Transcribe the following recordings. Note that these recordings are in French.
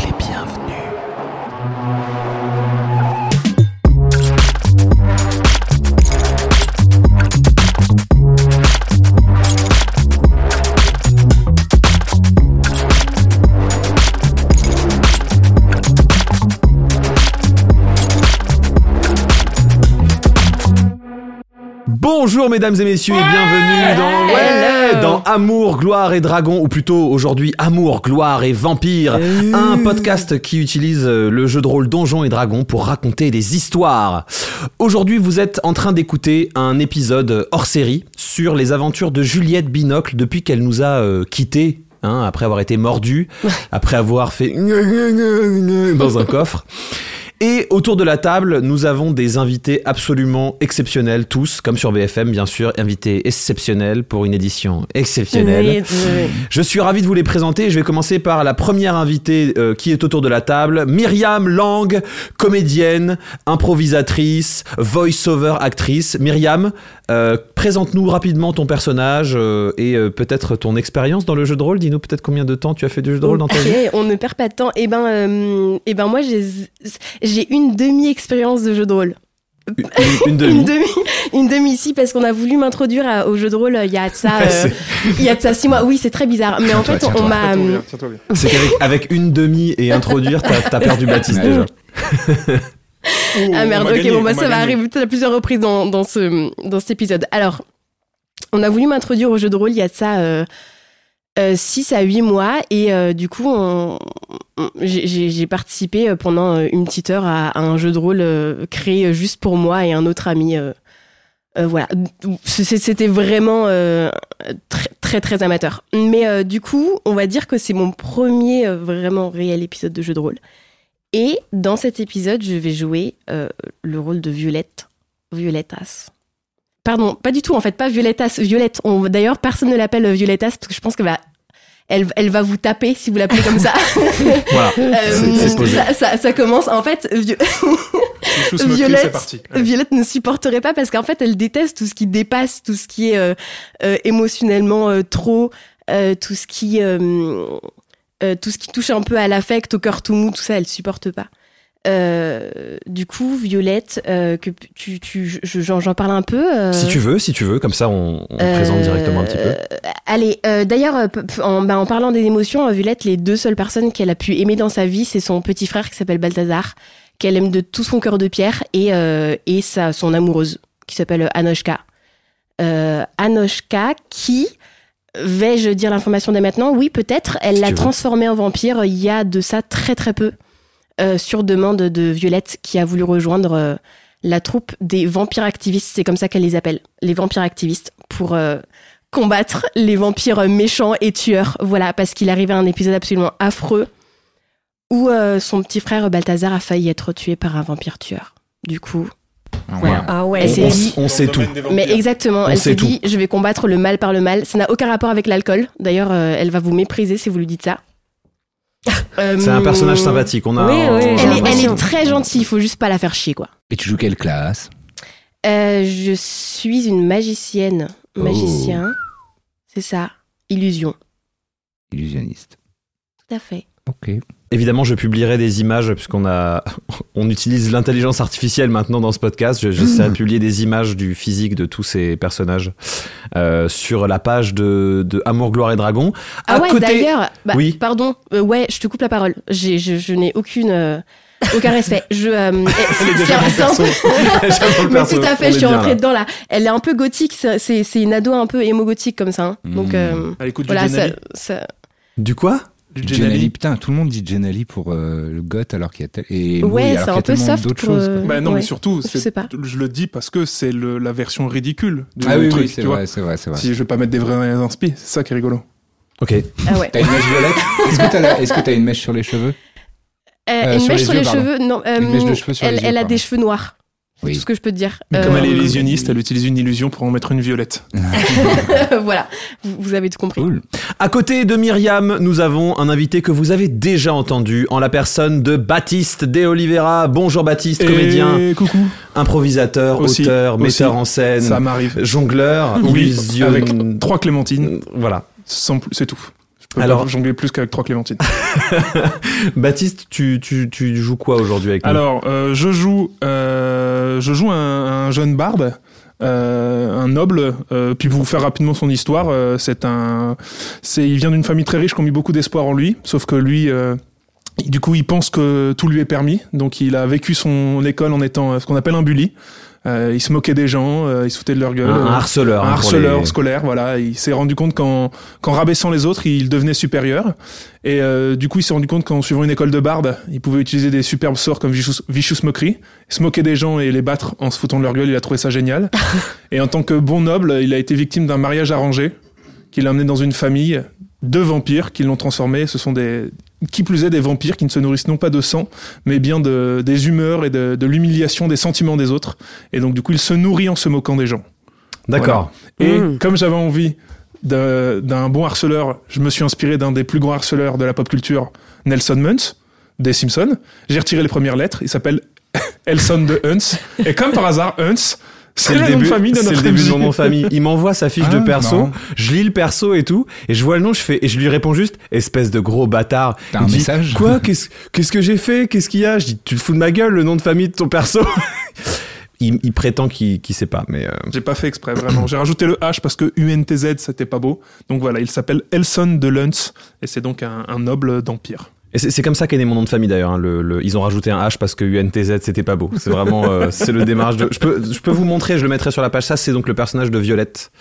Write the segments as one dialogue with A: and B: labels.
A: les bienvenus. Bonjour mesdames et messieurs et bienvenue dans, ouais, dans Amour, Gloire et Dragon, ou plutôt aujourd'hui Amour, Gloire et Vampire, un podcast qui utilise euh, le jeu de rôle Donjons et Dragons pour raconter des histoires. Aujourd'hui vous êtes en train d'écouter un épisode hors série sur les aventures de Juliette Binocle depuis qu'elle nous a euh, quittés. hein, après avoir été mordue, après avoir fait dans un coffre. Et autour de la table, nous avons des invités absolument exceptionnels, tous, comme sur BFM bien sûr, invités exceptionnels pour une édition exceptionnelle.
B: Oui, oui, oui.
A: Je suis ravi de vous les présenter. Je vais commencer par la première invitée euh, qui est autour de la table, Myriam Lang, comédienne, improvisatrice, voice-over actrice. Myriam, euh, présente-nous rapidement ton personnage euh, et euh, peut-être ton expérience dans le jeu de rôle. Dis-nous peut-être combien de temps tu as fait du jeu de rôle dans ta vie.
B: Ok, on ne perd pas de temps. Et ben, euh, eh ben moi, j'ai j'ai une demi-expérience de jeu de rôle.
A: Une, une
B: Une
A: demi.
B: demi, une demi ici, parce qu'on a voulu m'introduire à- au jeu de rôle euh, il y a de ça, euh,
A: C'est-
B: il y a de ça six mois. Oui, c'est très bizarre. Mais en
A: Tiens-toi,
B: fait,
A: tiens-toi.
B: on m'a. euh,
C: Tiens-toi bien, tiens-toi bien.
A: C'est qu'avec avec une demi et introduire, t'as t'as perdu Baptiste déjà.
B: Ah
C: Oh,
B: merde,
C: on m'a
B: ok,
C: gagné,
B: bon, bah,
C: on
B: ça
C: m'a
B: va
C: gagné.
B: arriver peut-être à plusieurs reprises dans, dans ce, dans cet épisode. Alors, on a voulu m'introduire au jeu de rôle il y a de ça 6 à 8 mois, et euh, du coup, on- on- j'ai- j'ai j'ai participé euh, pendant euh, une petite heure à, à un jeu de rôle euh, créé juste pour moi et un autre ami. euh, euh, voilà, C- c'est- c'était vraiment euh, très, très très amateur. Mais euh, du coup, on va dire que c'est mon premier euh, vraiment réel épisode de jeu de rôle. Et dans cet épisode, je vais jouer euh, le rôle de Violette. Violettas. Pardon, pas du tout en fait, pas Violettas, Violette. On- D'ailleurs, personne ne l'appelle Violettas parce que je pense qu'elle va, elle, elle va vous taper si vous l'appelez comme ça.
A: Voilà.
B: Euh,
A: c'est posé.
B: ça, ça- ça commence. En fait, Vi-
C: Chouchou se moquer,
B: Violette.
C: c'est parti. Allez.
B: Violette ne supporterait pas parce qu'en fait, elle déteste tout ce qui dépasse, tout ce qui est euh, euh, émotionnellement euh, trop, euh, tout ce qui euh, euh, tout ce qui touche un peu à l'affect, au cœur tout mou, tout ça, elle supporte pas. Euh, du coup, Violette, euh, que p- tu, tu, je- je- j'en, j'en parle un peu. euh,
A: Si tu veux, si tu veux, comme ça on, on
B: euh,
A: présente directement un petit peu.
B: Allez, euh, d'ailleurs, euh, p- p- en, bah, en parlant des émotions, euh, Violette, les deux seules personnes qu'elle a pu aimer dans sa vie, c'est son petit frère qui s'appelle Balthazar, qu'elle aime de tout son cœur de pierre, et, euh, et sa, son amoureuse, qui s'appelle Anoshka. Euh, Anoshka, qui, vais-je dire l'information dès maintenant Oui, peut-être, elle
A: Si
B: l'a
A: tu veux.
B: transformée en vampire euh, il y a de ça très très peu, euh, sur demande de Violette, qui a voulu rejoindre... euh, la troupe des vampires activistes, c'est comme ça qu'elle les appelle, les vampires activistes, pour euh, combattre les vampires méchants et tueurs. Voilà, parce qu'il arrivait un épisode absolument affreux où euh, son petit frère Balthazar a failli être tué par un vampire tueur. Du coup,
A: Voilà.
D: Ah ouais.
B: Elle
A: On,
B: s'est
A: on-
B: dit-
A: on sait
C: Dans
A: tout.
C: le domaine des vampires.
B: mais exactement,
A: On
B: elle
A: sait
B: s'est dit je vais combattre le mal par le mal. Ça n'a aucun rapport avec l'alcool. D'ailleurs, euh, elle va vous mépriser si vous lui dites ça. Euh,
A: C'est un personnage sympathique. On a.
D: Oui, oui,
A: on-
D: j'ai
B: Elle est, elle
D: l'impression.
B: est très gentille, il faut juste pas la faire chier quoi.
E: Et tu joues quelle classe
B: Euh, je suis une magicienne.
E: Oh.
B: Magicien. C'est ça. Illusion.
E: Illusionniste.
B: Tout à fait.
E: Ok.
A: Évidemment, je publierai des images puisqu'on a, on utilise l'intelligence artificielle maintenant dans ce podcast. Je- J'essaie de publier des images du physique de tous ces personnages euh, sur la page de, de Amour, Gloire et Dragon.
B: Ah
A: À
B: ouais,
A: côté-
B: d'ailleurs, bah,
A: Oui.
B: pardon, euh, ouais, je te coupe la parole. J'ai- je je n'ai aucune, euh, aucun respect. Je, euh, c'est-
A: est déjà dans le
B: c'est un
A: perso.
B: peu-
A: Elle est déjà dans le
B: mais
A: perso.
B: tout à
A: On
B: fait, je
A: est
B: suis
A: bien
B: rentrée
A: là.
B: dedans là. Elle est un peu gothique, c'est- c'est c'est une ado un peu émogothique comme ça. hein. Donc
A: Hmm.
E: Mmh.
B: euh,
C: À l'écoute du
B: voilà, ça,
C: Genali.
B: ça-
A: Du quoi
C: Du
E: Jen Ali,
C: Genali.
E: putain, tout le monde dit Jen Ali pour euh, le goth alors qu'il y a tel... et Louis,
B: ouais,
E: alors
B: c'est
E: qu'il y
B: un
E: a
B: peu
E: tellement
B: soft
E: d'autres
B: pour.
E: choses.
B: euh,
C: Bah non,
B: ouais.
C: mais surtout,
B: Je
C: c'est-
B: sais pas.
C: je le dis parce que c'est le- la version ridicule du
E: Ah oui,
C: truc,
E: oui, c'est
C: tu vois.
E: vrai, c'est vrai, c'est vrai.
C: Si je vais pas mettre des vrais inspi, c'est ça qui est rigolo.
A: Ok.
B: Ah ouais.
E: T'as une mèche violette Est-ce que t'as la- est-ce que t'as une mèche sur les cheveux
B: Euh,
E: Euh,
B: une
E: sur
B: mèche
E: les
B: sur
E: yeux,
B: les
E: pardon.
B: cheveux, non. euh,
E: Une mèche de cheveux sur
B: elle
E: les yeux,
B: elle a
E: pardon.
B: des cheveux noirs. C'est
E: Oui.
B: tout ce que je peux te dire.
C: Mais comme
B: Euh,
C: elle est illusionniste, elle utilise une illusion pour en mettre une violette.
B: voilà, vous, vous avez tout compris.
E: Cool.
A: À côté de Myriam, nous avons un invité que vous avez déjà entendu en la personne de Baptiste De Oliveira. Bonjour Baptiste, comédien,
C: Et coucou.
A: improvisateur,
C: Aussi,
A: auteur,
C: aussi.
A: metteur en scène,
C: Ça m'arrive.
A: jongleur,
C: Oui,
A: illusion-
C: avec trois clémentines,
A: Voilà.
C: sans plus- c'est tout. Je peux
A: Alors-
C: pas jongler plus qu'avec trois clémentines.
A: Baptiste, tu, tu, tu joues quoi aujourd'hui avec nous
C: Alors, euh, je joue, euh, je joue un, un jeune barde, euh, un noble. euh, puis pour vous faire rapidement son histoire, euh, c'est un, c'est, il vient d'une famille très riche qui ont mis beaucoup d'espoir en lui. Sauf que lui. euh, du coup, il pense que tout lui est permis, donc il a vécu son école en étant euh, ce qu'on appelle un bully. Euh, il se moquait des gens, euh, il se foutait de leur
A: Un,
C: gueule.
A: un
C: Euh,
A: harceleur.
C: un
A: hein, pour
C: harceleur
A: les-
C: scolaire, voilà. Il s'est rendu compte qu'en qu'en rabaissant les autres, il devenait supérieur. Et euh, du coup, il s'est rendu compte qu'en suivant une école de barde, il pouvait utiliser des superbes sorts comme Vicious, Vicious Mockery, se moquer des gens et les battre en se foutant de leur gueule. Il a trouvé ça génial. et en tant que bon noble, il a été victime d'un mariage arrangé qui l'a amené dans une famille de vampires qui l'ont transformé. Ce sont des qui plus est des vampires qui ne se nourrissent non pas de sang, mais bien de, des humeurs et de, de l'humiliation des sentiments des autres. Et donc du coup, il se nourrit en se moquant des gens.
A: D'accord.
C: Et
B: Mm.
C: comme j'avais envie de- d'un bon harceleur, je me suis inspiré d'un des plus grands harceleurs de la pop culture, Nelson Muntz, des Simpsons. J'ai retiré les premières lettres, il s'appelle Elson de Huntz. Et comme par hasard, Huntz, c'est le nom de famille de
A: c'est
C: notre
A: le début de
C: MJ.
A: mon nom de famille. Il m'envoie sa fiche
E: Ah,
A: de perso,
E: marrant.
A: je lis le perso et tout, et je vois le nom, je fais, et je lui réponds juste, espèce de gros bâtard.
E: T'as
A: Il
E: un
A: me dit,
E: message
A: Quoi Qu'est-ce qu'est-ce que j'ai fait Qu'est-ce qu'il y a Je dis, tu te fous de ma gueule, le nom de famille de ton perso. il, il prétend qu'il qu'il sait pas, mais euh,
C: J'ai pas fait exprès, vraiment. J'ai rajouté le H parce que UNTZ, c'était pas beau. Donc voilà, il s'appelle Elson de Huntz, et c'est donc un, un noble d'Empire.
A: et c'est c'est comme ça qu'est né mon nom de famille d'ailleurs. hein, le- le- ils ont rajouté un H parce que UNTZ c'était pas beau. C'est vraiment euh, c'est le démarrage. De, je peux je peux vous montrer, je le mettrai sur la page. Ça c'est donc le personnage de Violette.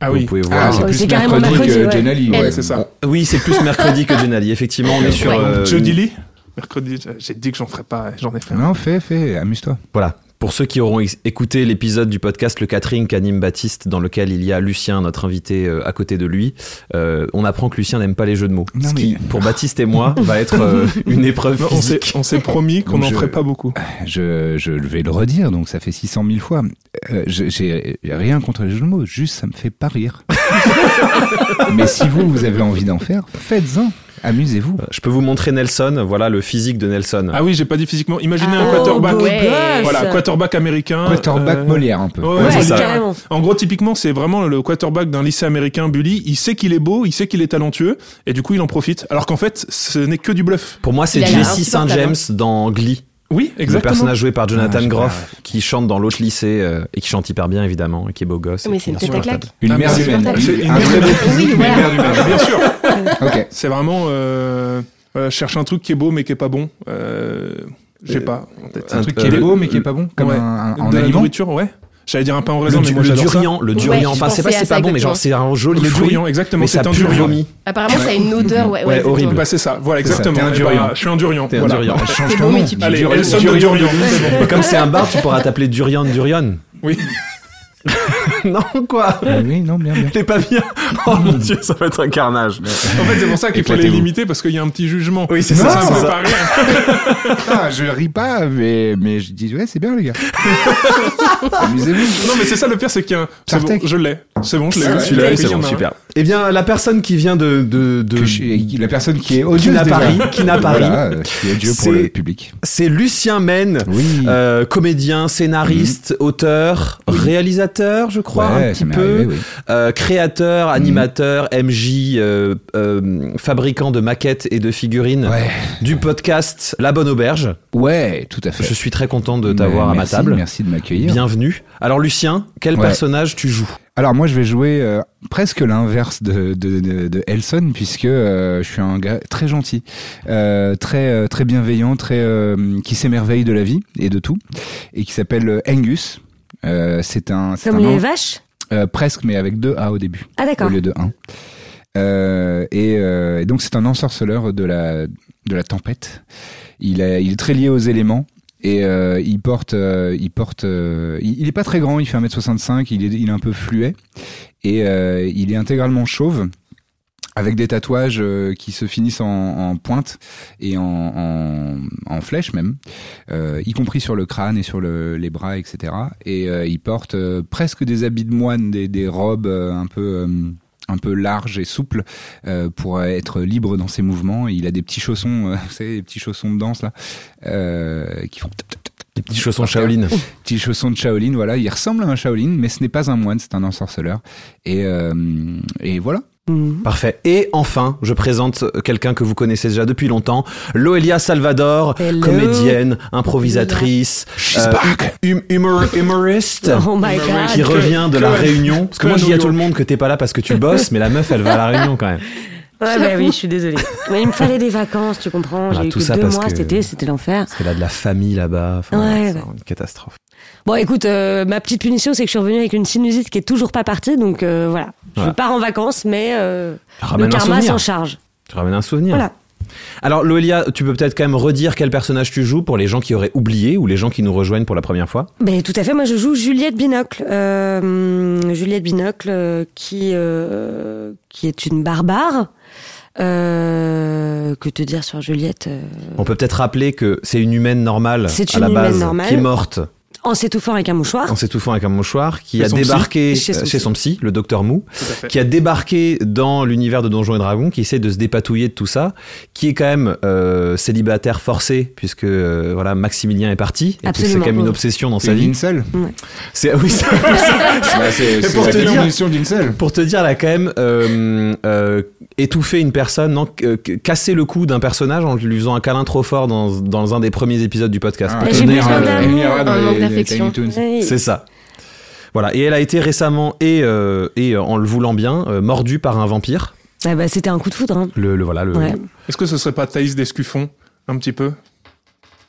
C: Ah
A: Vous
C: oui.
A: pouvez
E: Ah,
A: voir.
E: c'est
B: Ouais,
E: plus
B: c'est carrément
E: mercredi
B: mercredi,
E: que
B: ouais.
E: Jenali.
B: Elle.
E: Ouais,
C: Ouais, c'est ça.
A: Oui c'est plus mercredi que Denali. Effectivement on est sur
B: Ouais.
A: euh,
C: Jody Lee Mercredi, j'ai dit que j'en ferais pas, j'en ai fait. un.
E: Ah, Non, fais, fais, amuse-toi.
A: Voilà. Pour ceux qui auront ex- écouté l'épisode du podcast Le Catering qu'anime Baptiste, dans lequel il y a Lucien, notre invité, euh, à côté de lui, euh, on apprend que Lucien n'aime pas les jeux de mots.
E: Non,
A: ce
E: mais-
A: qui, pour Baptiste et moi, va être euh, une épreuve
C: Non, on s'est-
A: physique.
C: on s'est promis qu'on
E: Donc
C: n'en
E: je-
C: ferait pas beaucoup.
E: Je, je vais le redire, donc ça fait 600 000 fois. Euh, je- J'ai rien contre les jeux de mots, juste ça me fait pas rire. Mais si vous, vous avez envie d'en faire, faites-en, amusez-vous.
C: Euh,
A: Je peux vous montrer Nelson, voilà le physique de Nelson.
C: Ah oui, j'ai pas dit physiquement. Imaginez
B: Ah,
D: Oh,
C: un quarterback.
B: beau gosse.
C: Voilà, quarterback américain.
E: Quarterback
C: euh,
E: Molière un peu.
C: ouais,
A: Ouais,
B: Ouais,
A: c'est ça.
B: carrément.
C: En gros, typiquement, c'est vraiment le quarterback d'un lycée américain, Bully. Il sait qu'il est beau, il sait qu'il est talentueux, et du coup, il en profite. Alors qu'en fait, ce n'est que du bluff.
A: Pour moi, c'est
B: Il a l'air
A: Jesse St. James
B: insupportable.
A: dans Glee,
C: Oui,
A: le personnage joué par
E: Ah,
A: Jonathan
E: je-
A: Groff, qui chante dans l'autre lycée euh, et qui chante hyper bien évidemment, et qui est beau gosse. et
B: Mais
A: qui
B: c'est
A: est
B: une tête à
A: insupportable.
B: claque.
E: Une
C: Ah,
E: mère
C: mais
E: humaine. Ah,
C: c'est- c'est
E: Un
C: une
E: très
C: mère
E: beau
C: humaine.
E: physique,
B: Oui,
E: mais
B: voilà.
E: une mère humaine.
C: Ah, bah, Bien sûr,
E: Ok.
C: c'est vraiment euh, euh, cherche un truc qui est beau mais qui est pas bon. Euh, je sais pas. en tête.
E: C'est un truc qui
A: Euh,
E: est
A: le-
E: beau, mais qui est pas bon, comme
C: ouais.
E: un, un- un
C: de la
E: aliment.
C: nourriture, ouais. J'allais dire un pain en
A: Le,
C: raisin, mais
A: du-
C: moi
A: le
C: j'adore ça.
A: durian, le
B: Ouais,
A: durian,
B: je
A: enfin c'est pas,
B: pensais à hein.
A: c'est
B: ça
A: pas bon, mais
B: exactement.
A: genre c'est un joli
C: Le
A: fruit,
C: durian, exactement,
A: mais
C: c'est
A: ça
C: un
A: pue le
C: durian.
A: vomi.
B: Apparemment, ça a une odeur.
A: Ouais,
B: Ouais, ouais, exactement.
A: horrible.
C: Bah c'est ça, voilà
E: C'est ça,
C: exactement.
E: t'es un
C: Eh ben,
E: durian.
C: je suis un durian.
A: T'es un
C: voilà.
A: durian.
E: Change
B: C'est
E: ton
B: beau, mais
E: nom.
B: tu peux-
C: Allez,
E: Durian.
C: elle sonne de durian. c'est bon.
A: Mais comme c'est un bar, tu pourras t'appeler Durian Durian.
C: Oui.
A: non, quoi
E: Ah Oui, non, bien, bien.
A: Il est pas bien. Oh mon dieu, ça va être un carnage.
C: En fait, c'est pour ça qu'il faut les
E: Éclatez-vous.
C: limiter parce qu'il y a un petit jugement.
A: Oui, c'est
C: Non,
A: ça,
C: Ça
A: c'est
C: me fait
A: ça.
C: pas rire.
E: Ah, je ris pas, mais, mais je dis, ouais, c'est bien, les gars. Amusez-vous.
C: Non, mais c'est ça le pire, c'est qu'il y a un. C'est bon,
E: Tartek.
C: je l'ai. C'est bon, je l'ai. eu.
A: Ah, Celui-là,
C: Oui,
A: c'est
C: il y en
A: bon,
C: a un. hein.
A: super. Eh bien, la personne qui vient de. de, de-
E: Que je- la personne qui est
A: qui
E: odieuse
A: n'a
E: déjà.
A: pas ri, qui n'a pas ri,
E: Voilà, euh, qui est Dieu pour
A: C'est-
E: le public.
A: c'est Lucien Mène.
E: Oui.
A: euh, comédien, scénariste, auteur, réalisateur, je crois, un petit
E: ça m'est
A: peu,
E: arrivé, oui.
A: Euh, créateur, animateur, MJ, euh, euh, fabricant de maquettes et de figurines,
E: Ouais.
A: du podcast La Bonne Auberge.
E: Ouais, tout à fait.
A: Je suis très content de t'avoir
E: Mais
A: à ma
E: merci,
A: table.
E: Merci de m'accueillir.
A: Bienvenue. Alors Lucien, quel
E: Ouais.
A: personnage tu joues
E: Alors moi je vais jouer euh, presque l'inverse de, de, de, de Elson puisque euh, je suis un gars très gentil, euh, très euh, très bienveillant, très euh, qui s'émerveille de la vie et de tout et qui s'appelle euh, Angus. Euh, c'est un, c'est
D: Comme
E: un
D: les
E: an-
D: vaches
E: euh, presque mais avec deux A au début
D: Ah
E: au
D: d'accord.
E: lieu de un. Euh, et, euh, et donc c'est un ensorceleur de la de la tempête. Il, a- il est très lié aux éléments. Et euh, il porte, euh, il porte, euh, il, il est pas très grand, il fait 1m65, il est, il est un peu fluet, et euh, il est intégralement chauve. avec des tatouages euh, qui se finissent en, en pointe et en, en, en flèche même, euh, y compris sur le crâne et sur le- les bras, etc. Et euh, il porte euh, presque des habits de moine, des, des robes euh, un peu... euh, un peu larges et souples euh, pour être libre dans ses mouvements. Il a des petits chaussons, euh, vous savez, des petits chaussons de danse là, euh, qui font tap, tap, tap, tap,
A: Petit chausson
E: par terre
A: Shaolin.
E: petit chausson de Shaolin, voilà, il ressemble à un Shaolin, mais ce n'est pas un moine, c'est un ensorceleur. Et, euh, et voilà.
A: Parfait. Et enfin, je présente quelqu'un que vous connaissez déjà depuis longtemps, Loelia Salvador,
B: Hello.
A: comédienne, improvisatrice, euh, hum- humor- humoriste.
B: Oh my
D: Ah,
B: god.
A: qui revient de la
C: que-
A: réunion. Parce que
C: que
A: moi,
C: à
A: je dis à
C: New
A: tout le monde que t'es pas là parce que tu bosses, mais la meuf, elle va à la réunion quand même.
D: Ouais, bah oui, je suis désolée. Mais il me fallait des vacances, tu comprends.
A: Voilà,
D: J'ai eu
A: tout
D: que
A: ça
D: deux
A: parce
D: mois
A: que-
D: cet été, c'était l'enfer.
A: Parce qu'elle a de la famille là-bas. Enfin,
D: Ouais,
A: c'est
D: ouais.
A: une catastrophe.
D: Bon, écoute, euh, ma petite punition, c'est que je suis revenue avec une sinusite qui est toujours pas partie, donc euh, voilà. Je
A: Voilà.
D: pars en vacances, mais euh, le
A: Ramène un
D: karma
A: souvenir.
D: s'en charge.
A: Tu ramènes un souvenir.
D: Voilà.
A: Alors, Loelia, tu peux peut-être quand même redire quel personnage tu joues pour les gens qui auraient oublié ou les gens qui nous rejoignent pour la première fois.
D: Ben, tout à fait, moi je joue Juliette Binocle. Euh, Juliette Binocle euh, qui, euh, qui est une barbare. Euh, que te dire sur Juliette euh,
A: On peut peut-être rappeler que c'est une humaine normale
D: C'est
A: à
D: une
A: la
D: humaine
A: base
D: normale.
A: qui est morte
D: En s'étouffant avec un mouchoir.
A: en s'étouffant avec un mouchoir, qui
C: Chez
A: a
C: son
A: débarqué
D: psy. Chez son
A: euh,
D: psy.
A: chez son psy, le docteur Mou,
C: Tout à fait.
A: qui a débarqué dans l'univers de Donjons et Dragons, qui essaie de se dépatouiller de tout ça, qui est quand même euh, célibataire forcé puisque euh, voilà Maximilien est parti et que c'est
D: Absolument.
A: quand même une obsession dans sa
E: C'est
A: vie.
E: une seule.
A: C'est ah oui, c'est-
E: c'est
A: c'est pour la te dire- définition
E: d'une seule.
A: pour te dire elle a quand même euh, euh, étouffé une personne, non, c- euh, c- cassé le cou d'un personnage en lui faisant un câlin trop fort dans, dans un des premiers épisodes du podcast.
E: Ah,
C: Ah.
A: Pour te
D: j'ai
A: donner
D: besoin
E: euh,
A: un-
D: d'amour.
B: un manque d'affection.
D: Oui.
A: C'est ça. Voilà, et elle a été récemment, et, euh, et euh, en le voulant bien, euh, mordue par un vampire.
D: Ah bah, c'était un coup de foudre. hein.
A: Le, le- voilà, le.
D: Ouais.
C: Est-ce que ce serait pas Thaïs Descuffon un petit peu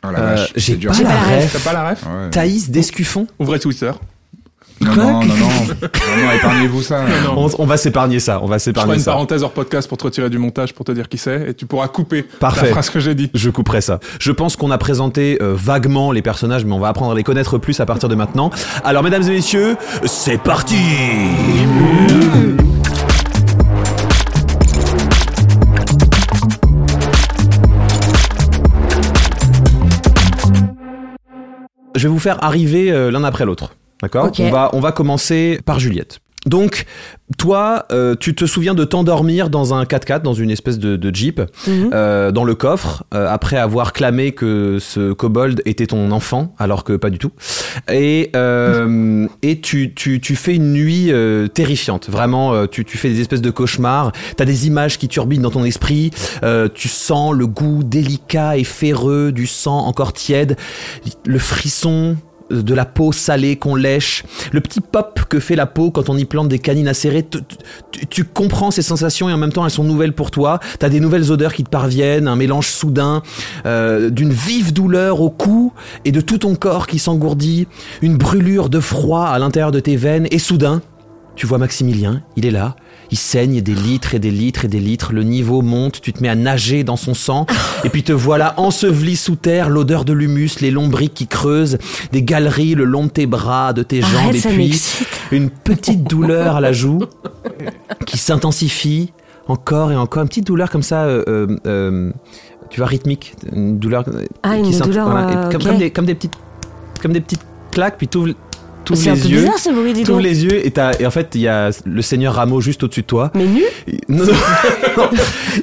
E: Oh
A: Euh, J'ai pas,
D: J'ai
A: la
D: pas la
A: ref.
C: T'as pas la ref
A: Thaïs Descuffon.
C: Ouvrez Twitter.
E: Non, non, non, non, Vraiment, épargnez-vous ça.
C: Non.
A: On, on va s'épargner ça, on va
C: Je ferai
A: s'épargner
C: une
A: ça.
C: parenthèse hors podcast pour te retirer du montage, pour te dire qui c'est, et tu pourras couper
A: Parfait.
C: la phrase que j'ai dit.
A: Je couperai ça. Je pense qu'on a présenté euh, vaguement les personnages, mais on va apprendre à les connaître plus à partir de maintenant. Alors, mesdames et messieurs, c'est parti Je vais vous faire arriver euh, l'un après l'autre. D'accord
D: Ok.
A: on, va, on va commencer par Juliette. Donc, toi, euh, tu te souviens de t'endormir dans un 4x4, dans une espèce de, de jeep,
D: Mhm.
A: euh, dans le coffre, euh, après avoir clamé que ce kobold était ton enfant, alors que pas du tout. Et, euh, et tu, tu, tu fais une nuit euh, terrifiante. Vraiment, euh, tu, tu fais des espèces de cauchemars. T'as des images qui turbinent dans ton esprit. Euh, tu sens le goût délicat et ferreux du sang encore tiède. Le frisson de la peau salée qu'on lèche, le petit pop que fait la peau quand on y plante des canines acérées, tu, tu- tu comprends ces sensations et en même temps elles sont nouvelles pour toi, t'as des nouvelles odeurs qui te parviennent, un mélange soudain euh, d'une vive douleur au cou et de tout ton corps qui s'engourdit, une brûlure de froid à l'intérieur de tes veines et soudain, tu vois Maximilien, il est là, il saigne des litres et des litres et des litres, le niveau monte, tu te mets à nager dans son sang,
D: Ah.
A: et puis te voilà enseveli sous terre, l'odeur de l'humus, les lombriques qui creusent, des galeries le long de tes bras, de tes jambes,
D: Arrête,
A: et
D: ça
A: puis
D: m'excite.
A: une petite douleur à la joue qui s'intensifie encore et encore, une petite douleur comme ça, euh, euh, euh, tu vois, rythmique, une douleur euh,
D: Ah, une
A: qui s'int-
D: douleur,
A: voilà, et
D: euh,
A: comme,
D: ok.
A: comme des, comme des petites, comme des petites claques, puis t'ouvres t'ouvres
D: C'est un peu
A: les yeux.
D: bizarre ce bruit, dis
A: T'ouvres
D: donc.
A: les yeux et, t'as- et en fait, il y a le seigneur Rameau juste au-dessus de toi.
D: Mais nu
A: Non, non, non.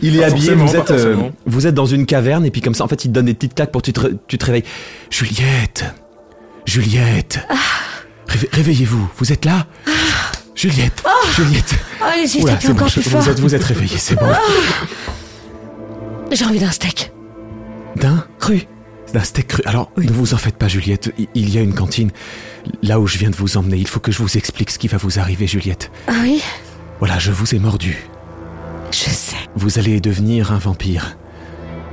A: Il est
C: Pas
A: habillé,
C: forcément,
A: vous
C: pas
A: êtes, euh,
C: forcément.
A: vous êtes dans une caverne et puis comme ça, en fait, il te donne des petites claques pour que tu te, ré- tu te réveilles. Juliette Juliette
D: Ah.
A: Réve- Réveillez-vous, vous êtes là Juliette Juliette
D: Ah, les yeux
A: Oula,
D: tapent
A: c'est bon,
D: encore
A: je-
D: plus fort. Ah.
A: vous êtes, vous êtes réveillée, c'est bon.
D: J'ai envie d'un steak.
A: D'un
D: Cru.
A: D'un steak cru. Alors, ne vous en faites pas, Juliette. Il- Il y a une cantine là où je viens de vous emmener. Il faut que je vous explique ce qui va vous arriver, Juliette.
D: Ah oui
A: Voilà, je vous ai mordu.
D: Je sais.
A: Vous allez devenir un vampire.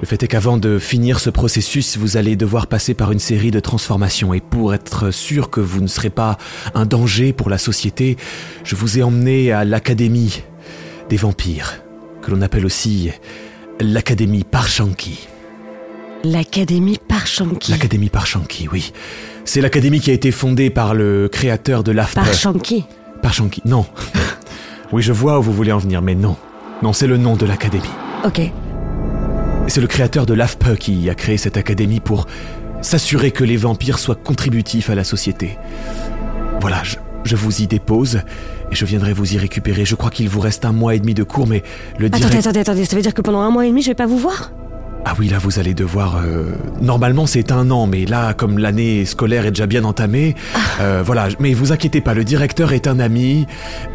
A: Le fait est qu'avant de finir ce processus, vous allez devoir passer par une série de transformations. Et pour être sûr que vous ne serez pas un danger pour la société, je vous ai emmené à l'Académie des vampires, que l'on appelle aussi l'Académie Parchanki.
D: L'académie par Shanky.
A: L'Académie Parchanki, oui. C'est l'académie qui a été fondée par le créateur de l'AFP.
D: Par Shanky.
A: Parchanki, non. oui, je vois où vous voulez en venir, mais non. Non, c'est le nom de l'académie.
D: Ok.
A: C'est le créateur de l'AFPE E qui a créé cette académie pour s'assurer que les vampires soient contributifs à la société. Voilà, je, je vous y dépose et je viendrai vous y récupérer. Je crois qu'il vous reste un mois et demi de cours, mais le direct...
D: Attendez, attendez, attendez. Ça veut dire que pendant un mois et demi, je vais pas vous voir
A: Ah oui, là, vous allez devoir... euh, Normalement, c'est un an, mais là, comme l'année scolaire est déjà bien entamée,
D: Ah.
A: euh, voilà, mais vous inquiétez pas, le directeur est un ami,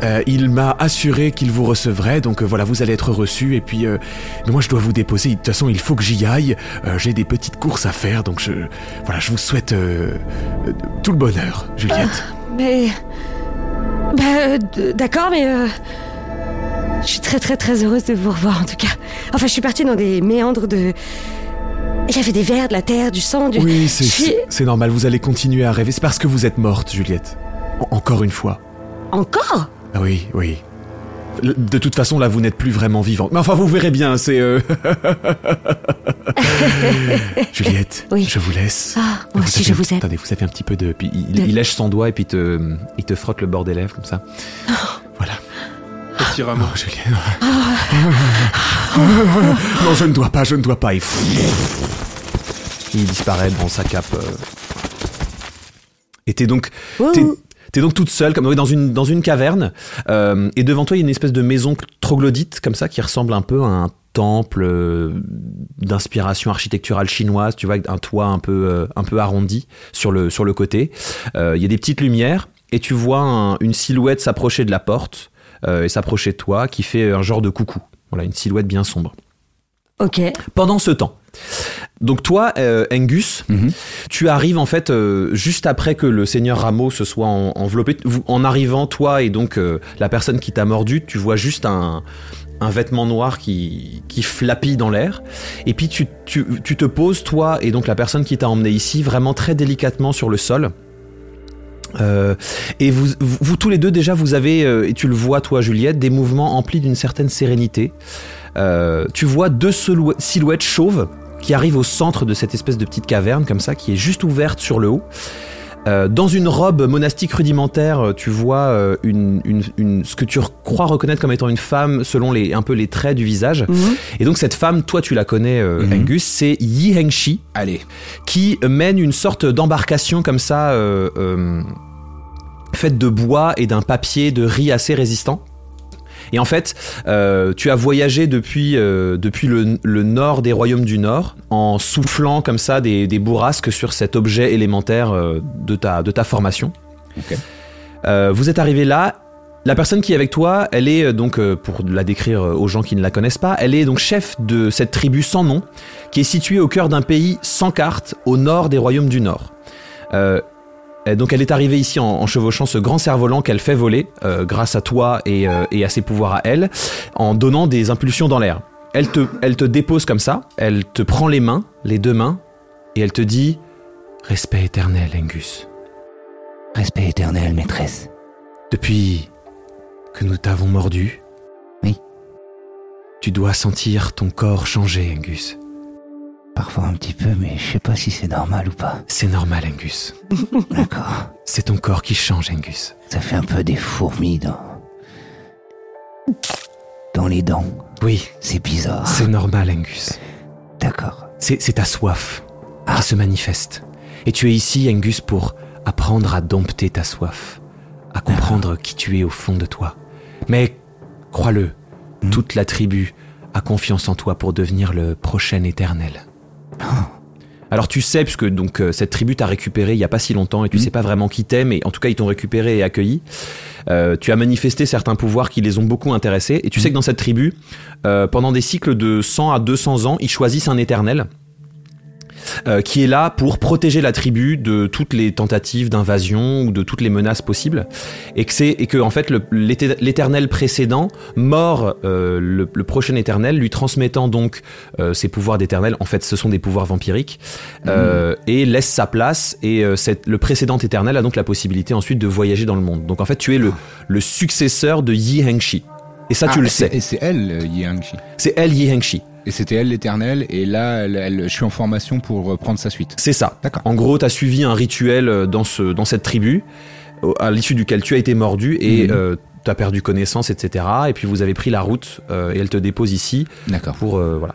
A: euh, il m'a assuré qu'il vous recevrait, donc euh, voilà, vous allez être reçu, et puis... euh, mais moi, je dois vous déposer, de toute façon, il faut que j'y aille, Euh, j'ai des petites courses à faire, donc je... Voilà, je vous souhaite euh, euh, tout le bonheur, Juliette.
D: Ah, Mais. Bah, euh, d- d'accord, mais. euh, Je suis très, très, très heureuse de vous revoir, en tout cas. Enfin, je suis partie dans des méandres de. Il y avait des vers, de la terre, du sang, du.
A: Oui, c'est-
D: Je suis-
A: c'est c'est normal, vous allez continuer à rêver, c'est parce que vous êtes morte, Juliette. En- encore une fois.
D: Encore
A: Ah Oui, oui. Le- De toute façon, là, vous n'êtes plus vraiment vivante. Mais enfin, vous verrez bien, c'est... euh, Juliette,
D: Oui.
A: je vous laisse.
D: Ah, moi aussi,
A: avez-
D: je vous aime.
A: Attendez, vous avez un petit peu de... Puis il,
D: De-
A: il lèche son doigt et puis il te, il te frotte le bord des lèvres, comme ça.
D: Oh.
A: Voilà.
C: Petit
A: Oh,
C: rameau.
A: Juliette.
D: oh.
A: non, je ne dois pas, je ne dois pas. Il, il disparaît dans sa cape. euh. Et t'es donc... T'es-
D: Wouhou.
A: T'es donc toute seule, comme oui, dans une dans une caverne, euh, et devant toi il y a une espèce de maison troglodyte comme ça qui ressemble un peu à un temple euh, d'inspiration architecturale chinoise, tu vois, avec un toit un peu euh, un peu arrondi sur le sur le côté. Euh, Il y a des petites lumières et tu vois un- une silhouette s'approcher de la porte euh, et s'approcher de toi, qui fait un genre de coucou. Voilà, une silhouette bien sombre.
D: Ok.
A: Pendant ce temps, donc toi, euh, Angus,
E: Mhm.
A: tu arrives en fait euh, juste après que le seigneur Rameau se soit en- enveloppé. Vous- en arrivant, toi et donc euh, la personne qui t'a mordu, tu vois juste un, un vêtement noir qui, qui flappille dans l'air. Et puis tu, tu- tu te poses, toi et donc la personne qui t'a emmené ici, vraiment très délicatement sur le sol. Euh, et vous, vous, vous tous les deux déjà, vous avez, euh, et tu le vois toi Juliette, des mouvements emplis d'une certaine sérénité. Euh, tu vois deux silhou- silhouettes chauves qui arrivent au centre de cette espèce de petite caverne comme ça, qui est juste ouverte sur le haut. Euh, dans une robe monastique rudimentaire, euh, tu vois euh, une, une- une- ce que tu crois reconnaître comme étant une femme selon les, un peu les traits du visage.
D: Mhm.
A: Et donc cette femme, toi tu la connais euh,
E: Mhm.
A: Angus, c'est Yi Hengshi
E: Allez.
A: qui mène une sorte d'embarcation comme ça, euh, euh, faite de bois et d'un papier de riz assez résistant. Et en fait, euh, tu as voyagé depuis, euh, depuis le, le nord des royaumes du Nord en soufflant comme ça des, des bourrasques sur cet objet élémentaire euh, de, ta, de ta formation.
E: Ok.
A: Euh, vous êtes arrivé là. La personne qui est avec toi, elle est euh, donc, euh, pour la décrire euh, aux gens qui ne la connaissent pas, elle est donc chef de cette tribu sans nom qui est située au cœur d'un pays sans carte, au nord des royaumes du Nord. Euh, et donc elle est arrivée ici en, en chevauchant ce grand cerf-volant qu'elle fait voler, euh, grâce à toi et, euh, et à ses pouvoirs à elle, en donnant des impulsions dans l'air. Elle te, elle te dépose comme ça, elle te prend les mains, les deux mains, et elle te dit « Respect éternel, Angus.
F: Respect éternel, maîtresse.
A: Depuis que nous t'avons mordu...
F: Oui.
A: Tu dois sentir ton corps changer, Angus.
F: Parfois un petit peu, mais je sais pas si c'est normal ou pas.
A: C'est normal, Angus.
F: D'accord.
A: C'est ton corps qui change, Angus. »
F: Ça fait un peu des fourmis dans. dans les dents.
A: Oui,
F: C'est bizarre.
A: c'est normal, Angus.
F: D'accord.
A: C'est c'est ta soif qui se manifeste. Et tu es ici, Angus, pour apprendre à dompter ta soif, à comprendre qui tu es au fond de toi. Mais crois-le, toute la tribu a confiance en toi pour devenir le prochain éternel. Alors tu sais, puisque donc euh, cette tribu t'a récupéré il y a pas si longtemps et tu sais pas vraiment qui t'es, mais en tout cas ils t'ont récupéré et accueilli. Euh, tu as manifesté certains pouvoirs qui les ont beaucoup intéressés et tu sais que dans cette tribu, euh, pendant des cycles de 100 à 200 ans, ils choisissent un éternel euh, qui est là pour protéger la tribu de toutes les tentatives d'invasion ou de toutes les menaces possibles, et que c'est et que en fait le- l'été- l'éternel précédent mort euh, le, le prochain éternel, lui transmettant donc euh, ses pouvoirs d'éternel. En fait, ce sont des pouvoirs vampiriques
E: Mm.
A: euh, et laisse sa place. Et euh, cette- le précédent éternel a donc la possibilité ensuite de voyager dans le monde. Donc en fait, tu es le, le successeur de Yi Hengshi. Et ça, tu
E: Ah,
A: le
E: c'est-
A: sais.
E: Et c'est elle, euh, Yang Chi.
A: C'est elle, Yi Hengshi.
E: Et c'était elle l'éternelle, et là, elle, elle- je suis en formation pour euh, prendre sa suite.
A: C'est ça.
E: D'accord.
A: En gros, t'as suivi un rituel euh, dans, ce, dans cette tribu, au- à l'issue duquel tu as été mordu, et
E: Mhm.
A: euh, tu as perdu connaissance, etc. Et puis vous avez pris la route euh, et elle te dépose ici
E: D'accord.
A: pour euh, voilà.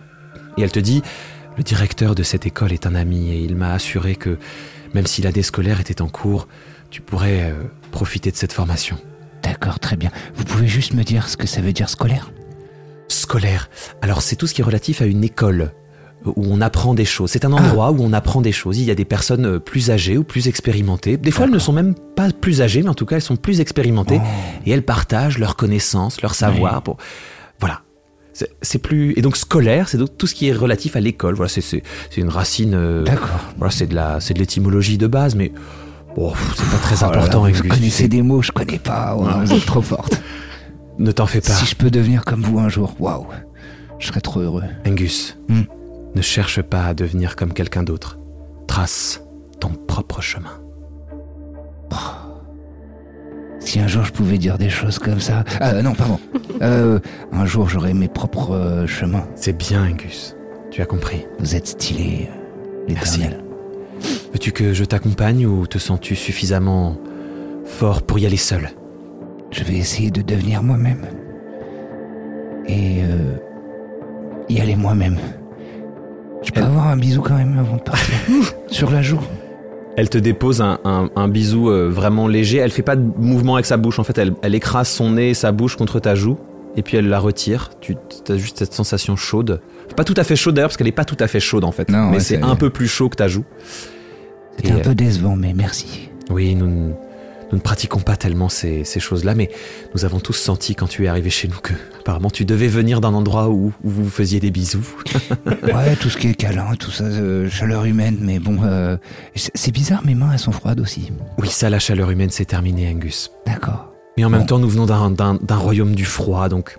A: Et elle te dit le directeur de cette école est un ami et il m'a assuré que même si l'année scolaire était en cours, tu pourrais euh, profiter de cette formation
F: D'accord, très bien. Vous pouvez juste me dire ce que ça veut dire scolaire
A: scolaire. Alors c'est tout ce qui est relatif à une école euh, où on apprend des choses. C'est un endroit où on apprend des choses. Il y a des personnes euh, plus âgées ou plus expérimentées. Des fois, elles ne sont même pas plus âgées, mais en tout cas, elles sont plus expérimentées
F: Oh.
A: et elles partagent leurs connaissances, leur savoir. Pour... Voilà. C'est- C'est plus et donc scolaire, c'est donc tout ce qui est relatif à l'école. Voilà, c'est c'est c'est une racine. euh,
F: D'accord.
A: Voilà, c'est de la c'est de l'étymologie de base, mais bon, pff, c'est pas très
F: Oh là là,
A: important.
F: vous
A: Auguste.
F: connaissez des mots, je connais pas. Oh, Vous êtes trop forte.
A: Ne t'en fais pas.
F: Si je peux devenir comme vous un jour, waouh, je serais trop heureux.
A: Angus,
F: Hmm.
A: ne cherche pas à devenir comme quelqu'un d'autre. Trace ton propre chemin.
F: Si un jour je pouvais dire des choses comme ça. Ah non, pardon. Euh, un jour j'aurai mes propres euh, chemins.
A: C'est bien, Angus. Tu as compris.
F: Vous êtes stylé, euh,
A: Merci.
F: l'éternel.
A: Veux-tu que je t'accompagne ou te sens-tu suffisamment fort pour y aller seul
F: Je vais essayer de devenir moi-même. Et euh, y aller moi-même. Je peux
A: Elle-
F: avoir un bisou quand même avant de partir. Euh. Sur la joue.
A: Elle te dépose un, un- un bisou euh, vraiment léger. Elle fait pas de mouvement avec sa bouche. En fait, elle, elle écrase son nez et sa bouche contre ta joue. Et puis elle la retire. Tu as juste cette sensation chaude. Pas tout à fait chaude d'ailleurs, parce qu'elle est pas tout à fait chaude en fait.
E: Non,
A: Mais
E: ouais,
A: c'est
E: c'est-
A: un peu plus chaud que ta joue.
F: C'était
A: Et,
F: un
A: euh,
F: peu décevant, mais merci.
A: Oui, nous, ne- nous ne pratiquons pas tellement ces, ces choses-là, mais nous avons tous senti quand tu es arrivé chez nous que, apparemment, tu devais venir d'un endroit où, où vous vous faisiez des bisous.
F: Ouais, tout ce qui est câlin, tout ça, euh, chaleur humaine, mais bon, euh, c'est c'est bizarre, mes mains, elles sont froides aussi.
A: Oui, ça, la chaleur humaine, c'est terminé, Angus.
F: D'accord.
A: Mais en même
F: Bon.
A: temps, nous venons d'un- d'un d'un royaume du froid, donc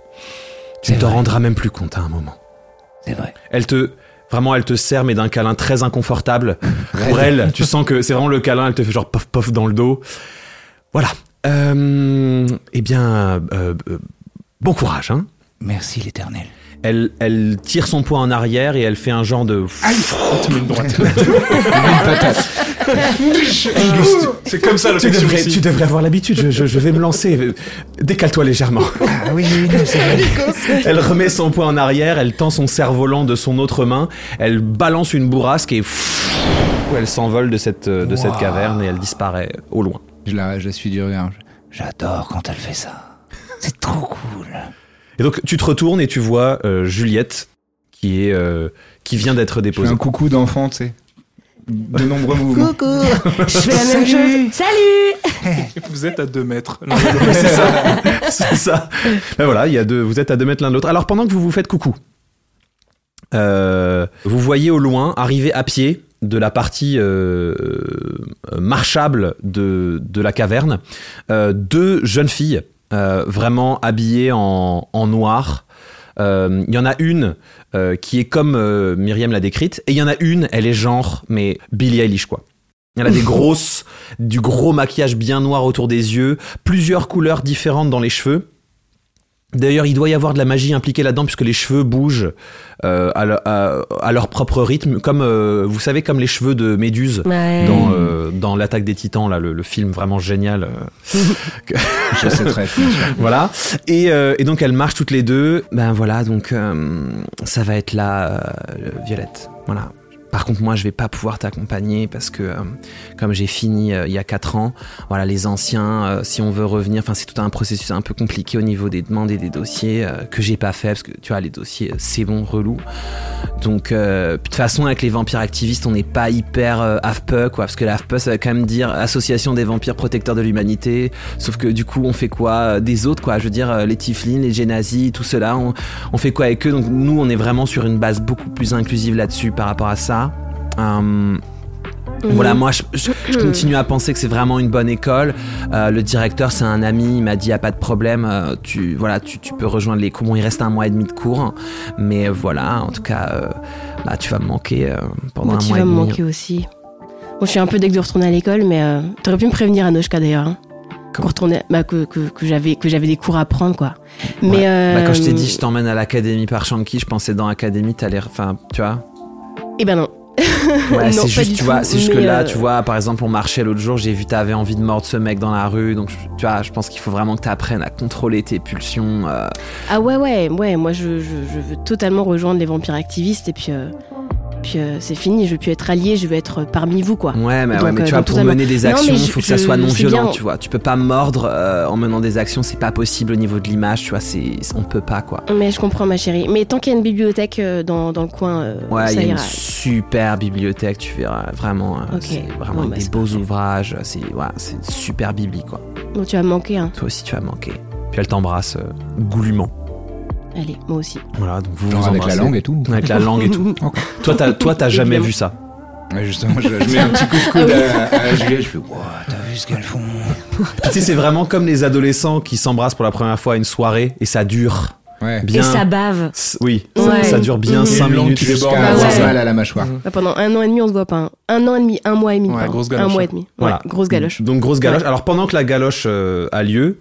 A: tu
F: C'est
A: t'en
F: vrai.
A: rendras même plus compte à un moment.
F: C'est vrai.
A: Elle te... Vraiment, elle te serre, mais d'un câlin très inconfortable. Pour elle, tu sens que c'est vraiment le câlin, elle te fait genre pof pof dans le dos. Voilà. Euh, eh bien, euh, euh, bon courage, hein
F: Merci l'éternel.
A: Elle, elle tire son poing en arrière et elle fait un genre de.
C: Ah, C'est comme ça
A: tu,
C: l'affection
A: devrais,
C: ici.
A: tu devrais avoir l'habitude, je, je- je vais me lancer. Décale-toi légèrement.
F: Ah oui, oui, non, c'est vrai.
A: Elle remet son poing en arrière, elle tend son cerf-volant de son autre main, elle balance une bourrasque et. Elle s'envole de, cette, euh, de cette
F: Wow.
A: caverne et elle disparaît au loin.
E: Je la, je la suis du regard.
F: J'adore quand elle fait ça. C'est trop cool.
A: Et donc tu te retournes et tu vois euh, Juliette qui, est, euh, qui vient d'être
E: Je fais
A: déposée.
E: un coucou d'enfant, tu sais. De nombreux mouvements.
D: Je fais la même chose. Salut
C: Vous êtes à deux mètres.
A: C'est ça. Ben voilà, il y a deux, vous êtes à deux mètres l'un de l'autre. Alors pendant que vous vous faites coucou, euh, vous voyez au loin arriver à pied de la partie euh, euh, marchable de, de la caverne euh, deux jeunes filles euh, vraiment habillées en, en noir. Euh, Il y en a une euh, qui est comme euh, Myriam l'a décrite, et il y en a une, elle est genre, mais Billie Eilish quoi. Elle a des grosses, du gros maquillage bien noir autour des yeux, plusieurs couleurs différentes dans les cheveux. D'ailleurs, il doit y avoir de la magie impliquée là-dedans puisque les cheveux bougent euh, à, le- à- à leur propre rythme, comme euh, vous savez, comme les cheveux de Méduse
D: Ouais.
A: dans, euh, dans l'attaque des Titans, là, le, le film vraiment génial. euh,
E: je sais très bien sûr.
A: voilà. Et, euh, et donc elles marchent toutes les deux. Ben voilà, donc euh, ça va être là, euh, Violette. Voilà. Par contre, moi, je vais pas pouvoir t'accompagner parce que, euh, comme j'ai fini euh, il y a 4 ans, voilà, les anciens, euh, si on veut revenir, enfin, c'est tout un processus un peu compliqué au niveau des demandes et des dossiers euh, que j'ai pas fait parce que, tu vois, les dossiers, euh, c'est bon, relou. Donc, euh, puis de toute façon, avec les vampires activistes, on n'est pas hyper euh, AFPE, quoi, parce que la AFPE, ça veut quand même dire Association des vampires protecteurs de l'humanité. Sauf que du coup, on fait quoi euh, des autres, quoi Je veux dire, euh, les Tiflins, les Génazis, tout cela, on, on fait quoi avec eux Donc, nous, on est vraiment sur une base beaucoup plus inclusive là-dessus par rapport à ça. Euh, voilà, moi je, je- je continue à penser que c'est vraiment une bonne école. Euh, le directeur, c'est un ami, il m'a dit y a pas de problème, euh, tu voilà, tu, tu peux rejoindre les cours. Bon, il reste un mois et demi de cours, hein. mais euh, voilà, en tout cas, euh, bah, tu vas me manquer euh, pendant
B: Moi,
A: un
B: Bah, tu
A: mois et
B: vas me
A: demi.
E: euh.
B: manquer aussi. Bon, je suis un peu dès que de retourner à l'école, mais euh, t'aurais pu me prévenir, Anoshka, d'ailleurs. hein. Qu'on
A: Comment
B: retournait- bah, que, que, que j'avais que j'avais des cours à prendre, quoi. Mais
A: Ouais. Bah, quand je t'ai
B: euh,
A: dit je t'emmène à l'académie par Shanky, je pensais dans l'académie, t'allais, enfin, tu vois.
B: Eh ben non.
A: Ouais,
B: Non,
A: c'est
B: pas
A: juste,
B: du
A: tu vois,
B: tout,
A: c'est juste que
B: mais,
A: là,
B: euh,
A: tu vois, par exemple, on marchait l'autre jour, j'ai vu t'avais envie de mordre ce mec dans la rue, donc je- tu vois, je pense qu'il faut vraiment que t'apprennes à contrôler tes pulsions. euh.
B: Ah ouais, ouais, ouais, moi je, je- je veux totalement rejoindre les vampires activistes et puis, euh, puis euh, c'est fini, je veux plus être allié, je veux être euh, parmi vous quoi.
A: Ouais, mais,
B: Donc,
A: ouais, mais
B: euh,
A: tu vois,
B: donc,
A: pour
B: totalement.
A: mener des
B: Non, mais
A: actions,
B: je-
A: faut que ça
B: je-
A: soit non
B: c'est
A: violent,
B: bien.
A: tu vois. Tu peux pas mordre euh, en menant des actions, c'est pas possible au niveau de l'image, tu vois, c'est, on peut pas, quoi.
B: Mais je comprends ma chérie. Mais tant qu'il y a une bibliothèque euh, dans, dans le coin, euh,
A: Ouais, il
B: ça
A: y a une
B: ira.
A: super bibliothèque, tu verras, vraiment. euh,
B: Ok.
A: C'est vraiment
B: Bon,
A: avec
B: bah,
A: des
B: c'est
A: beaux ouvrages, euh, c'est, ouais, c'est une super biblique, quoi.
B: Bon, tu vas me manquer, hein.
A: Toi aussi, tu vas manquer. Puis elle t'embrasse euh, goulûment.
B: Allez, moi aussi.
A: Voilà, donc vous
E: Genre
A: vous
E: avec la
A: embrassez.
E: langue et tout.
A: Avec la langue et tout.
E: Encore.
A: toi, t'as, toi, t'as jamais
B: Évidemment.
A: vu ça.
E: Ouais, justement, je, je mets un petit
F: Ah
E: coup de coude à, à Juliette, je fais wow.
F: Ouah, t'as vu ce qu'elles font
A: Puis, tu sais, c'est vraiment comme les adolescents qui s'embrassent pour la première fois à une soirée et ça dure
E: Ouais.
A: bien.
D: Et ça bave.
A: S- Oui,
B: Ouais.
A: ça dure bien
B: Mhm.
A: 5
C: Une langue
A: minutes.
C: qui déborde.
E: Jusqu'à
B: Bah
E: avoir
B: ouais.
E: mal à la mâchoire.
B: Bah, pendant un an et demi, on se voit pas. hein. Un an et demi, un mois et demi.
C: Ouais,
B: pardon.
C: grosse galoche,
B: un mois
C: hein.
B: et demi.
A: Voilà. Mm.
B: Ouais, grosse galoche.
A: Donc grosse galoche. Alors pendant que la galoche euh, a lieu,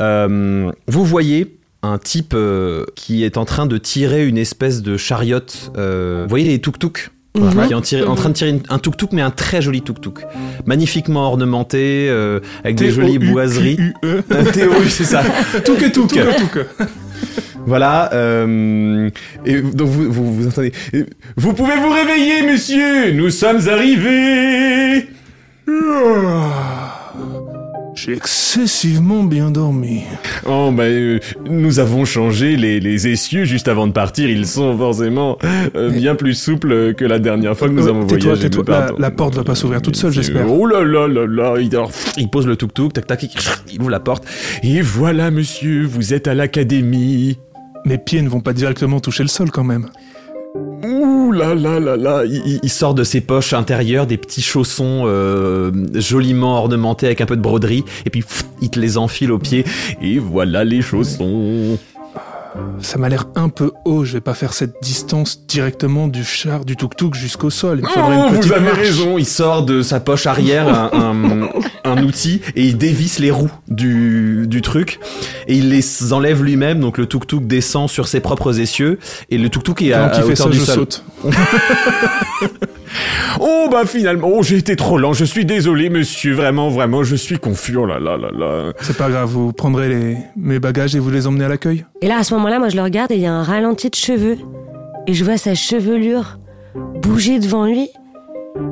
A: euh, vous voyez un type euh, qui est en train de tirer une espèce de chariote. euh, vous voyez les tuk-tuk
B: Mhm.
A: Voilà, qui est en, tire- en train de tirer une- un tuk-tuk, mais un très joli tuk-tuk. Magnifiquement ornementé, euh, avec des jolies
B: E.
A: boiseries.
C: T-O-U-Q-U-E.
A: Théo, c'est ça. Tuk-tuk.
C: Touke-touke.
A: Voilà. euh, et donc vous, vous, vous entendez. euh, Vous pouvez vous réveiller, monsieur. Nous sommes arrivés.
C: Ah. J'ai excessivement bien dormi.
A: Oh bah euh, nous avons changé les, les essieux juste avant de partir. Ils sont forcément euh, bien plus souples euh, que la dernière fois que nous
C: Ouais,
A: avons
C: tais-toi,
A: voyagé.
C: tais-toi.
A: mais
C: La-
A: pardon.
C: la porte va pas s'ouvrir toute seule,
A: C'est-
C: j'espère.
A: Oh là là là là. Il, alors, pff, il pose le tuk-tuk, tac tac, il- il ouvre la porte. Et voilà, monsieur, vous êtes à l'académie.
C: Mes pieds ne vont pas directement toucher le sol quand même.
A: Ouh là là là là il, il- il sort de ses poches intérieures des petits chaussons euh, joliment ornementés avec un peu de broderie et puis pff, il te les enfile aux pieds et voilà les chaussons.
C: Ça m'a l'air un peu haut, je vais pas faire cette distance directement du char, du tuk-tuk jusqu'au sol. Il me faudrait
A: Oh,
C: une petite
A: vous avez
C: marche.
A: raison, il sort de sa poche arrière un, un- un outil et il dévisse les roues du, du truc et il les enlève lui-même donc le tuk-tuk descend sur ses propres essieux et le tuk-tuk est à,
C: Quand
A: à
C: il fait
A: hauteur
C: ça,
A: du
C: je
A: sol.
C: saute.
A: Oh bah finalement, oh, j'ai été trop lent, je suis désolé monsieur, vraiment vraiment, je suis confus, oh là là là là.
C: C'est pas grave, vous prendrez les... mes bagages et vous les emmenez à l'accueil
D: Et là, à ce moment-là, moi, je le regarde et il y a un ralenti de cheveux. Et je vois sa chevelure bouger devant lui.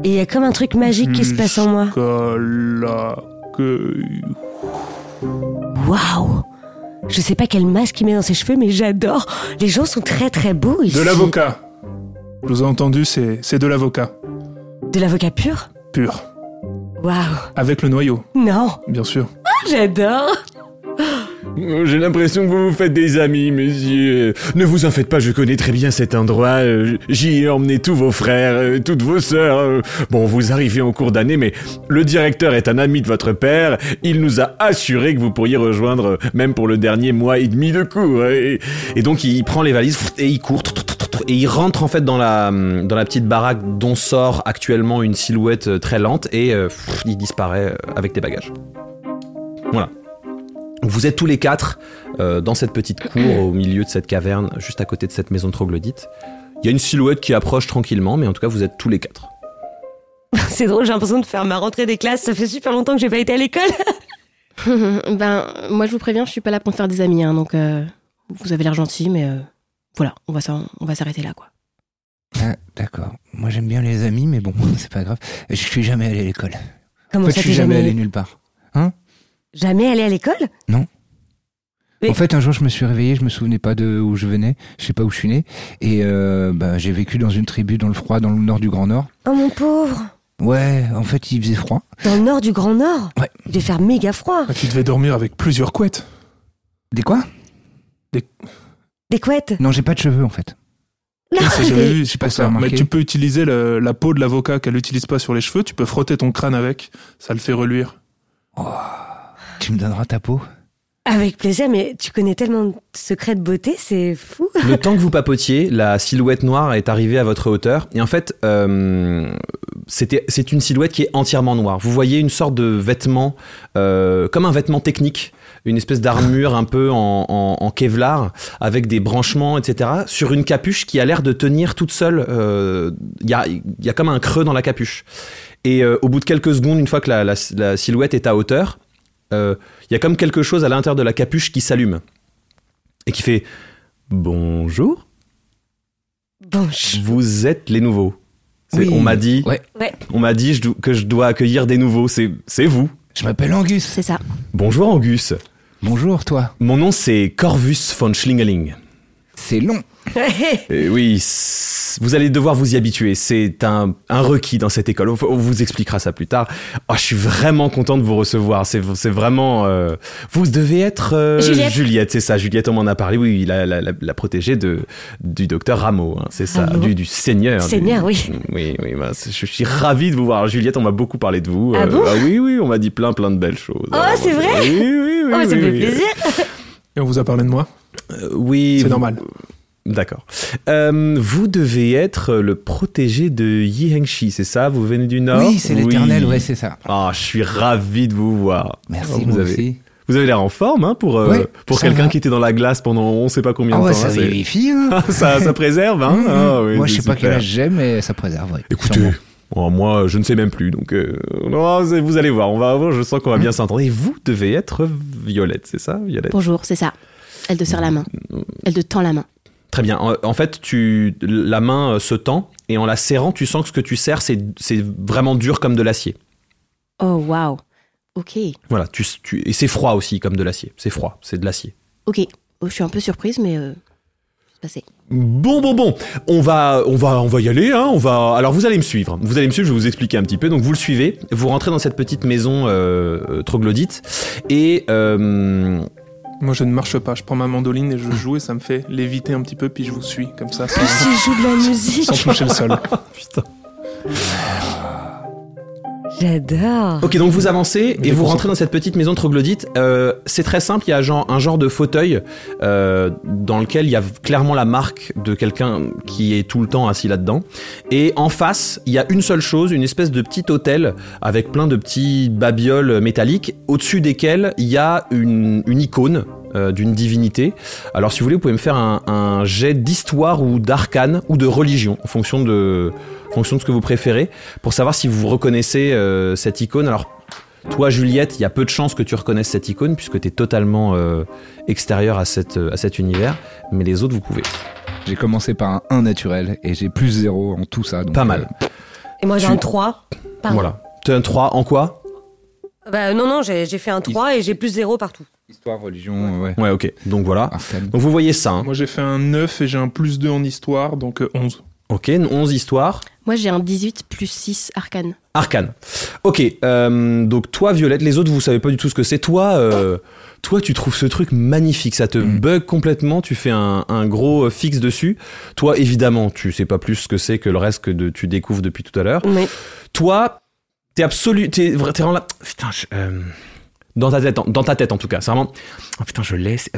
D: Et il y a comme un truc magique qui se passe en moi.
C: Jusqu'à là, que-
D: Waouh Je sais pas quel masque il met dans ses cheveux, mais j'adore. Les gens sont très très beaux ici.
C: De l'avocat. Je vous ai entendu, c'est c'est de l'avocat.
D: De l'avocat pur
C: Pur.
D: Waouh
C: Avec le noyau,
D: Non
C: bien sûr.
D: J'adore
A: Euh, J'ai l'impression que vous vous faites des amis monsieur. Ne vous en faites pas, je connais très bien cet endroit, euh, j'y ai emmené tous vos frères, euh, toutes vos sœurs. euh. Bon, vous arrivez en cours d'année, mais le directeur est un ami de votre père, il nous a assuré que vous pourriez rejoindre euh, même pour le dernier mois et demi de cours. euh, Et, et donc il prend les valises et il court et il rentre en fait dans la, hum, dans la petite baraque dont sort actuellement une silhouette euh, très lente et euh, pff, il disparaît euh, avec tes bagages. Voilà. Vous êtes tous les quatre euh, dans cette petite cour au milieu de cette caverne, juste à côté de cette maison de troglodyte. Il y a une silhouette qui approche tranquillement, mais en tout cas vous êtes tous les quatre.
D: C'est drôle, j'ai l'impression de faire ma rentrée des classes. Ça fait super longtemps que j'ai pas été à l'école.
B: ben, moi je vous préviens, je suis pas là pour me faire des amis, hein, donc euh, vous avez l'air gentil, mais euh, voilà, on va s'en- on va s'arrêter là quoi.
F: Ah, d'accord. Moi, j'aime bien les amis, mais bon, c'est pas grave. Je suis jamais allé à l'école.
D: Comment
F: En fait,
D: ça,
F: je
D: t'es
F: suis jamais allé
D: jamais...
F: nulle part.
D: Jamais allé à l'école Oui.
F: En fait, un jour, je me suis réveillé, je me souvenais pas de où je venais, je sais pas où je suis né, et euh, bah, j'ai vécu dans une tribu dans le froid, dans le nord du Grand Nord.
D: Oh mon pauvre
F: Ouais, en fait, il faisait froid.
D: Dans le nord du Grand Nord
F: Ouais.
D: Il devait faire méga froid.
C: Ah, tu devais dormir avec plusieurs couettes.
F: Des quoi
D: Des couettes
F: Non, j'ai pas de cheveux en fait.
C: Oui, Ah, ça, j'avais vu,
F: J'ai
C: c'est
F: pas
C: pour
F: ça
C: ça.
F: remarqué.
C: Mais tu peux utiliser le- la peau de l'avocat qu'elle n'utilise pas sur les cheveux, tu peux frotter ton crâne avec, ça le fait reluire.
F: Tu me donneras ta peau
D: Avec plaisir, mais tu connais tellement de secrets de beauté, c'est fou.
A: Le temps que vous papotiez, la silhouette noire est arrivée à votre hauteur. Et en fait, euh, c'était- c'est une silhouette qui est entièrement noire. Vous voyez une sorte de vêtement, euh, comme un vêtement technique, une espèce d'armure un peu en, en- en Kevlar, avec des branchements, etc., sur une capuche qui a l'air de tenir toute seule. euh, Il y, a, il y a comme un creux dans la capuche. Et euh, au bout de quelques secondes, une fois que la, la- la silhouette est à hauteur, euh, il y a comme quelque chose à l'intérieur de la capuche qui s'allume et qui fait Bonjour,
D: Bon,
A: Mm.
D: je-
A: vous êtes les nouveaux. C'est-
F: Oui.
A: On m'a dit,
F: Ouais.
D: Ouais.
A: on m'a dit je do- que je dois accueillir des nouveaux. C'est, c'est vous.
F: Je m'appelle Angus.
B: C'est ça.
A: Bonjour Angus.
F: Bonjour, toi.
A: Mon nom c'est Corvus von Schlingeling.
F: C'est long.
D: Oh,
A: Et Eh oui, c- vous allez devoir vous y habituer. C'est un, un requis dans cette école. On, on vous expliquera ça plus tard. Oh, je suis vraiment content de vous recevoir. C'est, c'est vraiment. euh, vous devez être euh,
B: Juliette.
A: c'est ça. Juliette, on m'en a parlé. Oui, oui, la, la, la- la protégée de, du docteur Rameau. hein, c'est ça.
D: Rameau.
A: Du, du seigneur. du-
D: Seigneur, oui.
A: Oui, oui, bah, c'est- je suis ravi de vous voir. Juliette, on m'a beaucoup parlé de vous. Euh, bah
D: Ah bon
A: oui, oui, on m'a dit plein, plein de belles choses.
D: Oh,
A: Ah,
D: c'est
A: moi,
D: vrai
A: Oui, oui, oui.
D: Oh, ça
A: oui,
D: fait
A: oui.
D: plaisir.
C: Et on vous a parlé de moi.
A: Euh, oui.
C: C'est
A: vous-
C: normal.
A: D'accord. Euh, vous devez être le protégé de Yi Hengshi, c'est ça Vous venez du Nord
F: oui, c'est l'éternel, ouais, c'est ça.
A: Ah, je suis ravi de vous voir.
F: Merci,
A: Ah, vous
F: moi
A: avez,
F: aussi.
A: vous avez l'air en forme hein, pour, euh,
F: Ouais,
A: pour
F: ça
A: quelqu'un
F: va.
A: qui était dans la glace pendant on sait pas combien
F: Ah
A: de
F: ouais,
A: temps.
F: ça
A: hein, c'est-
F: vérifie, hein.
A: ça, ça préserve, hein
F: Mmh,
A: Ah,
F: mmh.
A: oui,
F: Moi,
A: c'est
F: je sais pas quel
A: super.
F: âge j'ai, mais ça préserve. ouais,
A: Écoutez,
F: sûrement.
A: oh, moi, je ne sais même plus, donc euh, non, c'est- vous allez voir, on va, je sens qu'on va
F: Mmh.
A: bien s'entendre. Et vous devez être Violette, c'est ça, Violette
B: Bonjour, c'est ça. Elle te serre la main. Elle te tend la main.
A: Très bien. En, en fait, tu, la main euh, se tend et en la serrant, tu sens que ce que tu serres, c'est c'est vraiment dur comme de l'acier.
B: Oh, waouh. Ok.
A: Voilà. Tu, tu- et c'est froid aussi comme de l'acier. C'est froid, c'est de l'acier.
B: Ok. Oh, je suis un peu surprise, mais. euh, c'est passé.
A: Bon, bon, bon. On va, on va, on va y aller. Hein, on va. Alors, vous allez me suivre. Vous allez me suivre. Je vais vous expliquer un petit peu. Donc, vous le suivez. Vous rentrez dans cette petite maison euh, euh, troglodyte et euh,
C: Moi, je ne marche pas. Je prends ma mandoline et je joue et ça me fait léviter un petit peu, puis je vous suis comme ça, sans,
D: Si je joue de la musique.
C: sans toucher le sol.
A: putain.
D: J'adore.
A: Ok, donc vous avancez et
C: J'ai
A: vous
C: consenti.
A: rentrez dans cette petite maison troglodyte. Euh, c'est très simple, il y a genre, un genre de fauteuil euh, dans lequel il y a clairement la marque de quelqu'un qui est tout le temps assis là-dedans. Et en face, il y a une seule chose, une espèce de petit hôtel avec plein de petits babioles métalliques, au-dessus desquels il y a une, une icône euh, d'une divinité. Alors si vous voulez, vous pouvez me faire un, un jet d'histoire ou d'arcane ou de religion, en fonction de, en fonction de ce que vous préférez, pour savoir si vous reconnaissez euh, cette icône. Alors toi, Juliette, il y a peu de chances que tu reconnaisses cette icône, puisque tu es totalement euh, extérieur à, cette, euh, à cet univers, mais les autres, vous pouvez.
E: J'ai commencé par un 1 naturel et j'ai plus 0 en tout ça. donc, euh,
A: Pas mal.
D: Et moi, j'ai
A: Tu-
D: un 3. Pardon.
A: Voilà. Tu as un 3 en quoi
D: Bah, non, non, j'ai j'ai fait un 3 et j'ai plus 0 partout.
E: euh, histoire, religion, ouais.
A: Ouais, ok. Donc voilà.
E: Arcane.
A: Donc vous voyez ça. hein.
C: Moi, j'ai fait un 9 et j'ai un plus 2 en histoire, donc euh, 11.
A: Ok, 11 histoires.
B: Moi, j'ai un 18 plus 6 arcane.
A: Arcane. Ok, euh, donc toi, Violette, les autres, vous savez pas du tout ce que c'est. Toi, euh, toi, tu trouves ce truc magnifique. Ça te
E: Mm.
A: bug complètement. Tu fais un, un gros euh, fixe dessus. Toi, évidemment, tu sais pas plus ce que c'est que le reste que de- tu découvres depuis tout à l'heure.
D: Mais
A: toi, t'es absolu, t'es vra- t'es vraiment là. Putain, je, euh, dans ta tête, en- dans ta tête en tout cas, c'est vraiment. Oh putain, je laisse.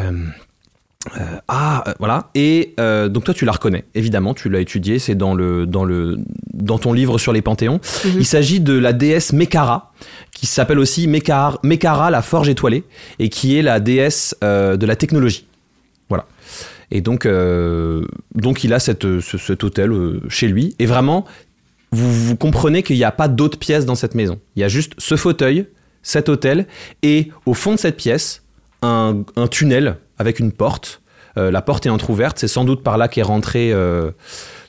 A: ah, euh, voilà. Et euh, donc toi, tu la reconnais, évidemment, tu l'as étudié, c'est dans le dans le dans ton livre sur les panthéons.
B: Mhm.
A: Il s'agit de la déesse Mekara, qui s'appelle aussi Mekara, Mekara, la forge étoilée, et qui est la déesse euh, de la technologie. Voilà. Et donc, euh, donc il a cette, ce- cet hôtel euh, chez lui. Et vraiment, vous, vous comprenez qu'il n'y a pas d'autres pièces dans cette maison. Il y a juste ce fauteuil, cet hôtel, et au fond de cette pièce, un, un tunnel avec une porte. Euh, la porte est entr'ouverte, c'est sans doute par là qu'est rentré euh,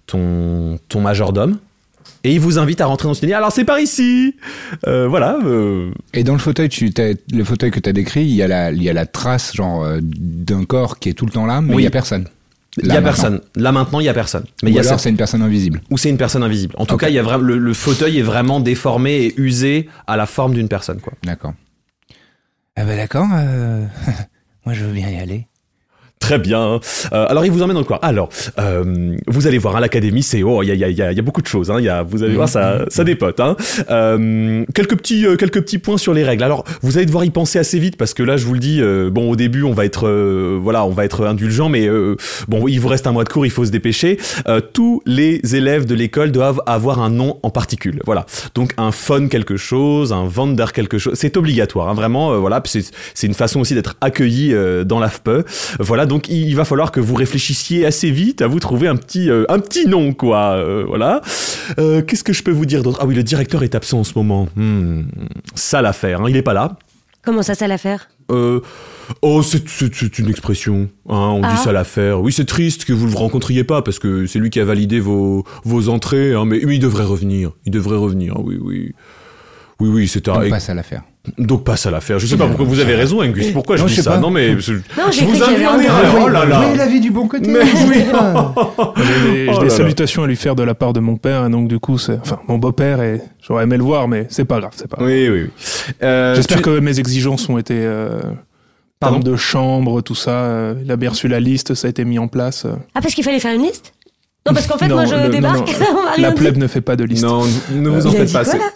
A: ton, ton majordome. Et il vous invite à rentrer dans ce tunnel. Alors c'est par ici Euh, Voilà. euh,
E: Et dans le fauteuil, tu, t'as- le fauteuil que tu as décrit, il y, a la, il y a la trace genre euh, d'un corps qui est tout le temps là, mais il
A: Oui.
E: y a personne.
A: Il n'y
E: Là,
A: a
E: maintenant.
A: personne. Là maintenant, il n'y a personne. Mais il
E: Ou
A: y a
E: alors
A: cette-
E: c'est une personne invisible.
A: ou c'est une personne invisible. En tout
E: Ok.
A: cas, il y a vraiment le, le fauteuil est vraiment déformé et usé à la forme d'une personne. Quoi.
E: D'accord.
F: Ah bah d'accord, euh, moi je veux bien y aller.
A: Très bien. Euh, alors, il vous emmène dans le coin. Alors, euh, vous allez voir, à l'académie, c'est oh, il y a, il y a- il y a- il y a beaucoup de choses. hein. Il y a, vous allez voir, ça, ça dépote. hein. Euh, quelques petits, euh, quelques petits points sur les règles. Alors, vous allez devoir y penser assez vite parce que là, je vous le dis, euh, bon, au début, on va être, euh, voilà, on va être indulgent, mais euh, bon, il vous reste un mois de cours, il faut se dépêcher. Euh, tous les élèves de l'école doivent avoir un nom en particule. Voilà. Donc, un fun quelque chose, un Vander quelque chose. C'est obligatoire, hein, vraiment. euh, voilà, Puis c'est c'est une façon aussi d'être accueilli euh, dans l'AFPE. Voilà, donc il, il va falloir que vous réfléchissiez assez vite à vous trouver un petit, euh, un petit nom, quoi. Euh, voilà. Euh, Qu'est-ce que je peux vous dire d'autre Ah oui, le directeur est absent en ce moment. Hmm, ça l'affaire, hein, il n'est pas là.
D: Comment ça, ça l'affaire
A: Euh, oh, c'est- c'est c'est une expression. hein, on
D: Ah.
A: dit ça l'affaire. Oui, c'est triste que vous le rencontriez pas parce que c'est lui qui a validé vos, vos entrées. hein, mais, mais il devrait revenir. Il devrait revenir. Oui, oui. Oui, Ah, oui, c'est un.
E: On passe à l'affaire.
A: Donc passe à l'affaire. Je sais pas pourquoi vous avez raison, Angus. Pourquoi
E: Eh, Non,
A: je
E: je
A: dis
E: sais
A: ça
E: pas.
A: Non, mais je,
D: j'ai
A: je
D: cru
A: vous
D: qu'il y
A: induis en
D: avait un
A: erreur. Oh là là.
E: Voyez la vie du bon côté.
A: Mais
E: c'est
A: oui.
E: ça.
C: J'ai des,
A: Oh
C: j'ai
A: là
C: des
A: là.
C: salutations à lui faire de la part de mon père, et donc du coup, c'est, enfin, mon beau-père, et j'aurais aimé le voir, mais c'est pas grave, c'est pas grave.
A: Oui, oui. oui. Euh,
C: J'espère
A: tu-
C: que mes exigences ont été. Euh,
A: Pardon
C: termes de chambre, tout ça. euh, il a bien reçu la liste, ça a été mis en place. euh.
D: Ah, parce qu'il fallait faire une liste Non, parce qu'en fait,
C: Non,
D: moi, je
C: le- non,
D: débarque. on m'a rien
C: la
D: Ah, dit.
C: plèbe ne fait pas de liste.
A: Non, ne- ne vous en
D: Il a
A: faites
D: dit
A: pas.
D: quoi,
A: c'est-
D: là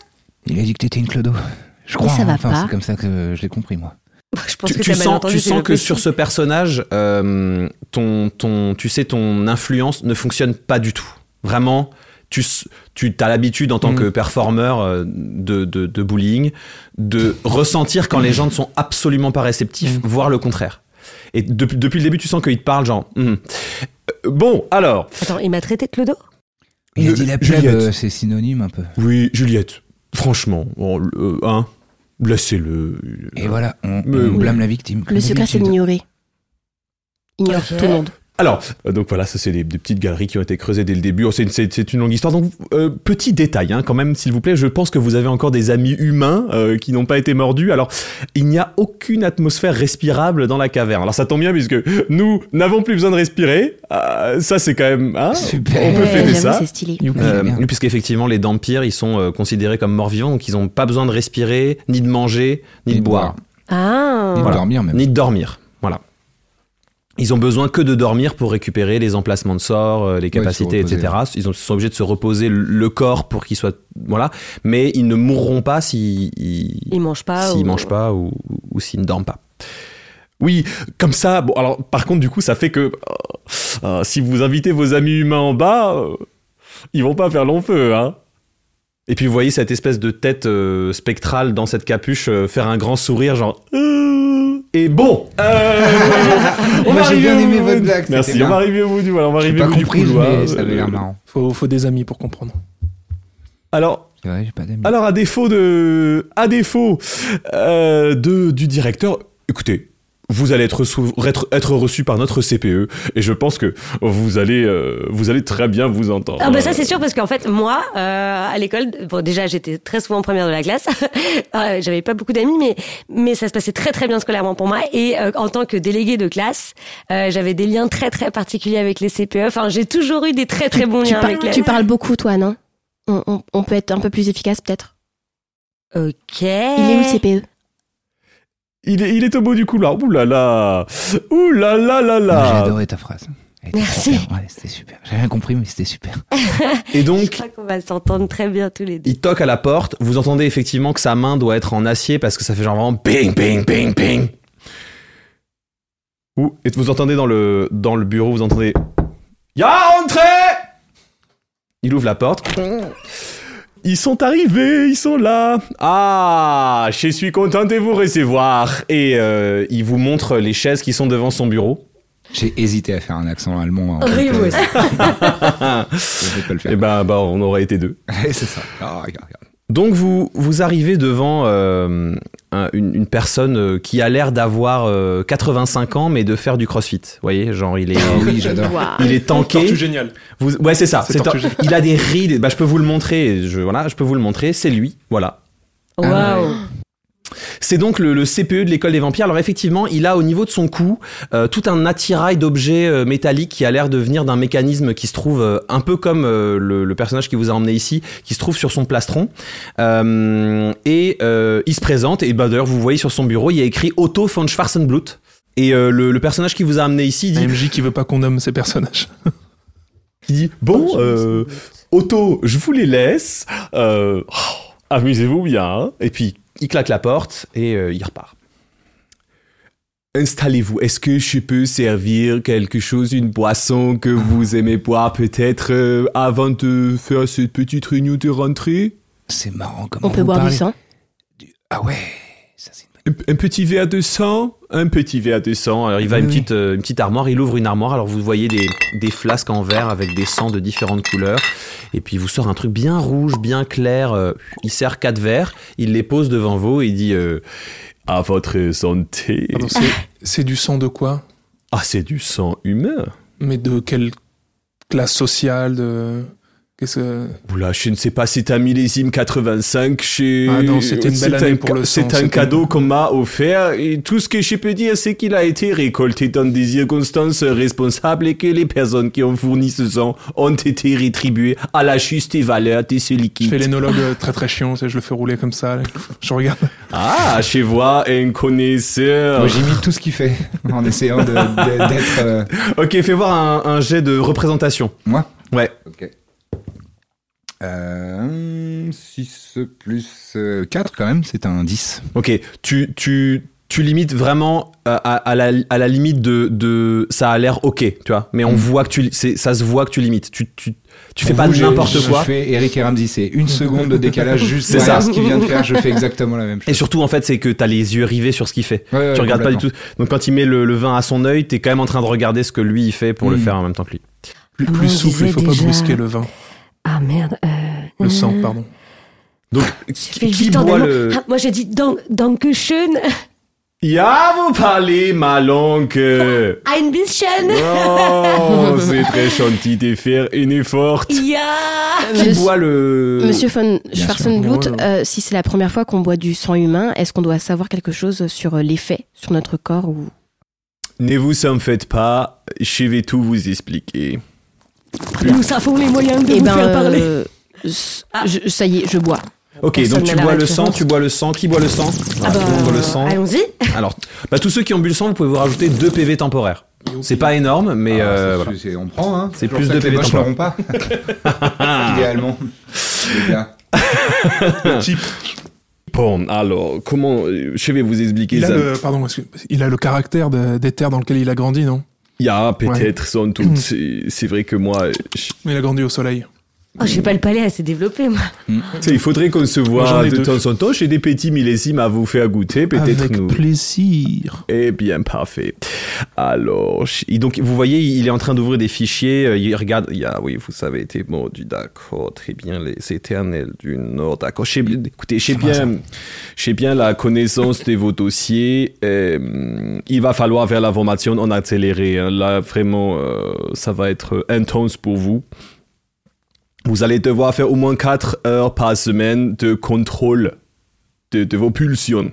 F: Il a dit que t'étais une clodo.
E: Je crois.
B: Mais ça
E: hein.
B: va
E: Enfin,
B: pas.
E: C'est comme ça que je l'ai compris moi.
D: Je pense
A: tu,
D: que
A: tu
D: t'as hein, mal
A: sens,
D: entendu,
A: tu
D: c'est
A: sens
D: le
A: que
D: petit.
A: sur ce personnage, euh, ton, ton, tu sais, ton influence ne fonctionne pas du tout. Vraiment, tu, s- tu as l'habitude en tant
C: Mhm.
A: que performeur euh, de, de, de bullying de ressentir quand les gens ne sont absolument pas réceptifs, voire le contraire. Et depuis, depuis le début, tu sens qu'il te parle, genre. Mhm. Euh, Bon, alors.
D: Attends, il m'a traité de clodo
E: Il a
A: Le-
E: dit la
A: Juliette.
E: plèbe, euh, c'est synonyme un peu.
A: Oui, Juliette, franchement, bon, le- hein, laissez-le. euh,
E: Et voilà, on,
A: Mais
E: on
A: oui.
E: blâme la victime. comme
B: Le secret, c'est
E: d'habitude.
B: d'ignorer. Ignore
A: Ah,
D: Ok.
B: tout le monde.
A: Alors, euh, donc voilà, ça c'est des, des petites galeries qui ont été creusées dès le début. Oh, c'est une, c'est- c'est une longue histoire. Donc, euh, petit détail, hein, quand même, s'il vous plaît, je pense que vous avez encore des amis humains euh, qui n'ont pas été mordus. Alors, il n'y a aucune atmosphère respirable dans la caverne. Alors, ça tombe bien puisque nous n'avons plus besoin de respirer. Euh, ça, c'est quand même.
B: Oh,
A: hein,
E: Super.
A: On peut
E: Ouais,
A: fêter
B: j'avoue,
A: ça.
B: C'est stylé.
E: Youpi.
A: Euh,
E: Merde.
A: oui, puisqu'effectivement, les vampires, ils sont euh, considérés comme morts-vivants, donc ils n'ont pas besoin de respirer, ni de manger, ni, de boire.
D: Ah
E: Ni de
A: Voilà.
E: dormir même.
A: ni de dormir. Voilà. Ils ont besoin que de dormir pour récupérer les emplacements de sorts, euh, les
E: se
A: capacités,
E: reposer.
A: etc. Ils ont- sont obligés de se reposer le- le corps pour qu'ils soient. Voilà. Mais ils ne mourront pas s'ils
D: Il mange pas.
A: s'ils
D: Ah, ou-
A: mangent pas ou, ou- ou s'ils ne dorment pas. Oui, comme ça. Bon, alors par contre, du coup, ça fait que euh, euh, si vous invitez vos amis humains en bas, euh, ils vont pas faire long feu, hein. Et puis vous voyez cette espèce de tête euh, spectrale dans cette capuche euh, faire un grand sourire, genre. euh, Et bon, euh, on
E: Moi,
A: va arriver
E: j'ai bien
A: au
E: aimé
A: bout
E: votre
A: du-
E: blague, c'était
A: Merci.
E: bien.
A: On va arriver au bout du, voilà, on va
E: J'ai
A: arriver
E: pas
A: au bout du
E: compris,
A: couloir.
E: mais ça avait l'air
A: Euh,
E: marrant.
C: Faut, faut des amis pour comprendre.
A: Alors,
E: C'est vrai, j'ai pas d'amis.
A: alors à défaut de, à défaut euh, de du directeur, écoutez, vous allez être reçu, être, être reçu par notre CPE et je pense que vous allez, euh, vous allez très bien vous entendre.
D: Ah bah ça c'est sûr parce qu'en fait moi euh, à l'école bon déjà j'étais très souvent première de la classe Euh, j'avais pas beaucoup d'amis mais mais ça se passait très très bien scolairement pour moi et euh, en tant que déléguée de classe euh, j'avais des liens très très particuliers avec les CPE enfin j'ai toujours eu des très très bons
B: Tu,
D: liens
B: par-
D: avec les
B: tu parles beaucoup, toi, non on, on- on peut être un peu plus efficace, peut-être.
D: E. OK
B: Il
D: Eh.
B: est où le E CPE
A: Il est, il est au bout du couloir. Ouh là là, ouh là là là
E: Moi, J'ai
A: là.
E: adoré ta phrase.
A: Euh,
E: Elle était
D: Merci.
E: super, ouais, c'était super. J'ai rien compris, mais c'était super.
A: Et
D: Je
B: E
A: donc,
D: crois qu'on va s'entendre très bien tous les deux
A: il toque à la porte. Vous entendez effectivement que sa main doit être en acier parce que ça fait genre vraiment ping, ping, ping, ping. Ouh, et vous entendez dans le, dans le bureau, vous entendez Y'a rentré Il ouvre la porte. Ils sont arrivés, ils sont là. Ah, je suis content de vous recevoir. Et euh, il vous montre les chaises qui sont devant son bureau.
E: J'ai hésité à faire un accent allemand. en fait,
D: Rive
E: euh,
B: E
D: aussi.
E: Je vais pas le
A: Et
E: faire.
A: ben, bah, on aurait été deux.
E: c'est ça. Ah, regarde, regarde.
A: Donc vous, vous arrivez devant euh, un- une, une personne euh, qui a l'air d'avoir euh, 85 ans mais de faire du crossfit. Vous voyez, genre il est,
E: Ah oui, j'adore.
A: il est tanké.
C: Tortue génial.
A: Vous- ouais c'est ça.
C: C'est
A: c'est
C: tortue
A: tor- il a des rides. et- Bah, je peux vous le montrer. Je, voilà, je peux vous le montrer. C'est lui. Voilà.
B: Ah.
D: Waouh
A: C'est donc le, le CPE de l'école des vampires. Alors effectivement, il a au niveau de son cou euh, tout un attirail d'objets euh, métalliques qui a l'air de venir d'un mécanisme qui se trouve euh, un peu comme euh, le, le personnage qui vous a emmené ici, qui se trouve sur son plastron. Euh, et euh, il se présente, et bah, d'ailleurs vous voyez sur son bureau, il y a écrit Otto von Schwarzenblut. Et euh, le, le personnage qui vous a amené ici dit,
C: MJ qui veut pas qu'on nomme ses personnages.
A: il dit Bon, euh, Otto, je vous les laisse. Euh, oh, Amusez-vous bien. hein. Et puis, il claque la porte et euh, il repart. Installez-vous. Est-ce que je peux servir quelque chose, une boisson que vous aimez boire peut-être euh, avant de faire cette petite réunion de rentrée
F: C'est marrant comme
B: On peut boire du sang.
F: Ah ouais, ça c'est une bonne-
A: un, un petit verre de sang Un petit verre de sang. Alors il va à une,
F: Oui, oui.
A: petite, euh, une petite armoire, il ouvre une armoire, alors vous voyez des, des flasques en verre avec des sangs de différentes couleurs, et puis il vous sort un truc bien rouge, bien clair, euh, il sert quatre verres, il les pose devant vous et il dit euh, À votre santé
C: Pardon, c'est- C'est du sang de quoi
A: Ah c'est du sang humain
C: Mais de quelle classe sociale de... Qu'est-ce que...
A: Oula, je ne sais pas, c'est un millésime 85 chez...
C: Ah non, c'était une belle
A: c'est
C: année
A: un
C: pour
A: ca-
C: le sang,
A: C'est un
C: c'était-
A: cadeau qu'on m'a offert, et tout ce que je peux dire, c'est qu'il a été récolté dans des circonstances responsables et que les personnes qui ont fourni ce sang ont été rétribuées à la juste valeur de ce
C: Je fais
A: liquide.
C: l'énologue euh, très très chiant, tu sais, je le fais rouler comme ça. là. Je regarde.
A: Ah, chez vois un connaisseur
E: Moi, j'imite tout ce qu'il fait en essayant de- de- d'être. euh,
A: Ok, fais voir un, un jet de représentation.
E: Moi
A: Ouais.
E: Ok. 6 plus 4 quand même, c'est un 10.
A: Ok, tu, tu, tu limites vraiment à, à- à la, à la limite de, de ça a l'air ok, tu vois. Mais on
E: Mm.
A: voit que tu, li- c'est- ça se voit que tu limites. Tu, tu, tu fais pas
E: Vous, je-
A: n'importe quoi.
E: Je fais Eric et Ramsey, c'est une seconde de décalage juste
A: C'est
E: derrière
A: ça.
E: ce qu'il vient de faire, je fais exactement la même
A: Et
E: chose.
A: surtout, en fait, c'est que t'as les yeux rivés sur ce qu'il fait.
E: Ouais, ouais,
A: tu regardes pas du
E: complètement.
A: tout. Donc quand il met le, le vin à son œil, t'es quand même en train de regarder ce que lui il fait pour le
E: Mm.
A: faire en même temps que lui.
C: Plus,
D: Comment
C: plus
D: on
C: souple, il
D: disait
C: faut pas
D: déjà
C: brusquer le vin.
D: Ah merde. euh,
C: Le sang,
D: euh,
C: pardon.
A: Donc
D: ça
A: qui,
D: fait
A: qui
D: huit ans
A: boit
D: d'amour.
A: le.
D: Ah, moi j'ai dit dans, dans que schön,
A: Ya, vous parlez ma langue.
D: ein bisschen.
A: Oh, c'est très gentil de faire une effort.
D: Yeah.
A: Qui
B: Monsieur-
A: boit le.
B: Monsieur von Schwarzenblut,
C: sûr. Ouais,
B: euh, si c'est la première fois qu'on boit du sang humain, est-ce qu'on doit savoir quelque chose sur euh, l'effet sur notre corps ou
A: Ne vous en faites pas, je vais tout vous expliquer.
D: Nous savons les moyens de
A: Eh
D: vous
A: ben,
D: faire parler. Ah.
B: euh, s- je- ça y est, je bois.
A: Ok,
D: Personne
A: donc tu
D: n'a la
A: bois le
D: référence.
A: sang, tu bois le sang, qui boit le sang
D: Ah
A: Voilà, tout le monde boit le sang.
D: Allons-y.
A: Alors, bah, tous ceux qui ont bu le sang, vous pouvez vous rajouter 2 PV temporaires. C'est pas énorme, mais
E: Ah,
A: euh,
E: c'est-
A: voilà.
E: c'est- on prend, hein.
A: C'est
E: Toujours
A: plus
E: ça
A: de
E: que les
A: PV
E: moches
A: temporaires.
E: n'auront pas. Idéalement. Les gars.
A: Bon, alors, comment euh, Je vais vous expliquer
C: Il a,
A: ça.
C: le, pardon, excuse- il a le caractère de- des terres dans lesquelles il a grandi, non
A: Il y a peut-être, sans doute. C'est c'est vrai que moi, je-
C: Mais Il a grandi au soleil.
D: Oh, j'ai pas le palais assez développé, moi.
A: tu sais, il faudrait qu'on se
C: Moi, j'en
A: voit
C: ai
A: de
C: deux.
A: temps en temps. J'ai des petits millésimes à vous faire goûter, peut-être
C: Avec
A: nous.
C: plaisir.
A: Eh bien, parfait. Alors, ch- et donc, vous voyez, il est en train d'ouvrir des fichiers. euh, Il regarde. Il y a, oui, vous avez été mordu, d'accord. Très bien, les éternels du Nord, d'accord. J'ai- Écoutez, j'ai bien, j'ai bien la connaissance de vos dossiers. euh, il va falloir faire la formation en accéléré. hein. Là, vraiment, euh, ça va être intense pour vous. Vous allez devoir faire au moins 4 heures par semaine de contrôle de- de vos pulsions.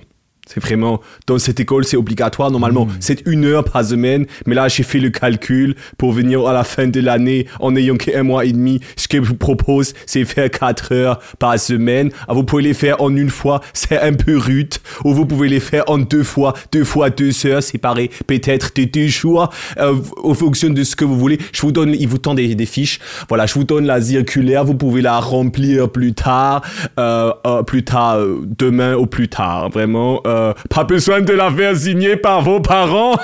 A: C'est vraiment, dans cette école, c'est obligatoire. Normalement, c'est une heure par semaine. Mais là, j'ai fait le calcul pour venir à la fin de l'année en ayant qu'un mois et demi. Ce que je vous propose, c'est faire quatre heures par semaine. Ah, vous pouvez les faire en une fois, c'est un peu rude. Ou vous pouvez les faire en deux fois, deux fois deux heures séparées, peut-être de deux jours, euh, en fonction de ce que vous voulez. Je vous donne, il vous tend des, des fiches. Voilà, je vous donne la circulaire. Vous pouvez la remplir plus tard, euh, euh, plus tard, euh, demain ou plus tard. Vraiment, euh, pas besoin de la faire signer par vos parents.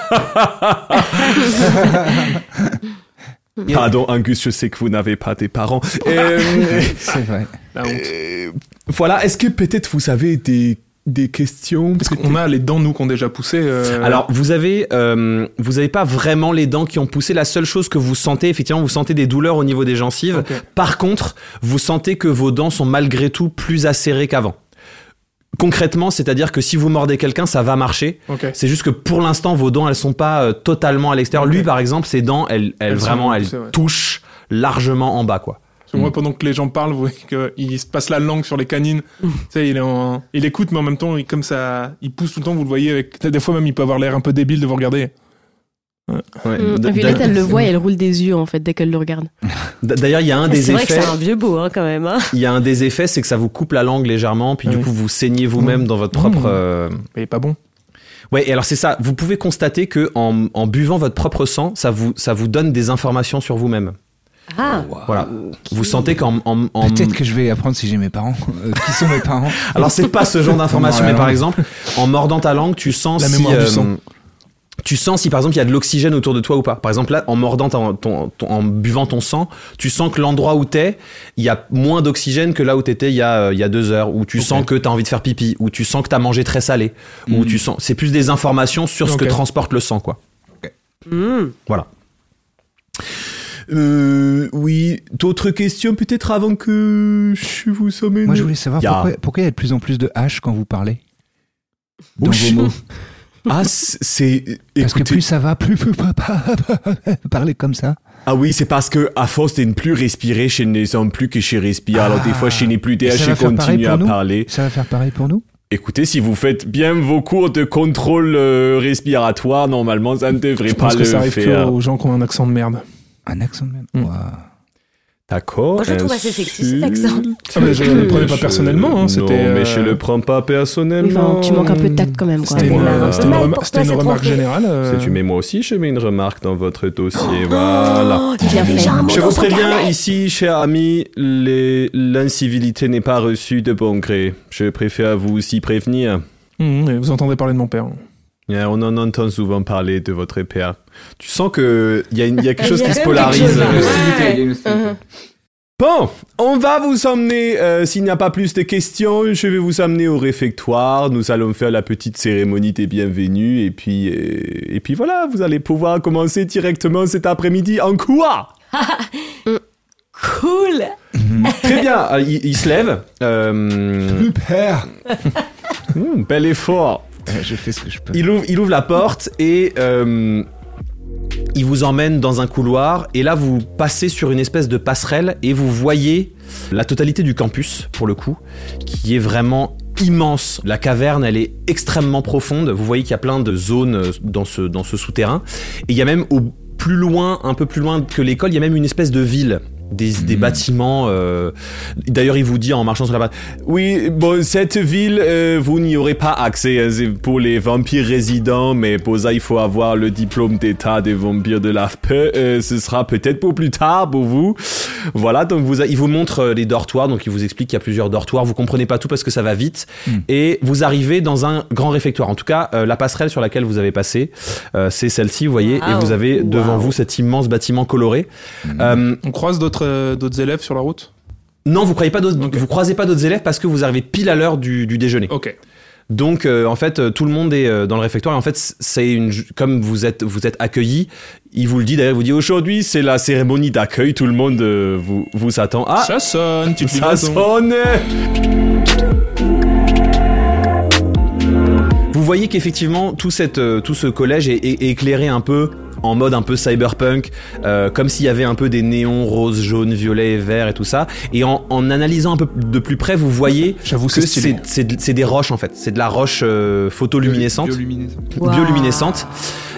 A: Pardon, Angus, je sais que vous n'avez pas des parents. Euh,
E: C'est vrai.
A: euh, voilà, est-ce que peut-être vous avez des, des questions
C: Parce qu'on a les dents, nous, qui ont déjà poussé. euh,
A: alors, vous avez, euh, vous avez pas vraiment les dents qui ont poussé. La seule chose que vous sentez, effectivement, vous sentez des douleurs au niveau des gencives.
C: Ok.
A: Par contre, vous sentez que vos dents sont malgré tout plus acérées qu'avant. Concrètement, c'est-à-dire que si vous mordez quelqu'un, ça va marcher.
C: Ok.
A: C'est juste que pour l'instant, vos dents, elles sont pas euh, totalement à l'extérieur. Lui,
C: Ok.
A: par exemple, ses dents, elles, elles,
C: Elles sont
A: vraiment, elles
C: poussées, ouais.
A: touchent largement en bas, quoi.
C: Parce que moi, pendant que les gens parlent, vous voyez qu'il se passe la langue sur les canines. tu sais, il est en, il écoute, mais en même temps, il, comme ça, il pousse tout le temps, vous le voyez avec, des fois même, il peut avoir l'air un peu débile de vous regarder.
D: Mmh.
A: D-
B: Violette,
A: d-
B: elle le voit Mm. et elle roule des yeux en fait dès qu'elle le regarde.
A: D'ailleurs, il y a un des
D: Ah, C'est vrai que
A: effets.
D: c'est un vieux beau, hein, quand même. Hein.
A: Il y a un des effets, c'est que ça vous coupe la langue légèrement, puis
C: Ah
A: du
C: oui.
A: coup, vous saignez vous-même dans votre propre.
C: Mmh.
A: euh,
C: Mais il est pas bon.
A: Ouais, et alors c'est ça. Vous pouvez constater que en, en buvant votre propre sang, ça vous, ça vous donne des informations sur vous-même.
D: Ah,
A: Voilà. Vous sentez qu'en. en- en-
E: Peut-être que je vais apprendre si j'ai mes parents. Euh, qui sont mes parents
A: Alors c'est pas ce genre d'information,
E: Ouais,
A: mais par
E: ouais.
A: exemple, en mordant ta langue, tu sens
C: La
A: si. euh,
C: mémoire du sang.
A: Tu sens si par exemple il y a de l'oxygène autour de toi ou pas. Par exemple là, en mordant ta- ton- ton- en buvant ton sang, tu sens que l'endroit où t'es, il y a moins d'oxygène que là où t'étais il y a euh, il y a deux heures. Ou tu sens que t'as envie de faire pipi. Ou tu sens que t'as mangé très salé. Ou tu sens. C'est plus des informations sur ce
C: Hmm. Ok.
A: que transporte le sang, quoi.
D: Hmm.
A: Voilà. Euh, oui, d'autres questions peut-être avant que je vous somme.
E: Moi, je voulais savoir
A: Il y a-
E: pourquoi, pourquoi il y a de plus en plus de H quand vous parlez dans
A: Ouch.
E: vos mots.
A: Ah, c'est- c'est.
E: Parce que
A: Écoutez.
E: plus ça va, plus peut pas parler comme ça.
A: Ah oui, c'est parce que à force de ne plus respirer, je ne sens plus que je respire. Alors des
E: Ah.
A: fois, je n'ai plus d'air,
E: Ça
A: je
E: va faire pareil
A: continue
E: pour
A: à
E: nous
A: parler.
E: Ça va faire pareil pour nous
A: Écoutez, si vous faites bien vos cours de contrôle euh, respiratoire, normalement, ça ne devrait
C: Je
A: pas
C: pense
A: le
C: que ça arrive que
A: faire.
C: aux gens qui ont un accent de merde.
E: Un accent de même.
A: Hmm.
C: Mm.
E: Ouah.
A: D'accord.
D: Moi, je le trouve assez sexy, cet accent.
A: insulte.
C: Ah, mais je le prenais pas personnellement, hein,
A: Non,
C: c'était,
A: mais je
C: euh,
A: le prends pas
B: Oui,
A: personnellement.
B: enfin, tu manques un peu de tact quand même. Quoi.
C: C'était une,
A: Ouais.
C: euh, c'était une
A: Mal
C: rema-
D: pour
C: c'était
D: toi,
C: une
D: ça te
C: remarque
D: manquait.
C: générale. euh,
A: C'est- tu mets moi aussi, je mets une remarque dans votre dossier. voilà.
D: Oh, il y avait déjà un mot
A: Je
D: dans
A: vous
D: son
A: préviens
D: carnet.
A: ici, cher ami, les- l'incivilité n'est pas reçue de bon gré. Je préfère vous aussi prévenir.
C: hum, et vous entendez parler de mon père.
A: Eh, On en entend souvent parler de votre père. Tu sens qu'il y, a une- y a quelque chose
D: Il y a
A: qui se
D: quand même quelque chose,
A: polarise.
D: hein.
A: Bon, on va vous emmener, euh, s'il n'y a pas plus de questions, je vais vous emmener au réfectoire. Nous allons faire la petite cérémonie des bienvenus. Et puis, euh, et puis voilà, vous allez pouvoir commencer directement cet après-midi en cours.
D: Cool.
A: Très bien, euh, il, il se lève. Euh,
E: Super
A: Mmh, bel effort.
E: Euh, Je fais ce que je peux.
A: Il ouvre, il ouvre la porte et euh, il vous emmène dans un couloir. Et là, vous passez sur une espèce de passerelle et vous voyez la totalité du campus, pour le coup, qui est vraiment immense. La caverne, elle est extrêmement profonde. Vous voyez qu'il y a plein de zones euh, dans ce, dans ce souterrain. Et il y a même au plus loin, un peu plus loin que l'école, il y a même une espèce de ville. Des, des
E: Mhm.
A: bâtiments. euh, D'ailleurs, il vous dit en marchant sur la page Oui, bon, cette ville, euh, vous n'y aurez pas accès. hein, C'est pour les vampires résidents, mais pour ça, il faut avoir le diplôme d'état des vampires de l'AFPE. Euh, ce sera peut-être pour plus tard pour vous. Voilà, donc vous a- il vous montre euh, les dortoirs, donc il vous explique qu'il y a plusieurs dortoirs, vous comprenez pas tout parce que ça va vite, et vous arrivez dans un grand réfectoire. En tout cas, euh, la passerelle sur laquelle vous avez passé, euh, c'est celle-ci, vous voyez, et
D: Wow.
A: vous avez devant
D: Wow.
A: vous cet immense bâtiment coloré. Euh,
C: On croise d'autres euh, d'autres élèves sur la route
A: non, vous, croyez pas d'autres-
C: Ok.
A: vous croisez pas d'autres élèves parce que vous arrivez pile à l'heure du, du déjeuner.
C: Ok.
A: Donc euh, en fait euh, tout le monde est euh, dans le réfectoire et en fait c- c'est une ju- comme vous êtes vous êtes accueillis, il vous le dit d'ailleurs, il vous dit aujourd'hui c'est la cérémonie d'accueil, tout le monde euh, vous vous attend. Ah,
C: Ça sonne, tu
A: ça sonne Vous voyez qu'effectivement tout, cette, euh, tout ce collège est, est- est éclairé un peu en mode un peu cyberpunk, euh, comme s'il y avait un peu des néons roses, jaunes, violets, et verts et tout ça. Et en, en analysant un peu de plus près, vous voyez
C: J'avoue,
A: que
C: c'est
A: c'est
C: stylé.
A: c'est de- c'est des roches en fait, c'est de la roche euh, photoluminescente
D: Wow.
A: bioluminescentes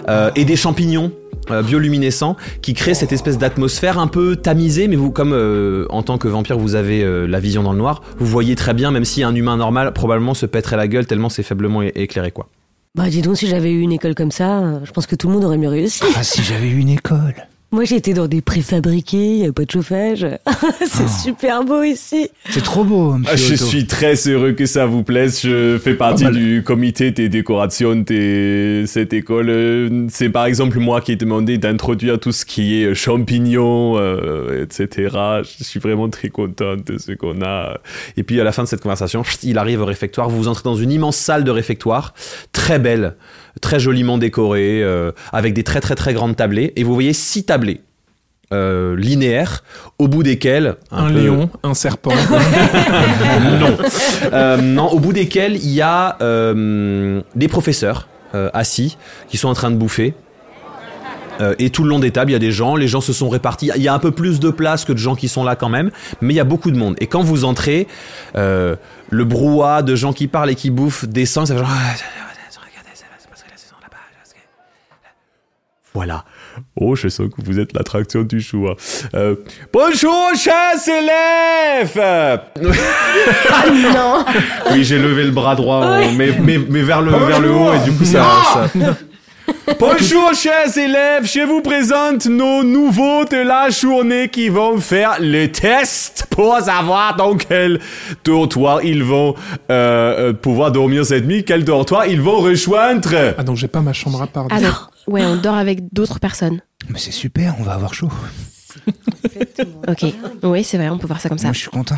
A: euh, et des champignons euh, bioluminescents qui créent cette espèce d'atmosphère un peu tamisée mais vous comme euh, en tant que vampire vous avez euh, la vision dans le noir vous voyez très bien même si un humain normal probablement se pèterait la gueule tellement c'est faiblement é- éclairé quoi
D: Bah dis donc, si j'avais eu une école comme ça, euh, je pense que tout le monde aurait mieux réussi.
E: Ah, si j'avais eu une école
D: Moi, j'ai été dans des préfabriqués, il n'y avait pas de chauffage. c'est
A: Ah.
D: super beau ici.
E: C'est trop beau, hein, monsieur Otto.
A: très heureux que ça vous plaise je fais partie
C: Ah, bah,
E: Pas mal.
A: du comité des décorations de cette école c'est par exemple moi qui ai demandé d'introduire tout ce qui est champignons etc je suis vraiment très contente de ce qu'on a Et puis à la fin de cette conversation, chut, il arrive au réfectoire. Vous entrez dans une immense salle de réfectoire, très belle, très joliment décorée, euh, avec des très très très grandes tablées. Et vous voyez six tablées euh, linéaires, au bout desquelles
C: Un,
A: peu-
C: lion, un serpent.
A: non. Euh, non, au bout desquels il y a euh, des professeurs euh, assis qui sont en train de bouffer. Euh, et tout le long des tables, il y a des gens, les gens se sont répartis. Il y a un peu plus de place que de gens qui sont là quand même, mais il y a beaucoup de monde. Et quand vous entrez, euh, le brouhaha de gens qui parlent et qui bouffent Ah, descend, ça fait genre... Voilà. Oh, je sens que vous êtes l'attraction du jour. Euh, bonjour, chasse élève
B: Ah non
A: Oui, j'ai levé le bras droit,
B: Ouais.
A: mais, mais, mais vers, le, vers le haut, et du coup, ça. ça- Ah Bonjour, chers élèves, je vous présente nos nouveaux de la journée qui vont faire le test pour savoir dans quel dortoir ils vont euh, euh, pouvoir dormir cette nuit, quel dortoir ils vont rejoindre.
C: Ah, donc j'ai pas ma chambre à part.
B: Alors, ouais, on dort avec d'autres personnes.
F: Mais c'est super, on va avoir chaud.
B: Ok. Oui, c'est vrai, on peut voir ça comme ça.
F: Moi, je suis content.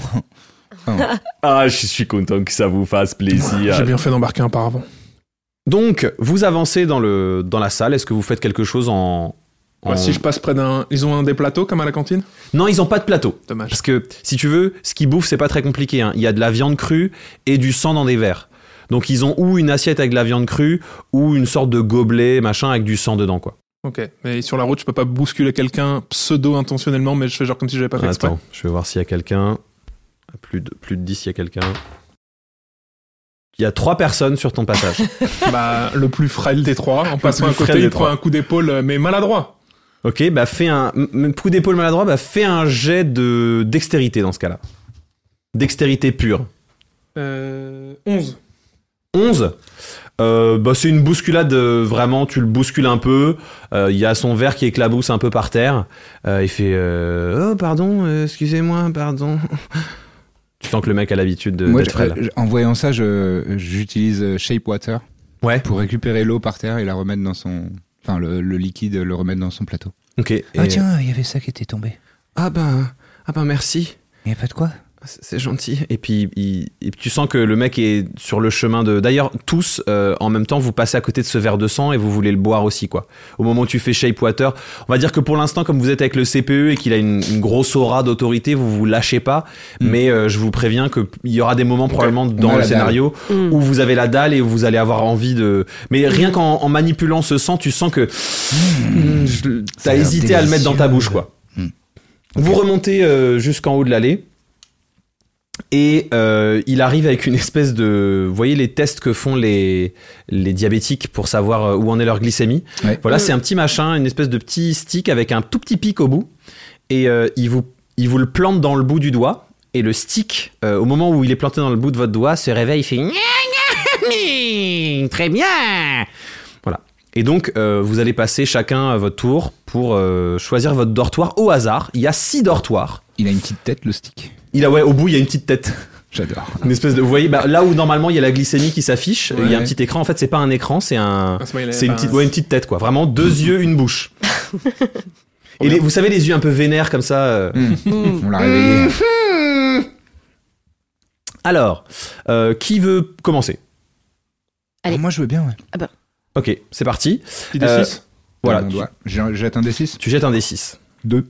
A: Ah, je suis content que ça vous fasse plaisir.
C: J'ai bien fait d'embarquer un paravent.
A: Donc, vous avancez dans, le, dans la salle. Est-ce que vous faites quelque chose en. en-
C: Moi, si je passe près d'un. Ils ont un des plateaux comme à la cantine
A: Non, ils n'ont pas de plateau.
C: Dommage.
A: Parce que, si tu veux, ce qu'ils bouffent, c'est pas très compliqué. hein. Il y a de la viande crue et du sang dans des verres. Donc, ils ont ou une assiette avec de la viande crue ou une sorte de gobelet, machin, avec du sang dedans, quoi.
C: Ok. Mais sur la route, je peux pas bousculer quelqu'un pseudo-intentionnellement, mais je fais genre comme si j'avais pas fait exprès.
A: Attends, je vais voir s'il y a quelqu'un. À Plus de, plus de 10, il y a quelqu'un. Il y a trois personnes sur ton passage.
C: Bah, le plus frêle des trois, en passant à
A: plus frêle
C: côté,
A: des
C: il prend
A: trois.
C: un coup d'épaule, euh, mais maladroit.
A: ok, bah, fais un. m- m- Coup d'épaule maladroit, bah, fais un jet de dextérité dans ce cas-là. Dextérité pure.
C: Euh, 11.
A: 11. Euh, bah, c'est une bousculade euh, vraiment, tu le bouscules un peu. Euh, Il y a son verre qui éclabousse un peu par terre. Euh, il fait euh, Oh, pardon, euh, excusez-moi, pardon. Tu sens que le mec a l'habitude de-
E: Moi,
A: d'être frêle.
E: je- je- en voyant ça, je- j'utilise euh, Shape Water
A: Ouais,
E: pour récupérer l'eau par terre et la remettre dans son. Enfin, le, le liquide, le remettre dans son plateau.
A: ok. et-
F: Ah tiens, il y avait ça qui était tombé.
A: Ah, ben, ah ben merci,
F: Il y a pas de quoi
A: c'est c'est gentil. Et puis il- et puis tu sens que le mec est sur le chemin de. D'ailleurs, tous euh, en même temps, vous passez à côté de ce verre de sang et vous voulez le boire aussi, quoi. Au moment où tu fais shape water, on va dire que pour l'instant, comme vous êtes avec le CPE et qu'il a une, une grosse aura d'autorité, vous vous lâchez pas.
E: Mm.
A: Mais euh, je vous préviens que il y aura des moments probablement
E: On a
A: dans le
E: la dalle.
A: scénario
B: Mm.
A: où vous avez la dalle et où vous allez avoir envie de. Mais
E: Mm.
A: rien qu'en en manipulant ce sang, tu sens que Mm, je-
F: Ça a
A: t'as
F: l'air
A: hésité à le mettre dans ta bouche,
F: délicieux.
A: quoi.
F: Mm.
A: Vous remontez euh, jusqu'en haut de l'allée. Et euh, il arrive avec une espèce de... Vous voyez les tests que font les, les diabétiques pour savoir euh, où en est leur glycémie.
E: Ouais.
A: Voilà, c'est un petit machin, une espèce de petit stick avec un tout petit pic au bout. Et euh, il, vous, il vous le plante dans le bout du doigt. Et le stick, euh, au moment où il est planté dans le bout de votre doigt, se réveille, il fait... Gna, gna, gna, Très bien et donc, euh, vous allez passer chacun à votre tour pour euh, choisir votre dortoir au hasard. Il y a six dortoirs.
E: Il a une petite tête, le stick.
A: Il a, ouais, au bout, il y a une petite tête.
E: J'adore.
A: Une espèce de. Vous voyez, bah, là où normalement il y a la glycémie qui s'affiche, il y a un
E: Ouais.
A: petit écran. En fait, c'est pas un écran, c'est un.
C: Un smiley,
A: C'est une,
C: enfin,
A: petite, ouais, une petite tête, quoi. Vraiment deux yeux, une bouche. Et les- vous savez, les yeux un peu vénères comme ça. euh.
E: Hmm. On l'a réveillé.
A: Alors, euh, qui veut commencer
B: Allez.
F: Ah, Moi, je veux bien, ouais.
A: Ok, c'est parti.
C: Petit des
A: Euh,
C: six.
A: Voilà,
E: Dans mon
A: tu,
E: doigt. J'ai- Jette un des 6
A: tu jettes un des 6.
E: 2.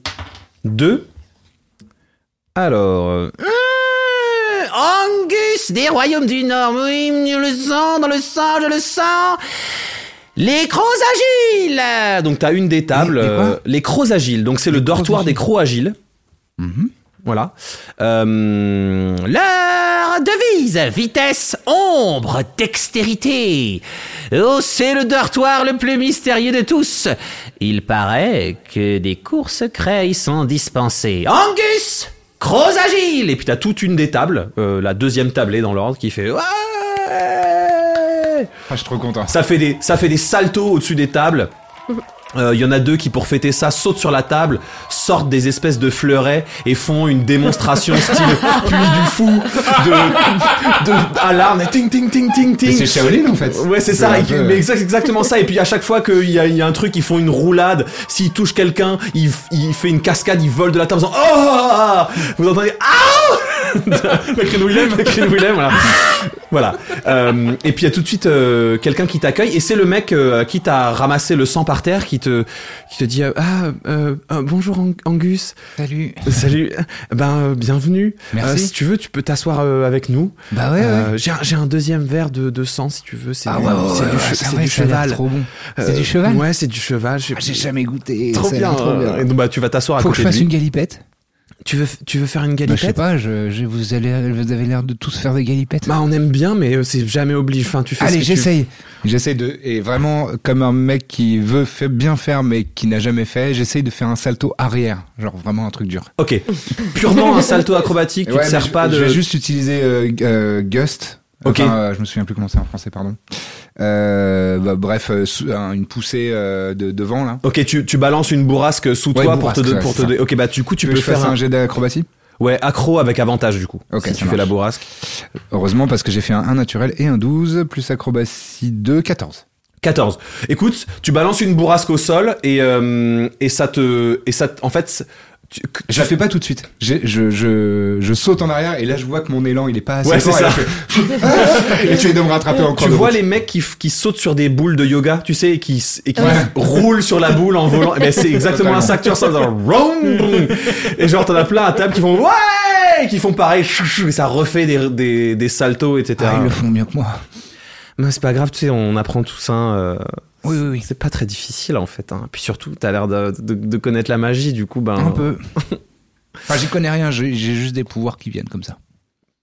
A: 2. Alors. euh,
G: Euh, Angus des royaumes du Nord. Oui, je le sens, dans le sang, je le sens. Les crocs agiles.
A: Ah, donc t'as une des tables,
F: Les- les quoi
A: euh, les crocs agiles. Donc c'est le dortoir des crocs agiles. Voilà. Euh,
G: Leur devise, vitesse, ombre, dextérité. Oh, c'est le dortoir le plus mystérieux de tous. Il paraît que des cours secrets y sont dispensés. Angus,
A: crocs agiles. Et puis t'as toute une des tables, euh, la deuxième tablée dans l'ordre qui fait. Ouais
E: Ah, je suis trop content.
A: Ça fait des, ça fait des saltos au-dessus des tables. Euh, Il y en a deux qui, pour fêter ça, sautent sur la table, sortent des espèces de fleurets et font une démonstration style puis du fou de, de alarme, ting ting ting ting ting.
E: Mais c'est Shaolin, en fait.
A: Ouais, c'est
E: C'est
A: ça,
E: un
A: et-
E: peu-
A: mais exact- exactement ça. Et puis à chaque fois qu'il y, a- il y a un truc, ils font une roulade. S'ils touchent quelqu'un, il, f- il fait une cascade, il vole de la table en faisant Oh Vous entendez Ah McLean Willem, McLean Willem, voilà. voilà. Euh, et puis il y a tout de suite euh, quelqu'un qui t'accueille, et c'est le mec euh, qui t'a ramassé le sang par terre qui te, qui te dit euh, Ah, euh, euh, bonjour Ang- Angus,
F: Salut.
A: salut, ben euh, bienvenue.
F: Merci.
A: Euh, si tu veux, tu peux t'asseoir euh, avec nous.
F: Bah ouais, ouais.
A: Euh, j'ai un- J'ai un deuxième verre de, de sang si tu veux. C'est
F: Ah
A: du,
F: ouais, ouais,
A: c'est
F: ouais,
A: du
F: ouais,
A: che-
F: ça,
A: c'est
F: ouais,
A: du
F: ça a l'air
A: cheval.
F: trop bon.
A: Euh,
F: C'est du cheval
A: Ouais, c'est du cheval. je-
F: Ah, J'ai jamais goûté.
A: trop
F: ça a
A: bien.
F: l'air trop
A: euh,
F: bien.
A: et donc, bah, tu vas t'asseoir à
F: Faut que
A: côté
F: je
A: de
F: fasse
A: lui.
F: une galipette.
A: Tu veux, tu veux faire une
E: Bah, je sais
A: galipette
E: pas, je, je- vous, allez, vous avez l'air de tous faire des galipettes.
A: Bah, on aime bien, mais euh, c'est jamais obligé. Enfin, tu fais ce
E: Allez,
A: que tu
E: j'essaye. J'essaye de. Et vraiment, comme un mec qui veut fa- bien faire mais qui n'a jamais fait, j'essaye de faire un salto arrière. Genre vraiment un truc dur.
A: Ok. Purement un salto acrobatique, tu
E: Ouais,
A: te
E: mais
A: sers
E: je,
A: pas de.
E: Je vais juste utiliser euh, gu- euh, Gust.
A: Ok.
E: Enfin, euh, je me souviens plus comment c'est en français, pardon. Euh, bah, bref, euh, sou- un- une poussée euh, de devant là.
A: Ok, tu, tu balances une bourrasque sous toi
E: Ouais,
A: pour te.
E: bourrasque,
A: de-
E: ouais,
A: Pour te
E: c'est
A: de- Ok, bah, du coup, tu
E: veux
A: peux
E: que je fasse
A: faire.
E: un
A: Un...
E: jet d'acrobatie
A: Ouais, accro avec avantage, du coup.
E: Ok,
A: si
E: ça
A: tu fais la
E: marche.
A: bourrasque.
E: Heureusement parce que j'ai fait un 1 naturel et un 12 plus acrobatie 2, 14.
A: 14. Écoute, tu balances une bourrasque au sol et, euh, et ça te. Et ça te- En fait. c'est- tu-
E: Je la fais pas tout de suite. J'ai- Je, je, je saute en arrière et là je vois que mon élan il est pas assez
A: Ouais, c'est
E: fort.
A: ça.
E: Et tu es de me rattraper en cours
A: Tu
E: de
A: vois
E: route.
A: les mecs qui, f- qui sautent sur des boules de yoga, tu sais, et qui, s- et qui roulent sur la boule en volant. Mais c'est exactement un
E: Totalement.
A: ça que tu ressens. genre, vroom, vroom. Et genre, t'en as plein à table qui font ouais, et qui font pareil, chou, chou, et ça refait des, des, des saltos, etc.
F: Ah, ils le font mieux que moi.
A: Mais c'est pas grave, tu sais, on apprend tout ça. euh,
F: Oui, oui, oui.
A: C'est pas très difficile en fait. hein. Puis surtout, t'as l'air de, de- de connaître la magie, du coup, ben.
F: Un peu. Enfin, j'y connais rien, j'ai j'ai juste des pouvoirs qui viennent comme ça.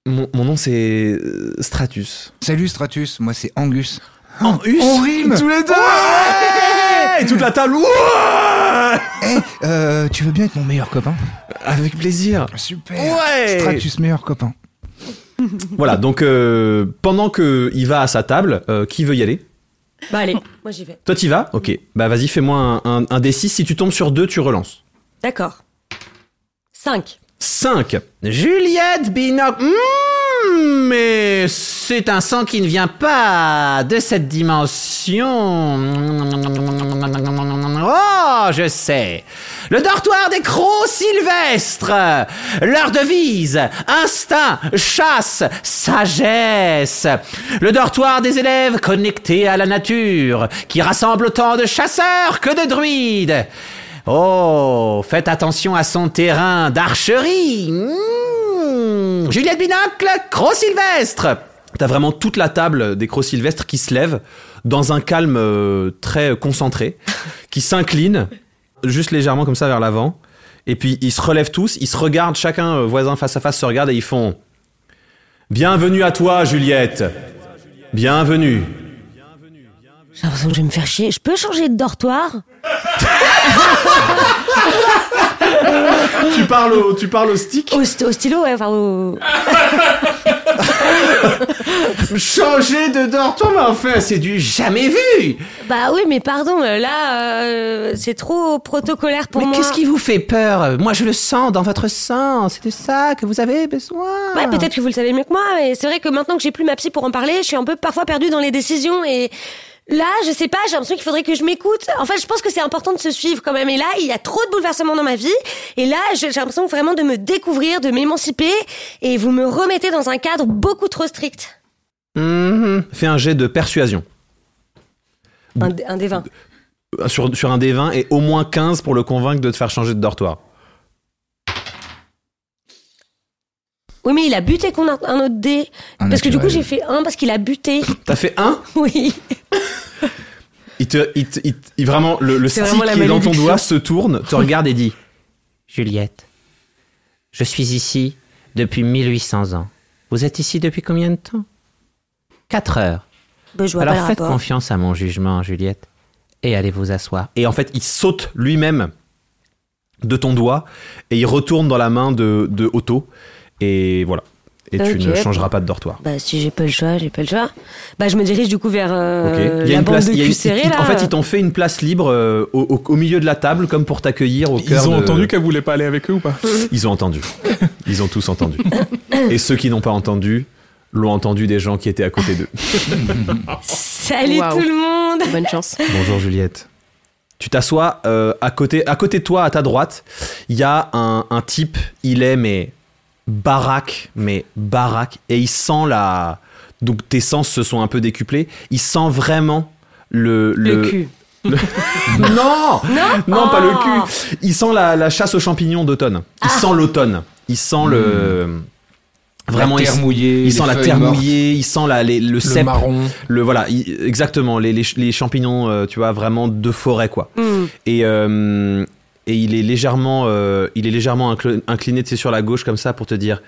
A: Mon, mon nom c'est euh, Stratus.
F: Salut Stratus, moi c'est Angus.
A: En us
F: on rime
A: Tous les deux Et toute la table ouais
F: Euh, tu veux bien être mon meilleur copain
A: Avec plaisir
F: Super
A: Ouais
F: Stratus, meilleur copain.
A: Voilà, donc euh, pendant que il va à sa table, euh, qui veut y aller
D: Bah allez, moi j'y vais.
A: Toi, t'y vas Ok. Bah vas-y, fais-moi un, un, un D6. Si tu tombes sur 2, tu relances.
D: D'accord. 5.
A: 5
G: Juliette Binoc. Hmm, mais c'est un sang qui ne vient pas de cette dimension. Oh, je sais. Le dortoir des crocs sylvestres. Leur devise, instinct, chasse, sagesse. Le dortoir des élèves connectés à la nature, qui rassemble autant de chasseurs que de druides. Oh, faites attention à son terrain d'archerie.
A: Hmm.
G: Mmh. Juliette Binocle, Croc Sylvestre.
A: T'as vraiment toute la table des crocs sylvestres qui se lève dans un calme euh, très concentré, qui s'incline juste légèrement comme ça vers l'avant. Et puis ils se relèvent tous, ils se regardent, chacun euh, voisin face à face se regarde et ils font Bienvenue à toi, Juliette. Bienvenue.
D: J'ai l'impression que je vais me faire chier. Je peux changer de dortoir
A: Tu parles au, tu parles au stick
D: au, st- au stylo, ouais, enfin au...
G: Changer de dortoir, mais enfin, c'est du jamais vu.
D: Bah oui, mais pardon, euh, là, euh, c'est trop protocolaire pour
G: mais
D: moi.
G: qu'est-ce qui vous fait peur Moi, je le sens dans votre sang. C'est de ça que vous avez besoin.
D: Ouais, peut-être que vous le savez mieux que moi, mais c'est vrai que maintenant que j'ai plus ma psy pour en parler, je suis un peu parfois perdue dans les décisions et là, je sais pas, j'ai l'impression qu'il faudrait que je m'écoute. En fait, je pense que c'est important de se suivre quand même. Et là, il y a trop de bouleversements dans ma vie et là, j'ai j'ai l'impression vraiment de me découvrir, de m'émanciper et vous me remettez dans un cadre beaucoup trop strict.
G: Mhm.
A: Fais un jet de persuasion
D: Un, dé- un des vins.
A: Euh, sur, sur un D20 et au moins 15 pour le convaincre de te faire changer de dortoir.
D: Oui, mais il a buté qu'on a un autre dé.
E: Un
D: parce que du coup,
E: naturel.
D: j'ai fait un parce qu'il a buté.
A: T'as fait un
D: oui.
A: Il te, il te- il te- il- vraiment le, le
B: C'est
A: stick
B: vraiment la
A: qui est dans ton
B: malédiction.
A: doigt se tourne, te regarde et dit
G: Juliette, je suis ici depuis 1800 ans. Vous êtes ici depuis combien de temps Quatre heures.
D: Bah, je vois
G: Alors
D: pas le
G: faites
D: rapport.
G: confiance à mon jugement, Juliette, et allez vous asseoir.
A: et en fait il saute lui-même de ton doigt et il retourne dans la main de, de Otto et voilà et tu
D: Ok.
A: ne changeras pas de dortoir.
D: Bah si j'ai pas le choix, j'ai pas le choix. Bah je me dirige du coup vers
A: Ok.
D: euh,
A: Il y a
D: la
A: une
D: bande
A: place.
D: de
A: il y a
D: cul
A: une-
D: serré
A: ils-
D: là.
A: en fait, ils t'ont fait une place libre euh, au, au- au milieu de la table, comme pour t'accueillir au cœur.
C: Ils ont
A: de-
C: entendu qu'elle voulait pas aller avec eux ou pas
A: Ils ont entendu. Ils ont tous entendu. Et ceux qui n'ont pas entendu l'ont entendu des gens qui étaient à côté d'eux.
D: Salut
B: Waouh.
D: tout le monde.
B: Bonne chance.
A: Bonjour Juliette. Tu t'assois euh, à, côté, à côté de toi, à ta droite, il y a un, un type, il est mais baraque, mais baraque, et il sent la... Donc tes sens se sont un peu décuplés, il sent vraiment le...
B: Le, cul.
A: Non
D: Non
A: Non, pas le
D: Oh.
A: cul Il sent la, la chasse aux champignons d'automne. Il sent l'automne. Il sent le... Vraiment,
E: Hmm. la
A: il,
E: terre
A: s-
E: mouillée,
A: il sent la terre mouillée, il sent la, les- le,
C: Le
A: cep,
C: marron.
A: le voilà, il- exactement, les, les, les champignons, euh, tu vois, vraiment de forêt, quoi.
D: Hmm.
A: Et, euh, et il est légèrement, euh, il est légèrement incl- incliné tu sais, sur la gauche comme ça pour te dire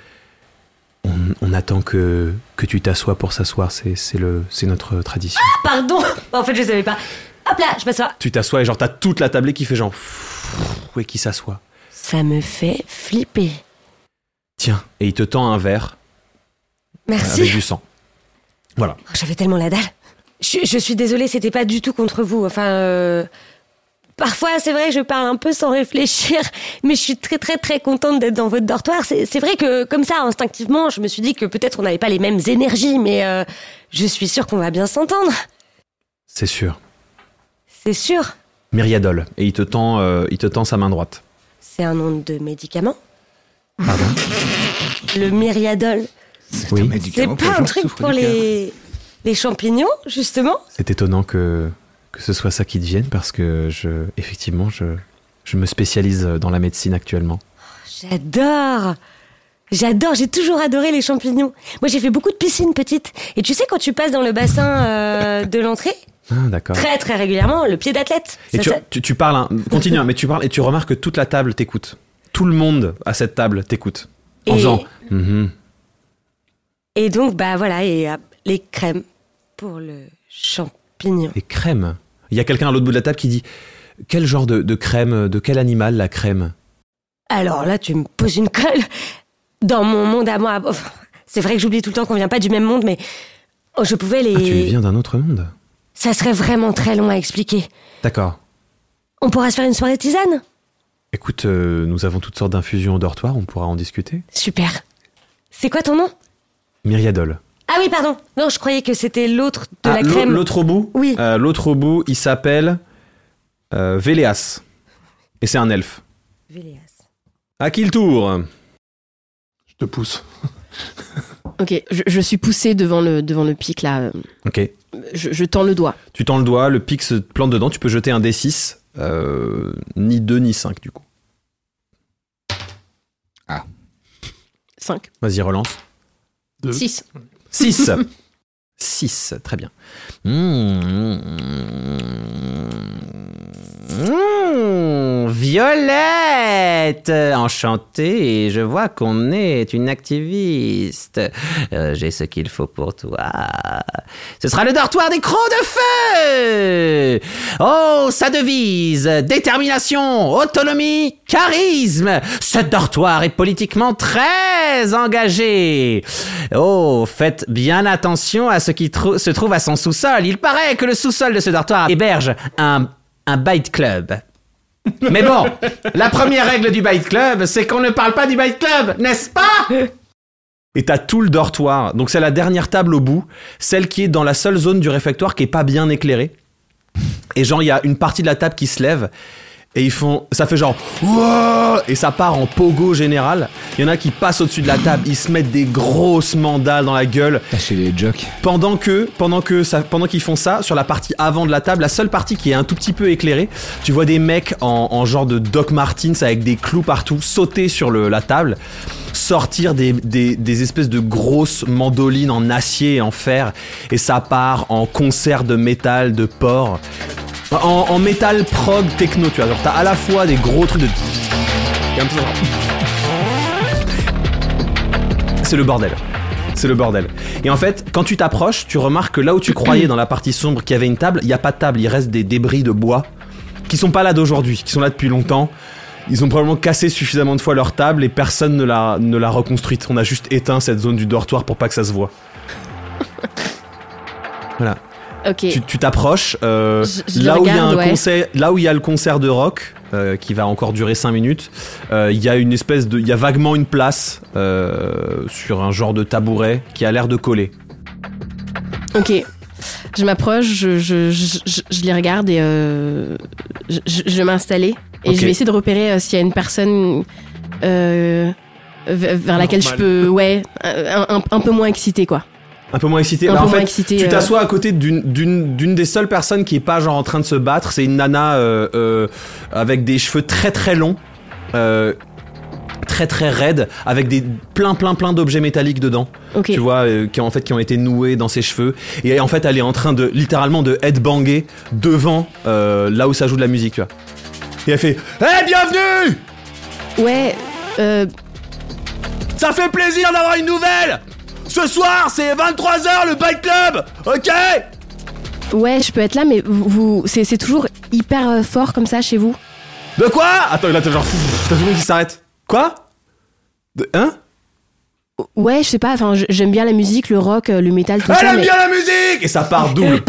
A: on, on attend que, que tu t'assoies pour s'asseoir, c'est, c'est, le, c'est notre tradition.
D: Pardon En fait, je savais pas. Hop là, je m'assois.
A: Tu t'assois et genre t'as toute la tablée qui fait genre et qui s'assoit.
D: Ça me fait flipper.
A: Tiens, et il te tend un verre
D: Merci.
A: avec du sang. Voilà.
D: Oh, J'avais tellement la dalle. Je, je suis désolée, c'était pas du tout contre vous. Enfin, euh, parfois, c'est vrai que je parle un peu sans réfléchir, mais je suis très très très contente d'être dans votre dortoir. C'est c'est vrai que comme ça, instinctivement, je me suis dit que peut-être on n'avait pas les mêmes énergies, mais euh, je suis sûre qu'on va bien s'entendre.
A: C'est sûr.
D: C'est sûr.
A: Myriadol. Et il te tend, euh, il te tend sa main droite.
D: C'est un nom de médicament. Le myriadol.
A: Oui.
D: C'est pas un truc pour les les champignons, justement.
A: C'est étonnant que, que ce soit ça qui devienne parce que je, effectivement, je, je me spécialise dans la médecine actuellement.
D: J'adore J'adore, j'ai toujours adoré les champignons. Moi, j'ai fait beaucoup de piscines petites. Et tu sais, quand tu passes dans le bassin euh, de l'entrée,
A: Ah, d'accord.
D: très très régulièrement, le pied d'athlète.
A: Et
D: Ça,
A: tu,
D: ça-
A: tu, tu parles, hein, continue, hein, mais tu parles et tu remarques que toute la table t'écoute. Tout le monde à cette table t'écoute. En
D: Et-
A: faisant. Mhm.
D: Et donc, bah voilà, et euh, les crèmes pour le champignon.
A: Des crèmes. Il y a quelqu'un à l'autre bout de la table qui dit Quel genre de, de crème De quel animal la crème
D: Alors là, tu me poses une colle dans mon monde à moi. Enfin, C'est vrai que j'oublie tout le temps qu'on vient pas du même monde, mais oh, je pouvais les...
A: Ah, tu viens d'un autre monde
D: Ça serait vraiment très long à expliquer.
A: D'accord.
D: On pourra se faire une soirée tisane
A: Écoute, euh, nous avons toutes sortes d'infusions au dortoir, on pourra en discuter.
D: Super. C'est quoi ton nom
A: Myriadol.
D: Ah oui, pardon. Non, je croyais que c'était l'autre de
A: Ah,
D: la
A: l'au-
D: crème.
A: L'autre au bout
D: Oui.
A: euh, L'autre au bout, il s'appelle euh, Véléas. Et c'est un elfe.
D: Bah Véléas.
A: À qui le tour
C: Je te pousse.
B: Ok, je, je suis poussée devant le, devant le pic là. euh,
A: Ok.
B: Je, je tends le doigt.
A: Tu tends le doigt, le pic se plante dedans, tu peux jeter un D6. euh, ni 2 ni 5 du coup.
B: 5,
A: Vas-y, relance.
C: Deux.
B: 6.
A: 6 6, très bien.
G: Mmh. Mmh. Violette Enchantée, je vois qu'on est une activiste. Euh, J'ai ce qu'il faut pour toi. Ce sera le dortoir des crocs de feu Oh, sa devise Détermination, autonomie, charisme Ce dortoir est politiquement très engagé Oh, faites bien attention à ce qui trou- se trouve à son sous-sol. Il paraît que le sous-sol de ce dortoir héberge un, un bite club. Mais bon, la première règle du bite club, c'est qu'on ne parle pas du bite club, n'est-ce pas
A: Et t'as tout le dortoir. Donc c'est la dernière table au bout, celle qui est dans la seule zone du réfectoire qui est pas bien éclairée. Et genre il y a une partie de la table qui se lève et ils font, ça fait genre Wouah et ça part en pogo général. Il y en a qui passent au-dessus de la table, ils se mettent des grosses mandales dans la gueule
E: Tâchez les jocks.
A: pendant que pendant que ça, pendant qu'ils font ça sur la partie avant de la table, la seule partie qui est un tout petit peu éclairée, tu vois des mecs en, en genre de Doc Martens avec des clous partout sauter sur le- la table, sortir des, des- des espèces de grosses mandolines en acier et en fer et ça part en concert de métal de porc. En, en métal prog techno, tu vois, genre t'as à la fois des gros trucs de et en même temps, genre, c'est le bordel. C'est le bordel. Et en fait, quand tu t'approches, tu remarques que là où tu croyais dans la partie sombre qu'il y avait une table, il n'y a pas de table, il reste des débris de bois qui sont pas là d'aujourd'hui, qui sont là depuis longtemps. Ils ont probablement cassé suffisamment de fois leur table et personne ne l'a, ne l'a reconstruite. On a juste éteint cette zone du dortoir pour pas que ça se voit. voilà.
B: Ok.
A: Tu, tu t'approches. euh,
B: Je- je
A: là,
B: le
A: où il y a
B: regarde,
A: un
B: ouais.
A: concert, là où il y a le concert de rock, euh, qui va encore durer 5 minutes, euh, il y a une espèce de. Il y a vaguement une place euh, sur un genre de tabouret qui a l'air de coller.
B: Ok. Je m'approche, je, je, je, je- je les regarde et euh, je, je- je vais m'installer. Et
A: Ok.
B: je vais essayer de repérer euh, s'il y a une personne euh, v- vers laquelle je
C: Normal.
B: peux. Ouais, un, un- un peu moins excitée, quoi.
A: Un peu moins excité.
B: Un
A: Bah,
B: peu
A: en
B: moins
A: fait,
B: excitée,
A: tu
B: euh.
A: t'assois à côté d'une, d'une, d'une des seules personnes qui est pas genre en train de se battre. C'est une nana euh, euh, avec des cheveux très très longs. euh, très très raides avec des plein plein plein d'objets métalliques dedans
B: Ok.
A: tu vois, euh, qui, en fait, qui ont été noués dans ses cheveux. Et en fait, elle est en train de littéralement de headbanger devant euh, là où ça joue de la musique, tu vois. Et et elle fait Eh, bienvenue
B: Ouais, euh,
A: Ça fait plaisir d'avoir une nouvelle Ce soir, c'est 23h le Bike Club Ok
B: ouais, je peux être là, mais vous, vous- c'est c'est toujours hyper euh, fort comme ça chez vous.
A: De quoi Attends, là, t'as genre. T'as tout le monde qui s'arrête. Quoi De, Hein
B: Ouais, je sais pas, enfin, je- j'aime bien la musique, le rock, euh, le métal, tout
A: Elle
B: ça,
A: aime
B: mais
A: bien Ah, la musique Et ça part double.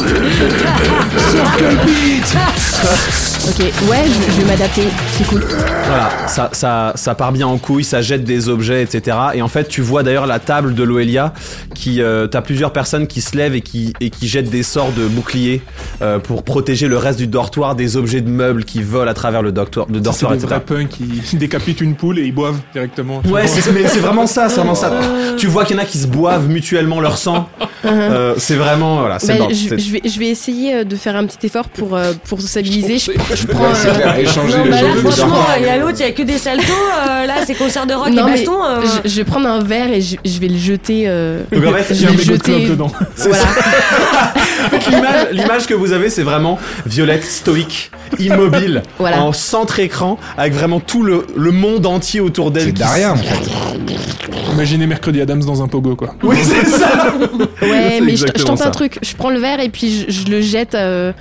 B: ok, ouais, je, je vais m'adapter, c'est cool.
A: Euh, Voilà, ça, ça, ça part bien en couille, ça jette des objets, etc. Et en fait, tu vois d'ailleurs la table de Loelia, qui euh, t'as plusieurs personnes qui se lèvent et qui, et qui jettent des sorts de boucliers euh, pour protéger le reste du dortoir des objets de meubles qui volent à travers le dortoir, le
C: Ça, C'est
A: dortoir
C: des
A: etc.
C: vrais punks qui décapitent une poule et ils boivent directement.
A: Ouais, c'est mais c'est vraiment ça, c'est vraiment ça. Tu vois qu'il y en a qui se boivent mutuellement leur sang. Euh, c'est vraiment voilà, c'est
B: Bah,
A: dans-
B: je,
A: c'est-
B: je vais, je vais essayer euh, de faire un petit effort pour, euh, pour stabiliser. Je, je prends.
E: Ouais, c'est
B: euh,
E: clair, échanger
D: Non,
E: les
D: bah là,
E: gens de
D: franchement,
E: dortoir.
D: il y a l'autre, il y a que des saltos. euh, là, c'est concert de rock
B: non,
D: et
B: mais
D: baston. euh,
B: je, je vais prendre un verre et je, je vais le jeter. euh,
A: Donc en fait,
C: Il y a un
B: Je vais
C: mégot de
B: jeter-
C: clope dedans.
B: voilà.
A: L'image, l'image que vous avez, c'est vraiment Violette stoïque, immobile,
B: Voilà.
A: en centre écran, avec vraiment tout le, le monde entier autour d'elle.
E: C'est
A: qui
E: Daria en fait.
C: Imaginez mercredi Adams dans un pogo, quoi.
A: s- Oui, c'est ça.
B: Ouais,
A: C'est
B: mais je, je
A: exactement
B: tente
A: ça.
B: un truc. Je prends le verre et puis je, je le jette euh,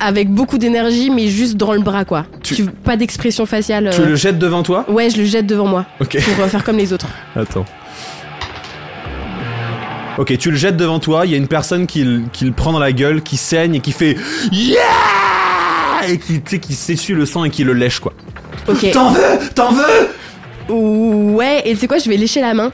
B: avec beaucoup d'énergie, mais juste dans le bras, quoi.
A: Tu-
B: Tu- pas d'expression faciale.
A: Tu
B: euh,
A: le jettes devant toi.
B: Ouais, je le jette devant moi
A: Ok.
B: pour euh, faire comme les autres.
A: Attends. Ok, tu le jettes devant toi. Il y a une personne qui, le- qui le prend dans la gueule, qui saigne et qui fait yeah et qui, tu sais, qui s'essuie le sang et qui le lèche quoi.
B: Ok.
A: T'en veux, t'en veux.
B: Ouais, et tu sais quoi, je vais lécher la main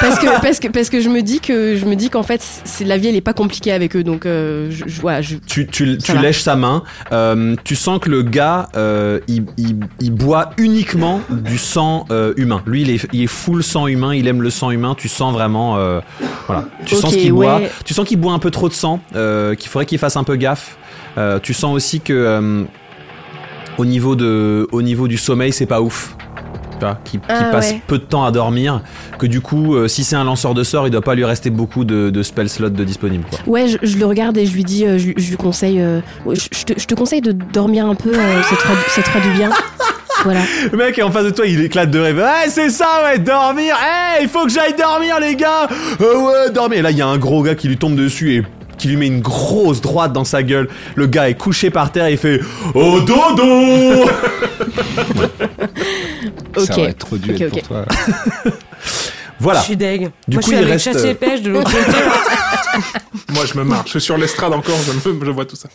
B: parce que parce que parce que je me dis que je me dis qu'en fait, c'est la vie, elle est pas compliquée avec eux, donc euh, je, je- voilà, je-
A: Tu, tu,
B: Ça
A: tu
B: va.
A: lèches sa main, euh, tu sens que le gars, euh, il, il- il boit uniquement du sang euh, humain. Lui, il est, il est full sang humain, il aime le sang humain, tu sens vraiment... euh, voilà, tu
B: Ok,
A: sens ce qu'il boit.
B: ouais.
A: Tu sens qu'il boit un peu trop de sang, euh, qu'il faudrait qu'il fasse un peu gaffe. Euh, tu sens aussi que euh, au, niveau de, au niveau du sommeil, c'est pas ouf. Tu vois, Qui, qui
B: Ah,
A: passe
B: ouais.
A: peu de temps à dormir, que du coup, euh, si c'est un lanceur de sorts, il doit pas lui rester beaucoup de, de spell slots de disponibles. quoi.
B: ouais, je, je le regarde et je lui dis, euh, je, je lui conseille, euh, ouais, je, je te, je te conseille de dormir un peu, euh, ça, te fera, du- ça te fera du bien. Voilà.
A: Le mec est en face de toi, il éclate de rêve. Ouais, c'est ça, ouais, dormir. Eh, il faut que j'aille dormir, les gars. Euh, ouais, dormir. Et là, il y a un gros gars qui lui tombe dessus et qui lui met une grosse droite dans sa gueule. Le gars est couché par terre et il fait Oh dodo
B: Ok.
E: Ça aurait trop dû
B: Ok,
E: être
B: ok.
E: pour toi.
A: Voilà.
D: Je suis deg.
A: Du
D: Moi,
A: coup, il
D: je suis avec
A: reste,
D: chasse
A: euh,
D: et pêche de l'autre côté.
C: Moi, je me marre. Je suis sur l'estrade encore, je, me- je vois tout ça.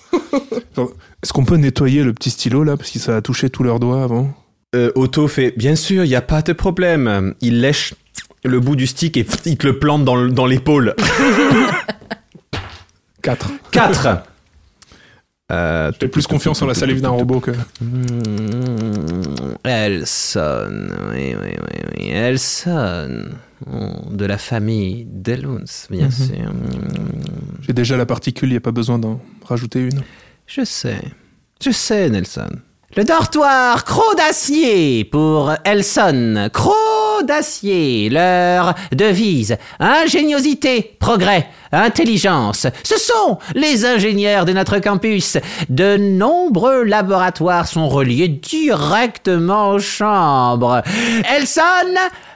C: Genre, Est-ce qu'on peut nettoyer le petit stylo, là Parce que ça a touché tous leurs doigts avant.
A: Euh, Otto fait Bien sûr, il y a pas de problème. Il lèche le bout du stick et il te le plante dans le- dans l'épaule.
C: 4.
A: 4. Euh,
C: J'ai plus confiance en la salive d'un robot que.
G: Hmm, Elle sonne, oui, oui, oui, oui. Elle sonne. Hmm, De la famille Deluns,
A: Mhm.
G: bien sûr. Hmm,
C: J'ai déjà la particule, il n'y a pas besoin d'en rajouter une.
G: Je sais. Je sais, Nelson. Le dortoir Croc d'acier pour Elson. Croc d'acier, leur devise. Ingéniosité, progrès, intelligence. Ce sont les ingénieurs de notre campus. De nombreux laboratoires sont reliés directement aux chambres. Elson,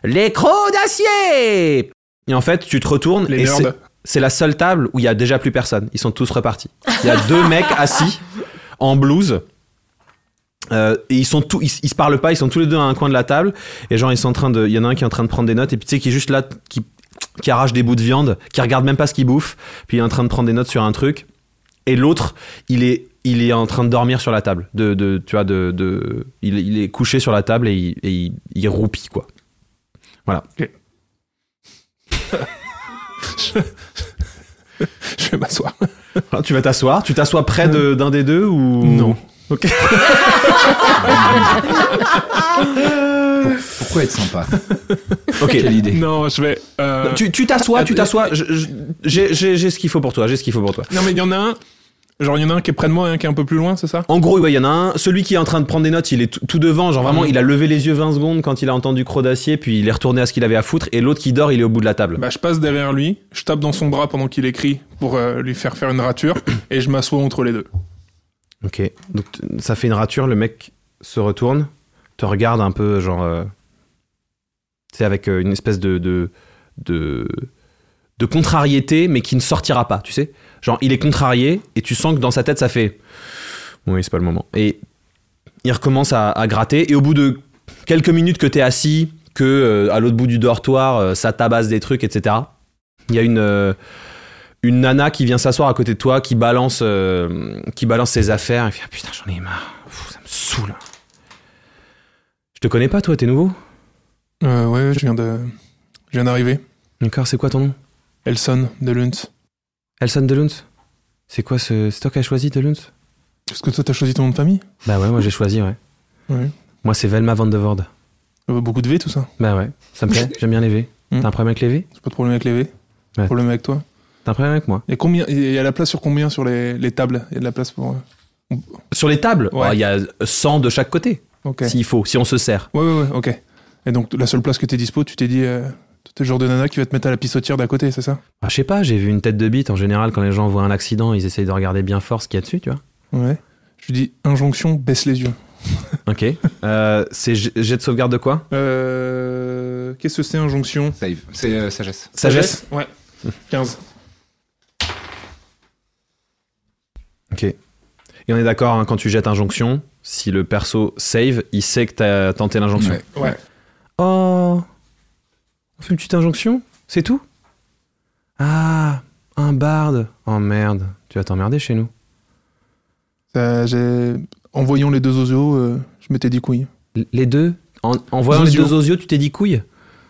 G: les Crocs d'acier
A: Et en fait, tu te retournes
C: Les
A: et
C: nerds.
A: c'est, c'est la seule table où il y a déjà plus personne. Ils sont tous repartis. Il y a deux mecs assis en blouse. Euh, et ils sont tous, ils, ils se parlent pas, ils sont tous les deux à un coin de la table. Et genre, ils sont en train de, il y en a un qui est en train de prendre des notes et puis tu sais qui est juste là, qui, qui arrache des bouts de viande, qui regarde même pas ce qu'il bouffe. Puis il est en train de prendre des notes sur un truc. Et l'autre, il est, il est en train de dormir sur la table. De, de- tu vois, de, de- il, il est couché sur la table et il, et il, il roupit quoi.
C: Je vais m'asseoir.
A: Ah, tu vas t'asseoir, tu t'assois près de- d'un des deux ou
C: Non.
A: Ok.
E: Pourquoi être sympa
A: Ok.
E: Quelle idée.
C: Non, je vais. euh,
A: Tu tu t'assois, tu t'assois. je- je- J'ai j'ai- j'ai ce qu'il faut pour toi. J'ai ce qu'il faut pour toi.
C: Non, mais il y en a un. Genre, il y en a un qui est près de moi et un qui est un peu plus loin, c'est ça
A: En gros, ouais, il y en a un. Celui qui est en train de prendre des notes, il est tout- tout devant. Genre vraiment, il a levé les yeux 20 secondes quand il a entendu Croc d'acier, puis il est retourné à ce qu'il avait à foutre. Et l'autre qui dort, il est au bout de la table.
C: Bah, je passe derrière lui, je tape dans son bras pendant qu'il écrit pour euh, lui faire faire une rature et je m'assois entre les deux.
A: Ok. Donc t- ça fait une rature. Le mec se retourne, te regarde un peu, genre. euh, tu sais, avec euh, une espèce de. de, de de contrariété, mais qui ne sortira pas, tu sais. Genre, il est contrarié, et tu sens que dans sa tête, ça fait. Oui, c'est pas le moment. Et il recommence à, à gratter, et au bout de quelques minutes que t'es assis, que euh, à l'autre bout du dortoir, euh, ça tabasse des trucs, etc. Il y a une. euh, une nana qui vient s'asseoir à côté de toi, qui balance, euh, qui balance ses affaires, et fait Ah, putain j'en ai marre, Pff, ça me saoule. Je te connais pas toi, t'es nouveau.
C: Euh, ouais, je viens de. Je viens d'arriver.
A: D'accord, c'est quoi ton nom
C: Elson de Luntz.
A: Elson Delunt. C'est quoi ce, c'est toi qui as choisi Delunt
C: Est-ce que toi, t'as choisi ton nom de famille
A: Bah ouais, moi j'ai choisi ouais.
C: Ouais.
A: Moi c'est Velma Van de Voorde.
C: Euh, Beaucoup de V, tout ça.
A: Bah ouais, ça me plaît, j'aime bien les V.
C: Hmm.
A: T'as un problème avec les V
C: J'ai pas de problème avec les V. Pas de problème avec toi.
A: T'as un problème avec moi
C: Il y a combien Il y a la place sur combien sur les, les tables Il y a de la place pour. euh,
A: Sur les tables, oh, il
C: Ouais.
A: y a 100 de chaque côté,
C: Ok.
A: s'il faut, si on se sert.
C: Ouais, ouais, ouais, ok. Et donc, la seule place que t'es dispo, tu t'es dit. Euh, t'es le genre de nana qui va te mettre à la pissotière d'à côté, c'est ça
A: Ah, je sais pas, j'ai vu une tête de bite. En général, quand les gens voient un accident, ils essayent de regarder bien fort ce qu'il y a dessus, tu vois.
C: Ouais. Je lui dis injonction, baisse les yeux.
A: Ok. Euh, c'est j- jet de sauvegarde de quoi
C: Euh. Qu'est-ce que c'est, injonction
E: Save. C'est euh, sagesse.
A: Sagesse.
C: Ouais. 15.
A: Ok. Et on est d'accord, hein, quand tu jettes injonction, si le perso save, il sait que t'as tenté l'injonction.
E: Ouais.
C: Ouais.
A: Oh On fait une petite injonction C'est tout Ah Un barde Oh merde, tu vas t'emmerder chez nous.
C: Ça, j'ai- en voyant les deux osios, euh, je m'étais dit couille.
A: L- Les deux En, en voyant
C: Zozio.
A: les deux osios, tu t'es dit couille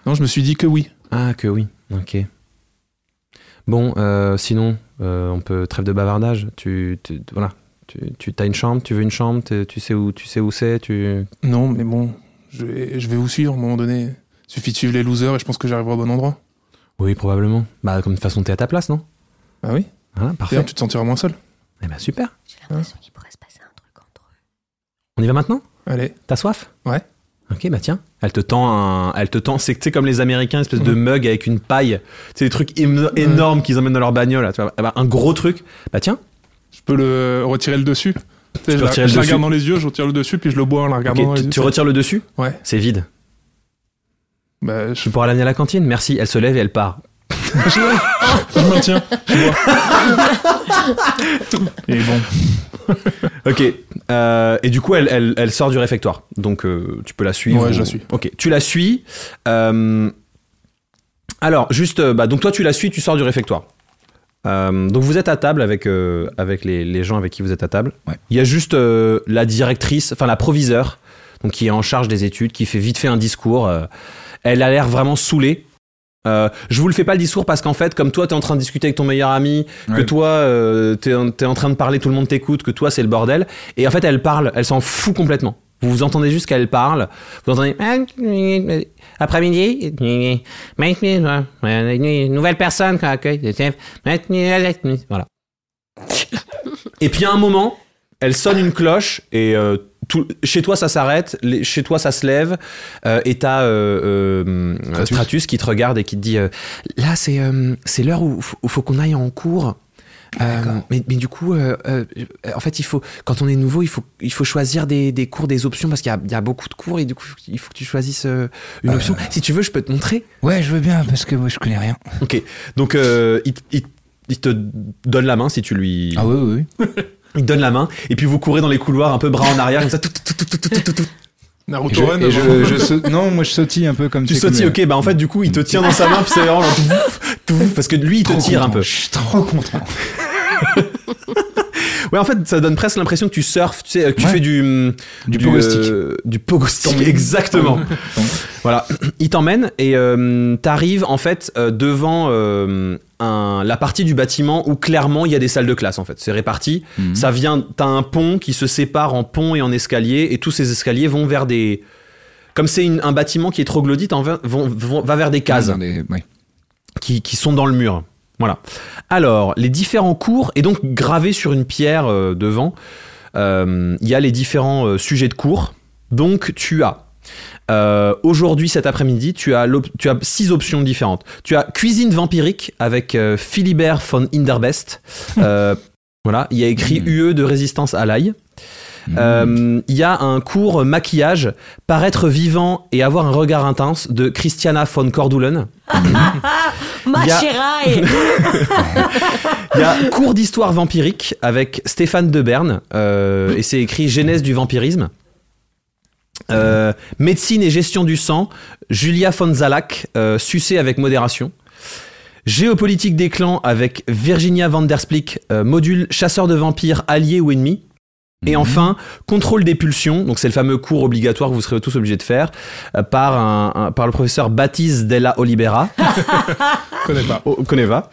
C: Non, je me suis dit que oui.
A: Ah, que oui, ok. Bon, euh, sinon, euh, on peut trêve de bavardage. Tu, tu- voilà, tu, tu as une chambre, tu veux une chambre, t'es- tu sais où, tu sais où c'est, tu.
C: Non, mais bon, je vais, je vais vous suivre à un moment donné. Suffit de suivre les losers et je pense que j'arriverai au bon endroit.
A: Oui, probablement. Bah, comme de toute façon, t'es à ta place, non
C: Bah oui.
A: Voilà,
C: D'ailleurs,
A: Ah, parfait.
C: tu te sentiras moins seul.
A: Eh ben super.
D: J'ai l'impression qu'il pourrait se passer un truc entre eux.
A: On y va maintenant.
C: Allez.
A: T'as soif
C: Ouais.
A: Ok, bah tiens. Elle te tend un, elle te tend. C'est tu sais, comme les Américains, espèce de
C: Mhm.
A: mug avec une paille. C'est des trucs éno- énormes qu'ils emmènent dans leur bagnole. là, tu vois. Eh ben, un gros truc. Bah tiens.
C: Je peux le retirer le dessus. Tu sais,
A: peux
C: je la,
A: retirer le
C: je la
A: dessus.
C: regarde dans les yeux, je retire le dessus, puis je le bois en la regardant
A: Ok,
C: dans les
A: tu,
C: yeux.
A: tu retires le dessus.
C: Ouais.
A: C'est vide.
C: Bah, je,
A: Tu pourras l'amener à la cantine. Merci. Elle se lève et elle part.
C: je maintiens. Je bois. Et bon.
A: Ok. euh, et du coup, elle, elle, elle sort du réfectoire. Donc, euh, tu peux la suivre.
C: Ouais, je la suis.
A: Ok. Tu la suis. Euh, alors, juste, euh, bah, donc toi, tu la suis, tu sors du réfectoire. Euh, donc, vous êtes à table avec, euh, avec les, les gens avec qui vous êtes à table.
E: Ouais.
A: Il y a juste euh, la directrice, enfin la proviseure, donc qui est en charge des études, qui fait vite fait un discours. euh, elle a l'air vraiment saoulée. Euh, je vous le fais pas le discours parce qu'en fait, comme toi, t'es en train de discuter avec ton meilleur ami, que
E: Ouais.
A: toi, euh, t'es en, t'es en train de parler, tout le monde t'écoute, que toi, c'est le bordel. Et en fait, elle parle, elle s'en fout complètement. Vous vous entendez juste qu'elle parle. Vous entendez Ah, après-midi, nouvelle personne qu'on accueille. Voilà. Et puis à un moment, elle sonne une cloche et euh, tout- chez toi ça s'arrête, les- chez toi ça se lève euh, et t'as euh, euh,
E: Stratus.
A: Stratus qui te regarde et qui te dit euh, là c'est euh, c'est l'heure où, f- où faut qu'on aille en cours. Euh, mais, mais du coup, euh, euh, en fait, il faut quand on est nouveau, il faut il faut choisir des, des cours, des options parce qu'il y a, il y a beaucoup de cours et du coup, il faut que tu choisisses euh, une option. Si tu veux, je peux te montrer.
F: Ouais, je veux bien, parce que moi, je connais rien.
A: Ok. Donc euh, il, te- il te- il te donne la main si tu lui
E: Ah oui, oui, oui.
A: il te donne la main et puis vous courez dans les couloirs un peu bras en arrière comme ça. tout, tout, tout, tout, tout, tout, tout, tout.
E: Et
C: Naruto
E: je-
C: Run,
E: et je-
C: avant-
E: je saute- non, moi je sautille un peu comme
A: Tu
E: sais, comme,
A: sautilles.
E: euh,
A: Ok. Bah en fait du coup il te tient dans sa main puis c'est vraiment genre tout, ouf, tout, ouf, parce que lui il te
E: trop
A: tire un
E: content.
A: peu.
E: Je suis trop content.
A: Ouais en fait ça donne presque l'impression que tu surfes tu sais euh, que tu
E: Ouais.
A: fais du hum,
E: Du pogo stick.
A: euh, du pogo stick, exactement. voilà il t'emmène et euh, t'arrives en fait euh, devant euh, un- la partie du bâtiment où clairement il y a des salles de classe en fait c'est réparti.
E: Mhm.
A: Ça vient, t'as un pont qui se sépare en pont et en escalier, et tous ces escaliers vont vers des. Comme c'est une- un bâtiment qui est troglodyte, en va, vont- vont- va vers des cases
E: Dans les- ouais.
A: qui, qui sont dans le mur. Voilà. Alors, les différents cours, et donc gravé sur une pierre euh, devant, euh, il y a les différents euh, sujets de cours. Donc, tu as. euh, Aujourd'hui, cet après-midi, tu, as l'op- tu as six options différentes. Tu as cuisine vampirique avec euh, Philibert von Hinderbest. Euh, voilà, il y a écrit
E: Mhm.
A: UE de résistance à l'ail. Euh, Il y a un cours maquillage, paraître vivant et avoir un regard intense de Christiana von Cordulen.
D: Ah, Ma
A: Il y a-
D: chérie
A: Il y a cours d'histoire vampirique avec Stéphane Deberne, euh, et c'est écrit Genèse du vampirisme. Euh, médecine et gestion du sang, Julia von Zalak, euh, sucée avec modération. Géopolitique des clans avec Virginia van der Splick, euh, module chasseur de vampires, allié ou ennemi. Et enfin, contrôle des pulsions, donc c'est le fameux cours obligatoire que vous serez tous obligés de faire, euh, par, un- un- par le professeur Baptiste Della Olivera.
C: connais pas.
A: Oh, Koneva.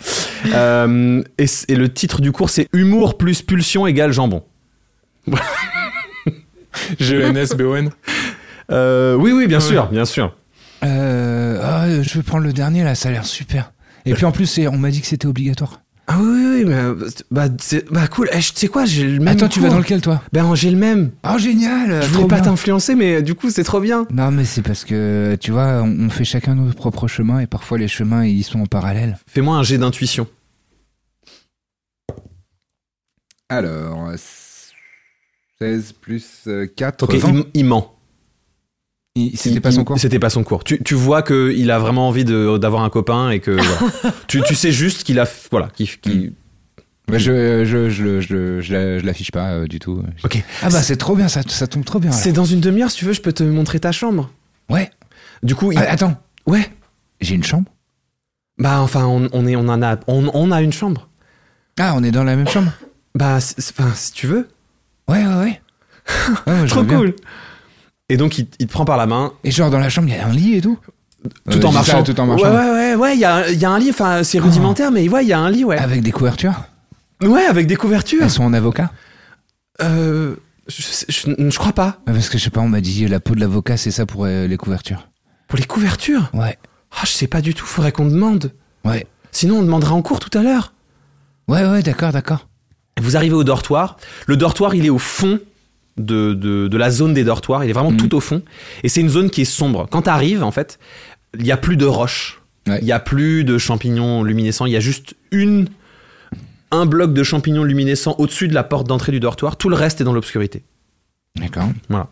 A: Euh, et, c- et le titre du cours, c'est Humour plus pulsion égale jambon.
C: G-E-N-S-B-O-N.
A: Euh, oui, oui, bien
C: Ouais.
A: sûr, bien sûr.
E: Euh, ah, je vais prendre le dernier là, ça a l'air super. Et puis en plus, c'est- on m'a dit que c'était obligatoire.
A: Ah oui, oui, oui, mais euh, c'est- bah, c'est- bah, cool. Eh, je- tu sais quoi, j'ai le même.
E: Attends, tu vas
A: cours.
E: dans lequel toi
A: Ben, j'ai le même.
E: Oh génial
A: je
E: trop
A: voulais pas
E: bien.
A: t'influencer, mais euh, du coup, c'est trop bien.
E: Non mais c'est parce que tu vois, on, on fait chacun nos propres chemins et parfois les chemins ils sont en parallèle.
A: Fais-moi un jet d'intuition.
E: Alors 16 plus euh, 4
A: Ok, il, il ment.
E: C'était
A: Il-
E: pas
A: il-
E: son cours.
A: C'était pas son cours. Tu, tu vois qu'il a vraiment envie de- d'avoir un copain et que. voilà. tu, tu sais juste qu'il a. f- Voilà, qu'il. qu'il-
E: Bah, je euh, je je le- je, le- je la- je l'affiche pas euh, du tout.
A: Ok.
E: Ah bah c'est trop bien, ça, ça tombe trop bien. alors.
A: C'est dans une demi-heure, si tu veux, je peux te montrer ta chambre.
E: Ouais.
A: Du coup, il.
E: Ah, attends,
A: Ouais.
E: j'ai une chambre.
A: Bah enfin, on, on est, on en a, on, on a une chambre.
E: Ah, on est dans la même chambre.
A: Bah, c'est- c'est- enfin, si tu veux.
E: Ouais ouais ouais. Ouais, moi, je veux bien.
A: Et donc il, il te prend par la main,
E: Et genre dans la chambre il y a un lit et tout.
A: tout en
E: Euh, je dis ça,
A: marchant.
E: tout en marchant.
A: Ouais, ouais, ouais, ouais. Il y a, il y a un lit. Enfin, c'est rudimentaire, mais ouais, il y a un lit, ouais.
E: Avec des couvertures.
A: Ouais, avec des couvertures.
E: Elles sont en avocat.
A: Euh, je, je- je crois pas.
E: Ah, Parce que je sais pas, on m'a dit la peau de l'avocat, c'est ça pour euh, les couvertures.
A: Pour les couvertures.
E: Ouais.
A: Ah, je sais pas du tout. Faudrait qu'on demande.
E: Ouais.
A: Sinon, on demandera en cours tout à l'heure.
E: Ouais, ouais, d'accord, d'accord.
A: Vous arrivez au dortoir. Le dortoir, il est au fond de, de, de la zone des dortoirs. Il est vraiment tout au fond. Et c'est une zone qui est sombre. Quand tu arrives, en fait, il n'y a plus de roches.
E: Ouais.
A: Il n'y a plus de champignons luminescents. Il y a juste une, un bloc de champignons luminescents au-dessus de la porte d'entrée du dortoir. Tout le reste est dans l'obscurité.
E: D'accord.
A: Voilà.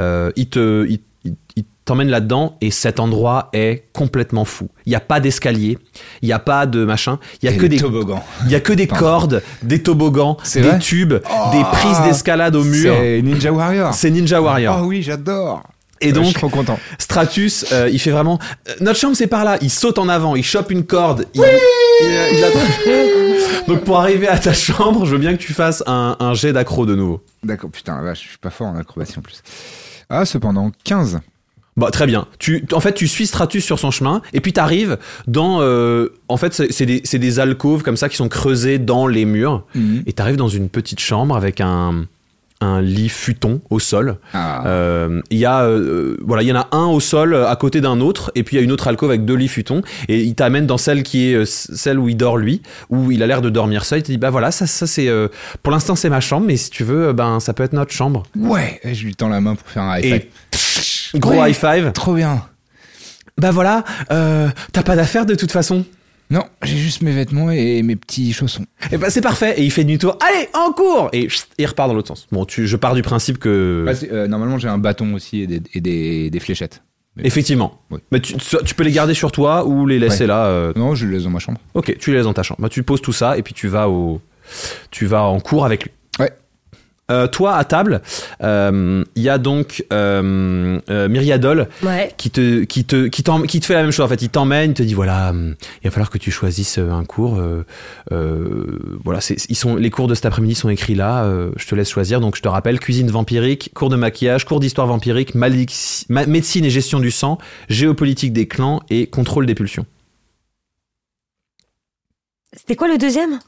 A: Euh, il te, il, il- il t'emmène là-dedans et cet endroit est complètement fou. Il n'y a pas d'escalier, il n'y a pas de machin, il n'y a que des
E: toboggans.
A: il y a que des
E: Pardon.
A: cordes, des toboggans,
E: C'est
A: des
E: vrai Oh,
A: tubes, des prises d'escalade au mur.
E: Ninja Warrior.
A: C'est Ninja Warrior.
E: Oh oui, j'adore. Euh,
A: Et
E: je suis
A: donc,
E: trop content.
A: Stratus, euh, il fait vraiment. euh, notre chambre, c'est par là. Il saute en avant, il chope une corde. Il, il- il attrape- donc, pour arriver à ta chambre, je veux bien que tu fasses un, un jet d'accro de nouveau.
E: D'accord, putain, la vache, je suis pas fort en acrobatie en plus. Ah, cependant, 15.
A: Bah, très bien. Tu, en fait, tu suis Stratus sur son chemin, et puis t'arrives dans. euh, en fait, c'est c'est des, c'est des alcôves comme ça qui sont creusées dans les murs. Et t'arrives dans une petite chambre avec un, un lit futon au sol.
E: Ah.
A: Euh, Il y a, euh, voilà, il y en a un au sol euh, à côté d'un autre, et puis il y a une autre alcôve avec deux lits futons, et il t'amène dans celle qui est euh, c- celle où il dort lui, où il a l'air de dormir seul. Il te dit bah voilà, ça, ça c'est, euh, pour l'instant c'est ma chambre, mais si tu veux, euh, ben ça peut être notre chambre.
E: Ouais. eh, Et je lui tends la main pour faire un high
A: Et
E: five.
A: gros
E: Ouais.
A: high five.
E: Trop bien.
A: Bah voilà, euh, t'as pas d'affaires de toute façon.
E: Non, j'ai juste mes vêtements et mes petits chaussons.
A: Et bah c'est parfait. Et il fait demi-tour. Allez, en cours. Et chut, il repart dans l'autre sens. Bon, tu, je pars du principe que
E: Parce que, euh, normalement, j'ai un bâton aussi et des, et des- des fléchettes.
A: effectivement.
E: Oui.
A: Mais tu, soit tu peux les garder sur toi ou les laisser
E: Ouais.
A: là. euh,
E: Non, je les laisse dans ma chambre.
A: Ok, tu les laisses dans ta chambre. Bah, tu poses tout ça et puis tu vas au, tu vas en cours avec lui.
E: Ouais.
A: Euh, toi à table, euh, il y a donc euh, euh, Myriadol
D: Ouais.
A: qui te, qui te, qui, t'em- qui te fait la même chose. En fait, il t'emmène, il te dit voilà, hum, il va falloir que tu choisisses euh, un cours. euh, euh, voilà, c'est, ils sont, les cours de cet après-midi sont écrits là. euh, je te laisse choisir. Donc, je te rappelle cuisine vampirique, cours de maquillage, cours d'histoire vampirique, malix- ma- médecine et gestion du sang, géopolitique des clans et contrôle des pulsions.
D: C'était quoi le deuxième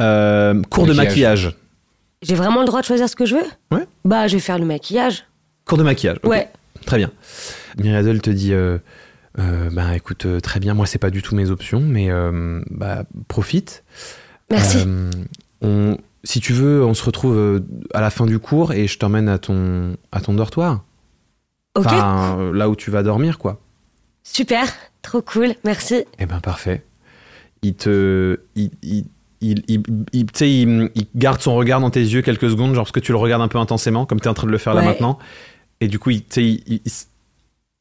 A: Euh, cours de
E: Maquillage.
A: maquillage.
D: J'ai vraiment le droit de choisir ce que je veux
A: Ouais.
D: Bah, je vais faire le maquillage.
A: Cours de maquillage. ok.
D: Ouais.
A: Très bien. Myriadol te dit euh, euh, Ben écoute, euh, très bien, moi c'est pas du tout mes options, mais euh, bah, profite.
D: Merci.
A: Euh, on, si tu veux, on se retrouve euh, à la fin du cours et je t'emmène à ton, à ton dortoir.
D: ok.
A: Enfin, euh, là où tu vas dormir, quoi.
D: Super. Trop cool. Merci.
A: Eh ben parfait. Il te, il, il- il, il, il- tu sais, il- il garde son regard dans tes yeux quelques secondes, genre parce que tu le regardes un peu intensément, comme tu es en train de le faire là
D: Ouais.
A: maintenant. Et du coup, il, tu sais, il- il- il s-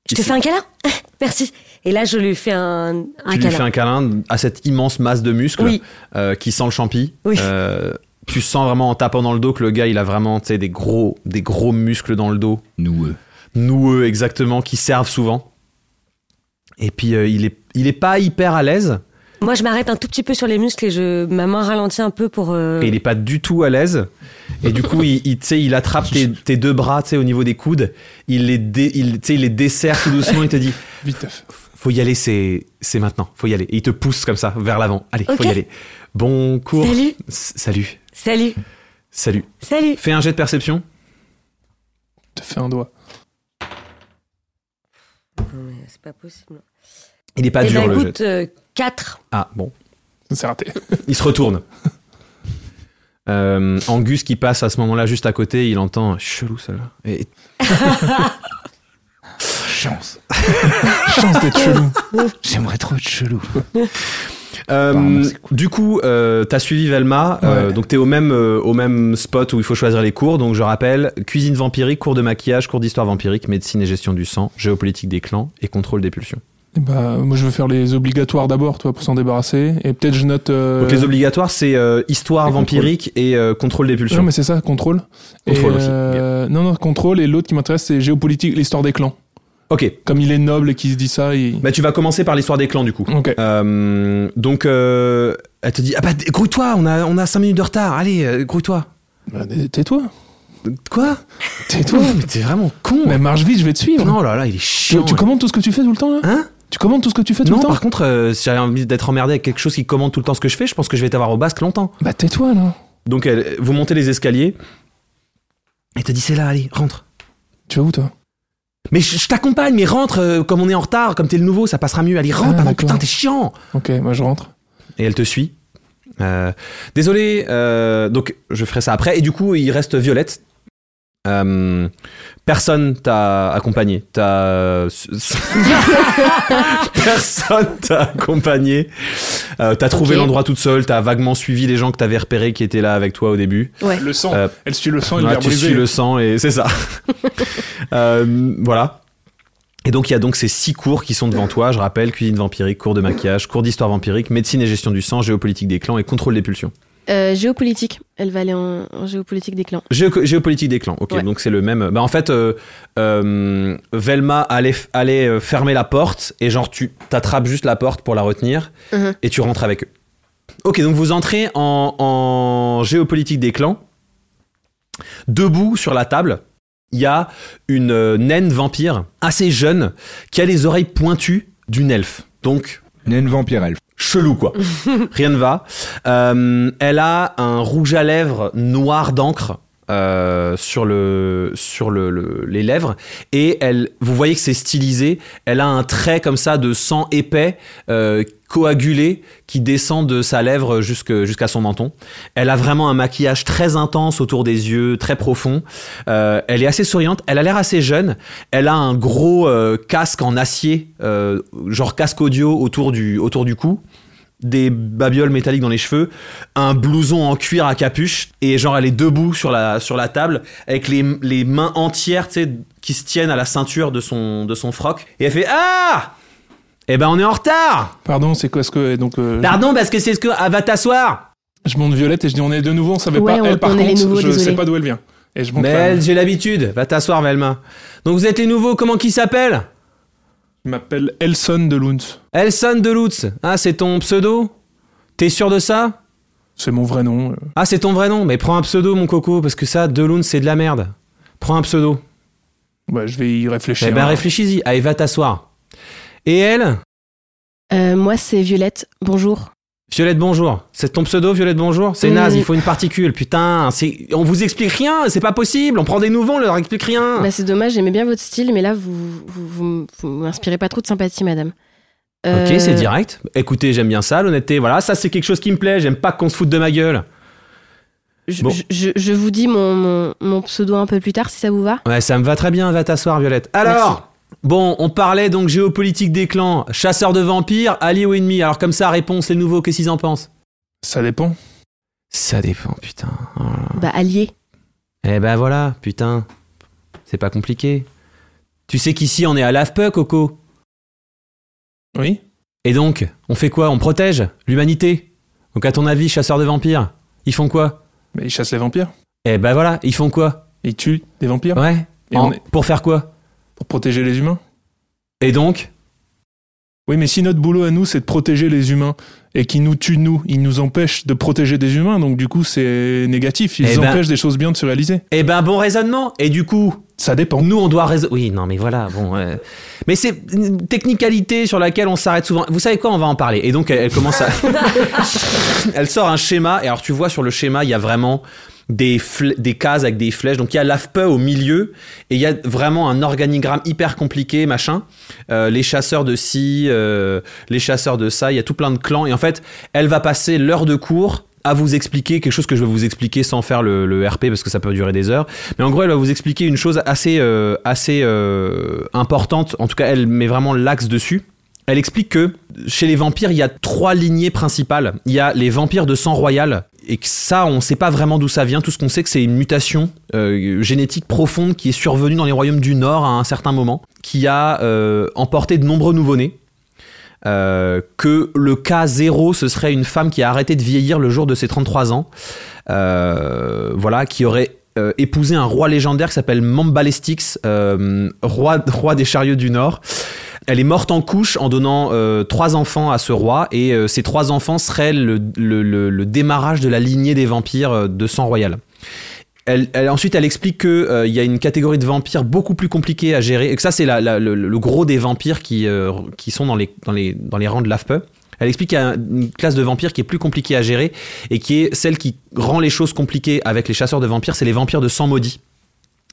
D: Je te
A: il-
D: fais un câlin Merci. Et là, je lui fais un, un
A: tu lui
D: câlin.
A: fais un câlin à cette immense masse de muscles
D: Oui.
A: euh, qui sent le champi.
D: Oui.
A: Euh, tu sens vraiment en tapant dans le dos que le gars, il a vraiment tu sais, des gros, des gros muscles dans le dos,
E: Noueux.
A: noueux exactement, qui servent souvent. Et puis, euh, il, est, il est pas hyper à l'aise.
D: Moi, je m'arrête un tout petit peu sur les muscles et je, ma main ralentit un peu pour. euh,
A: et il est pas du tout à l'aise. Et du coup, il, il, tu sais, il attrape tes, tes deux bras tu sais, au niveau des coudes, il les, dé- il, tu sais, il les desserre tout doucement, il te dit
C: Vite.
A: Faut y aller, c'est c'est maintenant, faut y aller. Et il te pousse comme ça, vers l'avant. Allez,
D: Ok.
A: faut y aller. Bon cours.
D: Salut.
A: S- salut.
D: Salut
A: Salut.
D: Salut
A: Fais un jet de perception.
C: Te fais un doigt.
D: C'est pas possible.
A: Il est pas
D: et
A: Ah, dur
D: ben,
A: le jet.
D: écoute, euh, 4.
A: Ah, bon.
C: C'est raté.
A: Il se retourne. Euh, Angus qui passe à ce moment-là juste à côté, il entend chelou celle-là. Et
E: Chance. Chance d'être chelou. J'aimerais trop être chelou.
A: Euh,
E: Apparemment, c'est
A: du coup, euh, t'as suivi Velma, euh,
E: Ouais.
A: donc t'es au même euh, au même spot où il faut choisir les cours. Donc je rappelle cuisine vampirique, cours de maquillage, cours d'histoire vampirique, médecine et gestion du sang, géopolitique des clans et contrôle des pulsions.
C: Et bah, moi, je veux faire les obligatoires d'abord, toi, pour s'en débarrasser. Et peut-être je note. euh,
A: Donc les obligatoires, c'est euh, histoire
C: et contrôle.
A: vampirique et euh, contrôle des pulsions.
C: Non, mais c'est ça, contrôle.
A: Contrôle
C: Et,
A: aussi,
C: euh, Non, non, contrôle. Et l'autre qui m'intéresse, c'est géopolitique, l'histoire des clans.
A: Ok,
C: Comme il est noble et qu'il se dit ça, il.
A: bah tu vas commencer par l'histoire des clans du coup.
C: Ok.
A: Euh, donc euh, elle te dit ah bah d- grouille-toi, on a on a cinq minutes de retard. Allez, euh, grouille-toi.
C: Bah, tais-toi.
A: Quoi Oh,
C: Tais-toi.
A: Mais t'es vraiment con.
C: Mais marche vite, je vais te suivre.
A: Non là là, il est
C: tu,
A: chiant.
C: tu commandes tout ce que tu fais tout le temps, là
A: hein
C: Tu commandes tout ce que tu fais tout
A: Non,
C: le temps
A: par contre, euh, si j'avais envie d'être emmerdé avec quelque chose qui commande tout le temps ce que je fais, je pense que je vais t'avoir au basque longtemps.
C: Bah, tais-toi, là.
A: Donc, elle- vous montez les escaliers. Elle te dit, c'est là, allez, rentre.
C: Tu vas où, toi
A: Mais je, je t'accompagne, mais rentre, euh, comme on est en retard, comme t'es le nouveau, ça passera mieux. Allez, rentre,
C: Ah,
A: pardon,
C: d'accord.
A: putain, t'es chiant.
C: Ok, moi, je rentre.
A: Et elle te suit. Euh, désolé, euh, donc je ferai ça après. Et du coup, il reste Violette. Euh, personne t'a accompagné. T'as... personne t'a accompagné. Euh, t'as trouvé
B: Ok.
A: l'endroit toute seule. T'as vaguement suivi les gens que t'avais repérés qui étaient là avec toi au début.
C: Le sang.
A: Euh,
C: Elle suit le sang,
A: Ouais, tu suis le sang et c'est ça. Euh, voilà. Et donc il y a donc ces six cours qui sont devant toi. Je rappelle cuisine vampirique, cours de maquillage, cours d'histoire vampirique, médecine et gestion du sang, géopolitique des clans et contrôle des pulsions.
B: Euh, géopolitique. Elle va aller en, en géopolitique des clans.
A: Géo- géopolitique des clans. Ok,
B: Ouais.
A: donc c'est le même. Bah en fait, euh, euh, Velma allait, f- allait euh, fermer la porte et genre tu t'attrapes juste la porte pour la retenir
B: Mhm.
A: et tu rentres avec eux. Ok, donc vous entrez en, en géopolitique des clans. Debout sur la table, il y a une euh, naine vampire assez jeune qui a les oreilles pointues d'une elfe. Donc
E: Naine vampire elfe.
A: chelou quoi. Rien ne va. Euh, elle a un rouge à lèvres noir d'encre euh, sur le sur le, le- les lèvres et elle vous voyez que c'est stylisé. Elle a un trait comme ça de sang épais euh, coagulé qui descend de sa lèvre jusque jusqu'à son menton. Elle a vraiment un maquillage très intense autour des yeux, très profond. Euh, elle est assez souriante. Elle a l'air assez jeune. Elle a un gros euh, casque en acier, euh, genre casque audio autour du, autour du cou. Des babioles métalliques dans les cheveux, un blouson en cuir à capuche, et genre elle est debout sur la, sur la table, avec les, les mains entières, tu sais, qui se tiennent à la ceinture de son, de son froc, et elle fait Ah Eh ben on est en retard
C: Pardon, c'est quoi ce que. Donc, euh,
A: Pardon, parce que c'est ce que. Ah, va t'asseoir
C: je monte Violette et je dis on est de nouveau, on savait
B: Ouais,
C: pas.
B: on-
C: elle, par
B: on est les
C: contre,
B: nouveaux,
C: je
B: désolé.
C: sais pas d'où elle vient. Et je monte
A: Mais
C: là.
A: elle, j'ai l'habitude, va t'asseoir, Velma. Donc vous êtes les nouveaux, comment qui s'appelle
C: Je m'appelle Elson de Luns.
A: Elson Delutz, ah c'est ton pseudo T'es sûr de ça
C: C'est mon vrai nom. euh.
A: Ah c'est ton vrai nom, mais prends un pseudo mon coco, parce que ça, Delutz c'est de la merde. Prends un pseudo.
C: Ouais, bah, je vais y réfléchir.
A: Eh ben
C: hein.
A: réfléchis-y, allez va t'asseoir. Et elle
B: Euh, moi, c'est Violette. Bonjour.
A: Violette Bonjour. C'est ton pseudo Violette Bonjour C'est
B: Mm.
A: naze, il faut une particule, putain, c'est... on vous explique rien, c'est pas possible, on prend des nouveaux, on leur explique rien.
B: Bah, c'est dommage, j'aimais bien votre style, mais là, vous, vous, vous, m- vous m'inspirez pas trop de sympathie, madame. Euh,
A: Ok, c'est direct. Écoutez, j'aime bien ça, l'honnêteté, voilà, ça c'est quelque chose qui me plaît, j'aime pas qu'on se foute de ma gueule.
B: Je,
A: Bon.
B: je- je, je vous dis mon, mon, mon pseudo un peu plus tard, si ça vous va.
A: Ouais, ça me va très bien, va t'asseoir Violette. Alors,
B: Merci.
A: bon, on parlait donc géopolitique des clans, chasseurs de vampires, alliés ou ennemis. Alors comme ça, réponse les nouveaux, qu'est-ce qu'ils en pensent
C: Ça dépend.
A: Ça dépend, putain. Oh là là.
B: Bah, allié.
A: Eh ben voilà, putain. C'est pas compliqué. Tu sais qu'ici, on est à l'AFPE, Coco.
C: Oui
A: Et donc, on fait quoi On protège l'humanité. Donc, à ton avis, chasseurs de vampires, ils font quoi
C: Mais ils chassent les vampires.
A: Eh ben voilà, ils font quoi
C: Ils tuent des vampires
A: Ouais.
C: Et
A: En-
C: on est-
A: Pour faire quoi
C: pour protéger les humains.
A: Et donc
C: Oui, mais si notre boulot à nous, c'est de protéger les humains et qu'ils nous tuent, nous, ils nous empêchent de protéger des humains, donc du coup, c'est négatif. Ils
A: Eh ben-
C: empêchent des choses bien de se réaliser.
A: Eh ben bon raisonnement. Et du coup,
C: Ça dépend.
A: nous on doit raisonner. Oui, non mais voilà, bon. euh, Mais c'est une technicalité sur laquelle on s'arrête souvent. Vous savez quoi On va en parler. Et donc elle, elle commence à. elle sort un schéma. Et alors tu vois sur le schéma, il y a vraiment des, fl- des cases avec des flèches. Donc il y a l'AFPE au milieu. Et il y a vraiment un organigramme hyper compliqué, machin. Euh, les chasseurs de ci, euh, les chasseurs de ça. Il y a tout plein de clans. Et en fait, elle va passer l'heure de cours à vous expliquer quelque chose que je vais vous expliquer sans faire le, le RP parce que ça peut durer des heures. Mais en gros, elle va vous expliquer une chose assez, euh, assez euh, importante. En tout cas, elle met vraiment l'axe dessus. Elle explique que chez les vampires, il y a trois lignées principales. Il y a les vampires de sang royal, et que ça, on ne sait pas vraiment d'où ça vient. Tout ce qu'on sait, que c'est une mutation euh, génétique profonde qui est survenue dans les royaumes du Nord à un certain moment, qui a euh, emporté de nombreux nouveau-nés. Euh, que le cas zéro, ce serait une femme qui a arrêté de vieillir le jour de ses 33 ans, euh, voilà, qui aurait euh, épousé un roi légendaire qui s'appelle Mambalestix, euh, roi, roi des chariots du Nord. Elle est morte en couche en donnant euh, trois enfants à ce roi, et euh, ces trois enfants seraient le, le- le- le démarrage de la lignée des vampires euh, de sang royal. Elle, elle- ensuite, elle explique qu'il y a une catégorie de vampires beaucoup plus compliquée à gérer, et que ça, c'est la- la- le, le gros des vampires qui, euh, qui sont dans les, dans, les, dans les rangs de l'AFPE. Elle explique qu'il y a une classe de vampires qui est plus compliquée à gérer, et qui est celle qui rend les choses compliquées avec les chasseurs de vampires, c'est les vampires de sang maudit,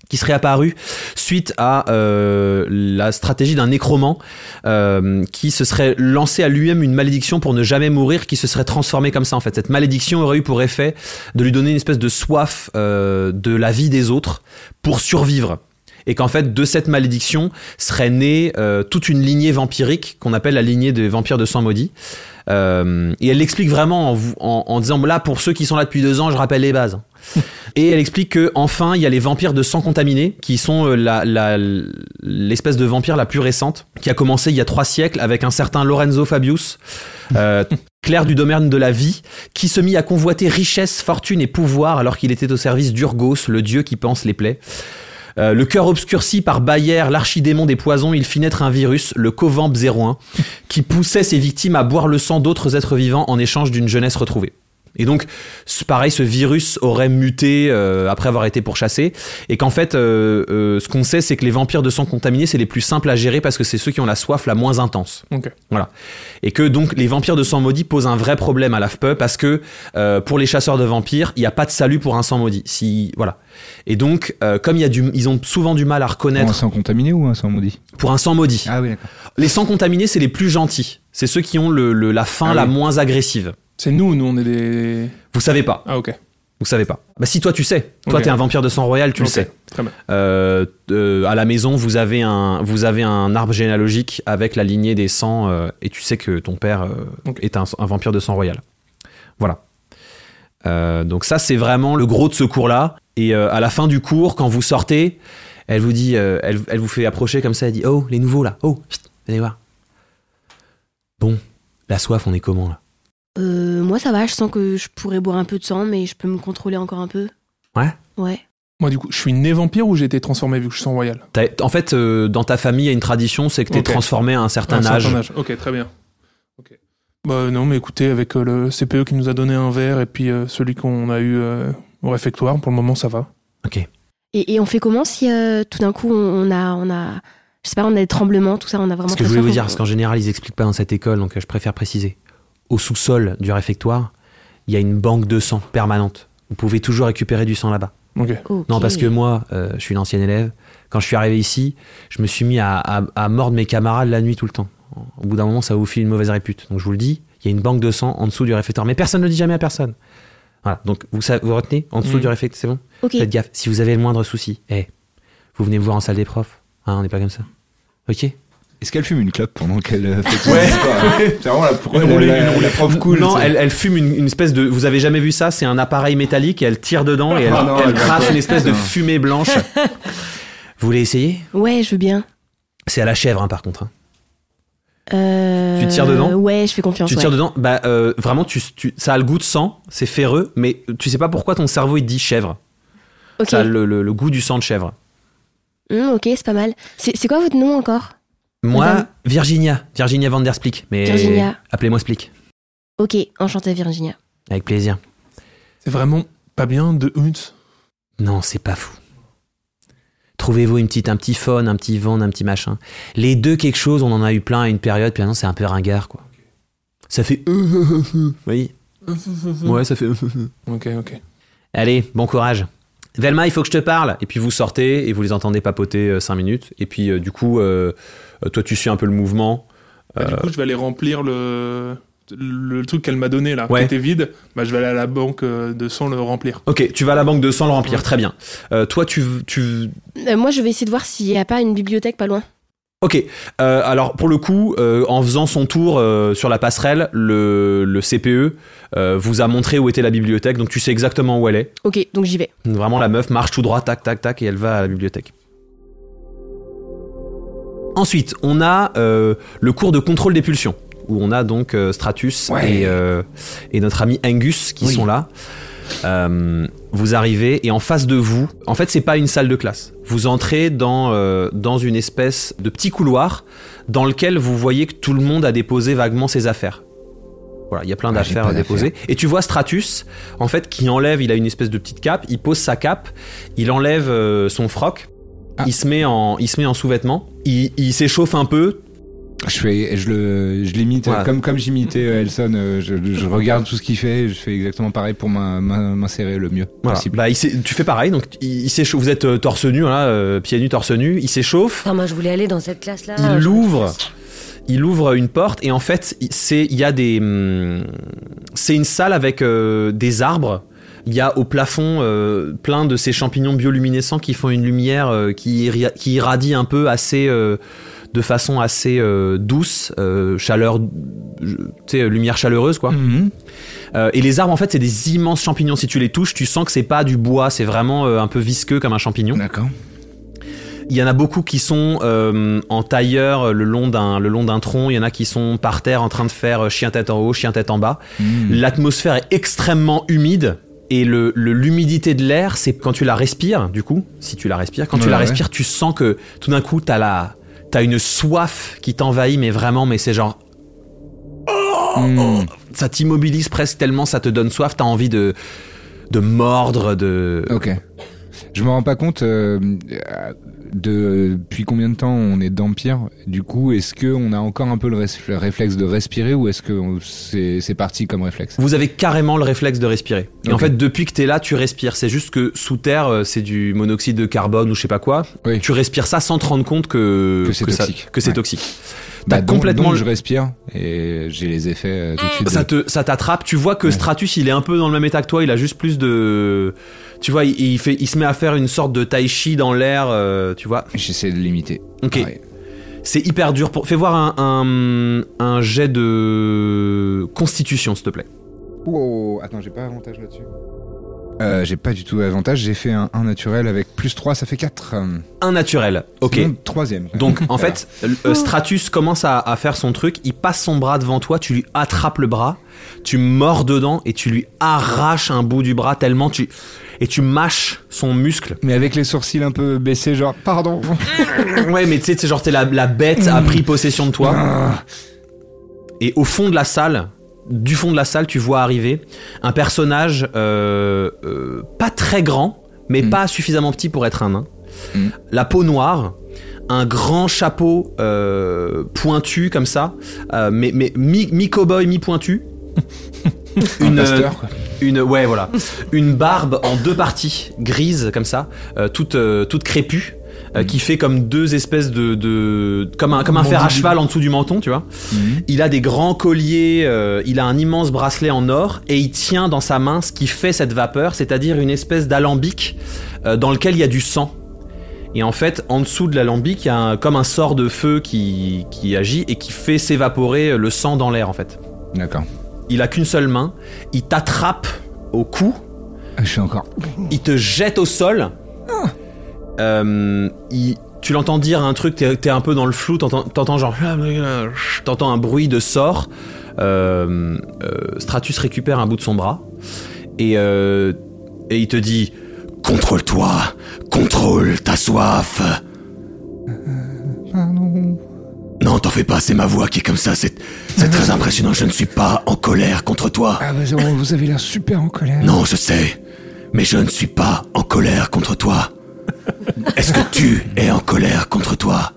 A: qui seraient apparus suite à euh, la stratégie d'un nécromant euh, qui se serait lancé à lui-même une malédiction pour ne jamais mourir, qui se serait transformé comme ça en fait. Cette malédiction aurait eu pour effet de lui donner une espèce de soif euh, de la vie des autres pour survivre. Et qu'en fait, de cette malédiction serait née euh, toute une lignée vampirique qu'on appelle la lignée des vampires de sang maudit. Euh, et elle l'explique vraiment en, vous- en- en disant là, pour ceux qui sont là depuis deux ans, je rappelle les bases. Et elle explique que enfin, il y a les vampires de sang contaminé, qui sont euh, la- la- l'espèce de vampire la plus récente, qui a commencé il y a trois siècles avec un certain Lorenzo Fabius, euh, clerc du domaine de la vie, qui se mit à convoiter richesse, fortune et pouvoir alors qu'il était au service d'Urgos, le dieu qui pense les plaies. Euh, le cœur obscurci par Bayer, l'archidémon des poisons, il fit naître un virus, le Covamp 01, qui poussait ses victimes à boire le sang d'autres êtres vivants en échange d'une jeunesse retrouvée. Et donc, ce- pareil, ce virus aurait muté euh, après avoir été pourchassé. Et qu'en fait, euh, euh, ce qu'on sait, c'est que les vampires de sang contaminé, c'est les plus simples à gérer parce que c'est ceux qui ont la soif la moins intense.
C: Ok.
A: Voilà. Et que donc, les vampires de sang maudit posent un vrai problème à l'AFPE parce que euh, pour les chasseurs de vampires, il n'y a pas de salut pour un sang maudit. Si, voilà. Et donc, euh, comme il y a du, ils ont souvent du mal à
E: Pour un
A: reconnaître
E: sang contaminé ou un sang maudit
A: pour un sang maudit.
E: Ah oui, d'accord.
A: Les sangs contaminés, c'est les plus gentils. C'est ceux qui ont le, le- la faim
C: Ah
A: la
C: oui.
A: moins agressive.
C: C'est nous, nous, on est des.
A: Vous savez pas.
C: Ah, ok.
A: Vous savez pas. Bah si toi tu sais. Toi
C: Ok.
A: t'es un vampire de sang royal, tu
C: Ok,
A: le sais.
C: Très bien.
A: Euh, euh, à la maison, vous avez un vous avez un arbre généalogique avec la lignée des sangs euh, et tu sais que ton père euh,
C: Ok.
A: est un, un vampire de sang royal. Voilà. Euh, donc ça c'est vraiment le gros de ce cours là. Et euh, à la fin du cours, quand vous sortez, elle vous dit, euh, elle, elle vous fait approcher comme ça. Elle dit, oh les nouveaux là, oh chut, venez voir. Bon, la soif, on est comment là
B: Euh, moi, ça va, je sens que je pourrais boire un peu de sang, mais je peux me contrôler encore un peu.
A: Ouais
B: Ouais.
C: Moi, du coup, je suis né vampire ou j'ai été transformé vu que je suis sang royal
A: T'as- En fait, euh, dans ta famille, il y a une tradition, c'est que t'es
C: Ok.
A: transformé à un certain
C: Ah,
A: âge.
C: certain Ok, très bien. Ok. Bah, non, mais écoutez, avec euh, le CPE qui nous a donné un verre et puis euh, celui qu'on a eu euh, au réfectoire, pour le moment, ça va.
B: Et, et on fait comment si euh, tout d'un coup on, on a, on a, je sais pas, on a des tremblements, tout ça, on a vraiment.
A: Ce que
B: très
A: je voulais
B: soif,
A: vous
B: on-
A: dire, parce qu'en général, ils expliquent pas dans cette école, donc euh, je préfère préciser. Au sous-sol du réfectoire, il y a une banque de sang permanente. Vous pouvez toujours récupérer du sang là-bas.
C: Ok.
B: Ok.
A: Non, parce que moi, euh, je suis une ancienne élève. Quand je suis arrivé ici, je me suis mis à, à, à mordre mes camarades la nuit tout le temps. Au bout d'un moment, ça vous file une mauvaise répute. Donc je vous le dis, il y a une banque de sang en dessous du réfectoire. Mais personne ne le dit jamais à personne. Voilà, donc vous, sa- vous retenez En dessous
C: Mm.
A: du réfectoire, c'est bon
B: Ok.
A: Faites gaffe, si vous avez le moindre souci, eh, vous venez me voir en salle des profs. Hein, on n'est pas comme ça. Ok
E: Est-ce qu'elle fume une clope pendant qu'elle euh, fait son
A: Ouais.
E: histoire C'est vraiment la, pro-
A: Une
E: la-
A: roulée,
E: la-
A: une roulée.
E: la prof cool. tu
A: non,
E: sais.
A: elle, elle fume une, une espèce de. Vous avez jamais vu ça C'est un appareil métallique et elle tire dedans et elle,
E: Ah non,
A: elle
E: elle va
A: crache
E: pas.
A: une espèce de
E: Non.
A: fumée blanche. Vous voulez essayer
B: Ouais, je veux bien.
A: C'est à la chèvre, hein, par contre. hein.
B: Euh,
A: Tu tires dedans
B: Ouais, je fais confiance.
A: Tu
B: ouais.
A: tires dedans, bah euh, vraiment, tu, tu- ça a le goût de sang, c'est ferreux, mais tu sais pas pourquoi ton cerveau il dit chèvre.
B: Ok,
A: Ça a le, le- le goût du sang de chèvre.
B: Hum, ok, c'est pas mal. C'est c'est quoi votre nom encore
A: Moi,
B: Madame.
A: Virginia, Virginia van der Splick, mais
B: Eh ben. Virginia.
A: appelez-moi Splick,
B: Ok, enchantée Virginia.
A: avec plaisir.
C: C'est vraiment pas bien de Hunt.
A: Non, c'est pas fou. Trouvez-vous une petite, un petit faune, un petit van, un petit machin. Les deux quelque chose, on en a eu plein à une période, puis maintenant c'est un peu ringard, quoi. Ça fait... Oui. Ouais, ça fait...
C: Ok, ok.
A: Allez, bon courage. Velma, il faut que je te parle. Et puis vous sortez et vous les entendez papoter 5 minutes. Et puis euh, du coup, euh, euh, toi tu suis un peu le mouvement.
C: Bah, Du coup, je vais aller remplir le, le truc qu'elle m'a donné là,
A: Ouais.
C: qui était vide. Bah, je vais aller à la banque euh, de sang le
G: Oh,
C: remplir.
A: Ok, tu vas à la banque de sang le remplir, très bien. Euh, toi tu... tu...
B: Euh, moi, je vais essayer de voir s'il n'y a pas une bibliothèque pas loin.
A: Ok, euh, alors pour le coup, euh, en faisant son tour euh, sur la passerelle, le, le CPE euh, vous a montré où était la bibliothèque, donc tu sais exactement où elle est.
B: Ok, donc j'y vais.
A: Vraiment, la meuf marche tout droit, tac, tac, tac, et elle va à la bibliothèque. Ensuite, on a euh, le cours de contrôle des pulsions, où on a donc euh, Stratus
F: Ouais.
A: et, euh, et notre ami Angus qui
F: Oui.
A: sont là. Euh, vous arrivez et en face de vous, en fait, c'est pas une salle de classe. Vous entrez dans, euh, dans une espèce de petit couloir dans lequel vous voyez que tout le monde a déposé vaguement ses affaires. Voilà, il y a plein
F: Ah, j'ai
A: d'affaires
F: pas
A: à déposer. Et tu vois Stratus, en fait, qui enlève, il a une espèce de petite cape, il pose sa cape, il enlève euh, son froc,
E: Ah.
A: il se met en, il se met en sous-vêtements, il, il s'échauffe un peu.
E: Je fais, je le, je l'imite
A: Voilà.
E: euh, comme comme j'imitais euh, Elson. euh, Je, je regarde tout ce qu'il fait. Je fais exactement pareil pour m'in- m'in- m'insérer le mieux
A: Voilà.
E: possible.
A: Bah, il s'é- tu fais pareil, donc il, il s'échauffe. Vous êtes euh, torse nu, voilà, euh, pieds nus, torse nu. Il s'échauffe,
D: Enfin, moi, je voulais aller dans cette classe-là.
A: il
D: Ah, Je-
A: l'ouvre, il ouvre une porte et en fait, il- c'est il y a des, hum, c'est une salle avec euh, des arbres. Il y a au plafond euh, plein de ces champignons bioluminescents qui font une lumière euh, qui, irri- qui irradie un peu assez, euh, de façon assez euh, douce, euh, chaleur, je- tu sais, lumière chaleureuse quoi.
E: Mhm.
A: Euh, et les arbres, en fait, c'est des immenses champignons. Si tu les touches, tu sens que c'est pas du bois, c'est vraiment euh, un peu visqueux comme un champignon.
E: D'accord.
A: Il y en a beaucoup qui sont euh, en tailleur euh, le long d'un le long d'un tronc. Il y en a qui sont par terre en train de faire euh, chien tête en haut, chien tête en bas.
E: Mhm.
A: L'atmosphère est extrêmement humide. Et le le- l'humidité de l'air, c'est quand tu la respires, du coup, si tu la respires, quand tu
E: Ouais,
A: la
E: ouais.
A: respires, tu sens que tout d'un coup, t'as la t'as une soif qui t'envahit, mais vraiment, mais c'est genre Oh,
E: Mhm.
A: ça t'immobilise presque tellement ça te donne soif, t'as envie de de mordre, de
E: Mm-hmm. Ok. Je me rends pas compte euh, euh, de depuis combien de temps on est d'Empire. Du coup, est-ce que on a encore un peu le, res- le réflexe de respirer ou est-ce que on- c'est c'est parti comme réflexe
A: Vous avez carrément le réflexe de respirer. Et en
E: Ok.
A: fait, depuis que t'es là, tu respires. C'est juste que sous terre, euh, c'est du monoxyde de carbone ou je sais pas quoi.
E: Oui.
A: Tu respires ça sans te rendre compte que,
E: Que c'est
A: ça-
E: toxique.
A: que c'est
E: Ouais.
A: toxique.
E: Bah,
A: T'as
E: donc-
A: complètement
E: donc
A: le- Mm.
E: je respire et j'ai les effets euh, tout de suite.
A: Ça
E: de-
A: te, ça t'attrape. Tu vois que
E: Ouais.
A: Stratus, il est un peu dans le même état que toi. Il a juste plus de, tu vois, il, il fait, il se met à faire une sorte de tai chi dans l'air. euh, tu vois.
E: J'essaie de l'imiter.
A: Ok.
E: Pareil.
A: C'est hyper dur. Pour... Fais voir un, un, un jet de constitution, s'il te plaît.
E: Wow, attends, j'ai pas avantage là-dessus. Euh, j'ai pas du tout avantage, j'ai fait un 1 naturel avec plus 3, ça fait 4.
A: Un naturel. Ok.
E: troisième.
A: Donc en fait, euh, Stratus commence à, à faire son truc, il passe son bras devant toi, tu lui attrapes le bras, tu mords dedans et tu lui arraches un bout du bras tellement tu... Et tu mâches son muscle.
E: Mais avec les sourcils un peu baissés, genre, pardon.
A: Ouais mais tu sais, c'est genre t'es la, la bête a pris possession de toi.
E: Ah.
A: Et au fond de la salle, du fond de la salle, tu vois arriver un personnage euh, euh, pas très grand, mais
E: Mm.
A: pas suffisamment petit pour être un nain.
E: Mm.
A: La peau noire, un grand chapeau euh, pointu comme ça, euh, mais, mais mi- mi-cowboy, mi-pointu.
E: Un
A: une, euh,
E: pasteur, quoi.
A: une ouais voilà une barbe en deux parties grise comme ça euh, toute euh, toute crépue euh, qui fait comme deux espèces de, de comme un comme un fer à
C: Mandibule.
A: cheval en dessous du menton tu vois
E: Mhm.
A: il a des grands colliers, euh, il a un immense bracelet en or et il tient dans sa main ce qui fait cette vapeur, c'est-à-dire une espèce d'alambic euh, dans lequel il y a du sang. Et en fait, en dessous de l'alambic, il y a un- comme un sort de feu qui, qui agit et qui fait s'évaporer le sang dans l'air en fait.
E: D'accord.
A: Il a qu'une seule main, il t'attrape au cou,
E: Ah, Je suis encore.
A: il te jette au sol. Euh, il- tu l'entends dire un truc, t'es t'es un peu dans le flou, t'entends t'entends genre. T'entends un bruit de sort. Euh, euh, Stratus récupère un bout de son bras. Et, euh, et il te dit Contrôle-toi Contrôle ta soif Non, t'en fais pas, c'est ma voix qui est comme ça, c'est c'est très impressionnant, je ne suis pas en colère contre toi.
E: Ah, bah, oh, vous avez l'air super en colère.
A: Non, je sais, mais je ne suis pas en colère contre toi. Est-ce que tu es en colère contre toi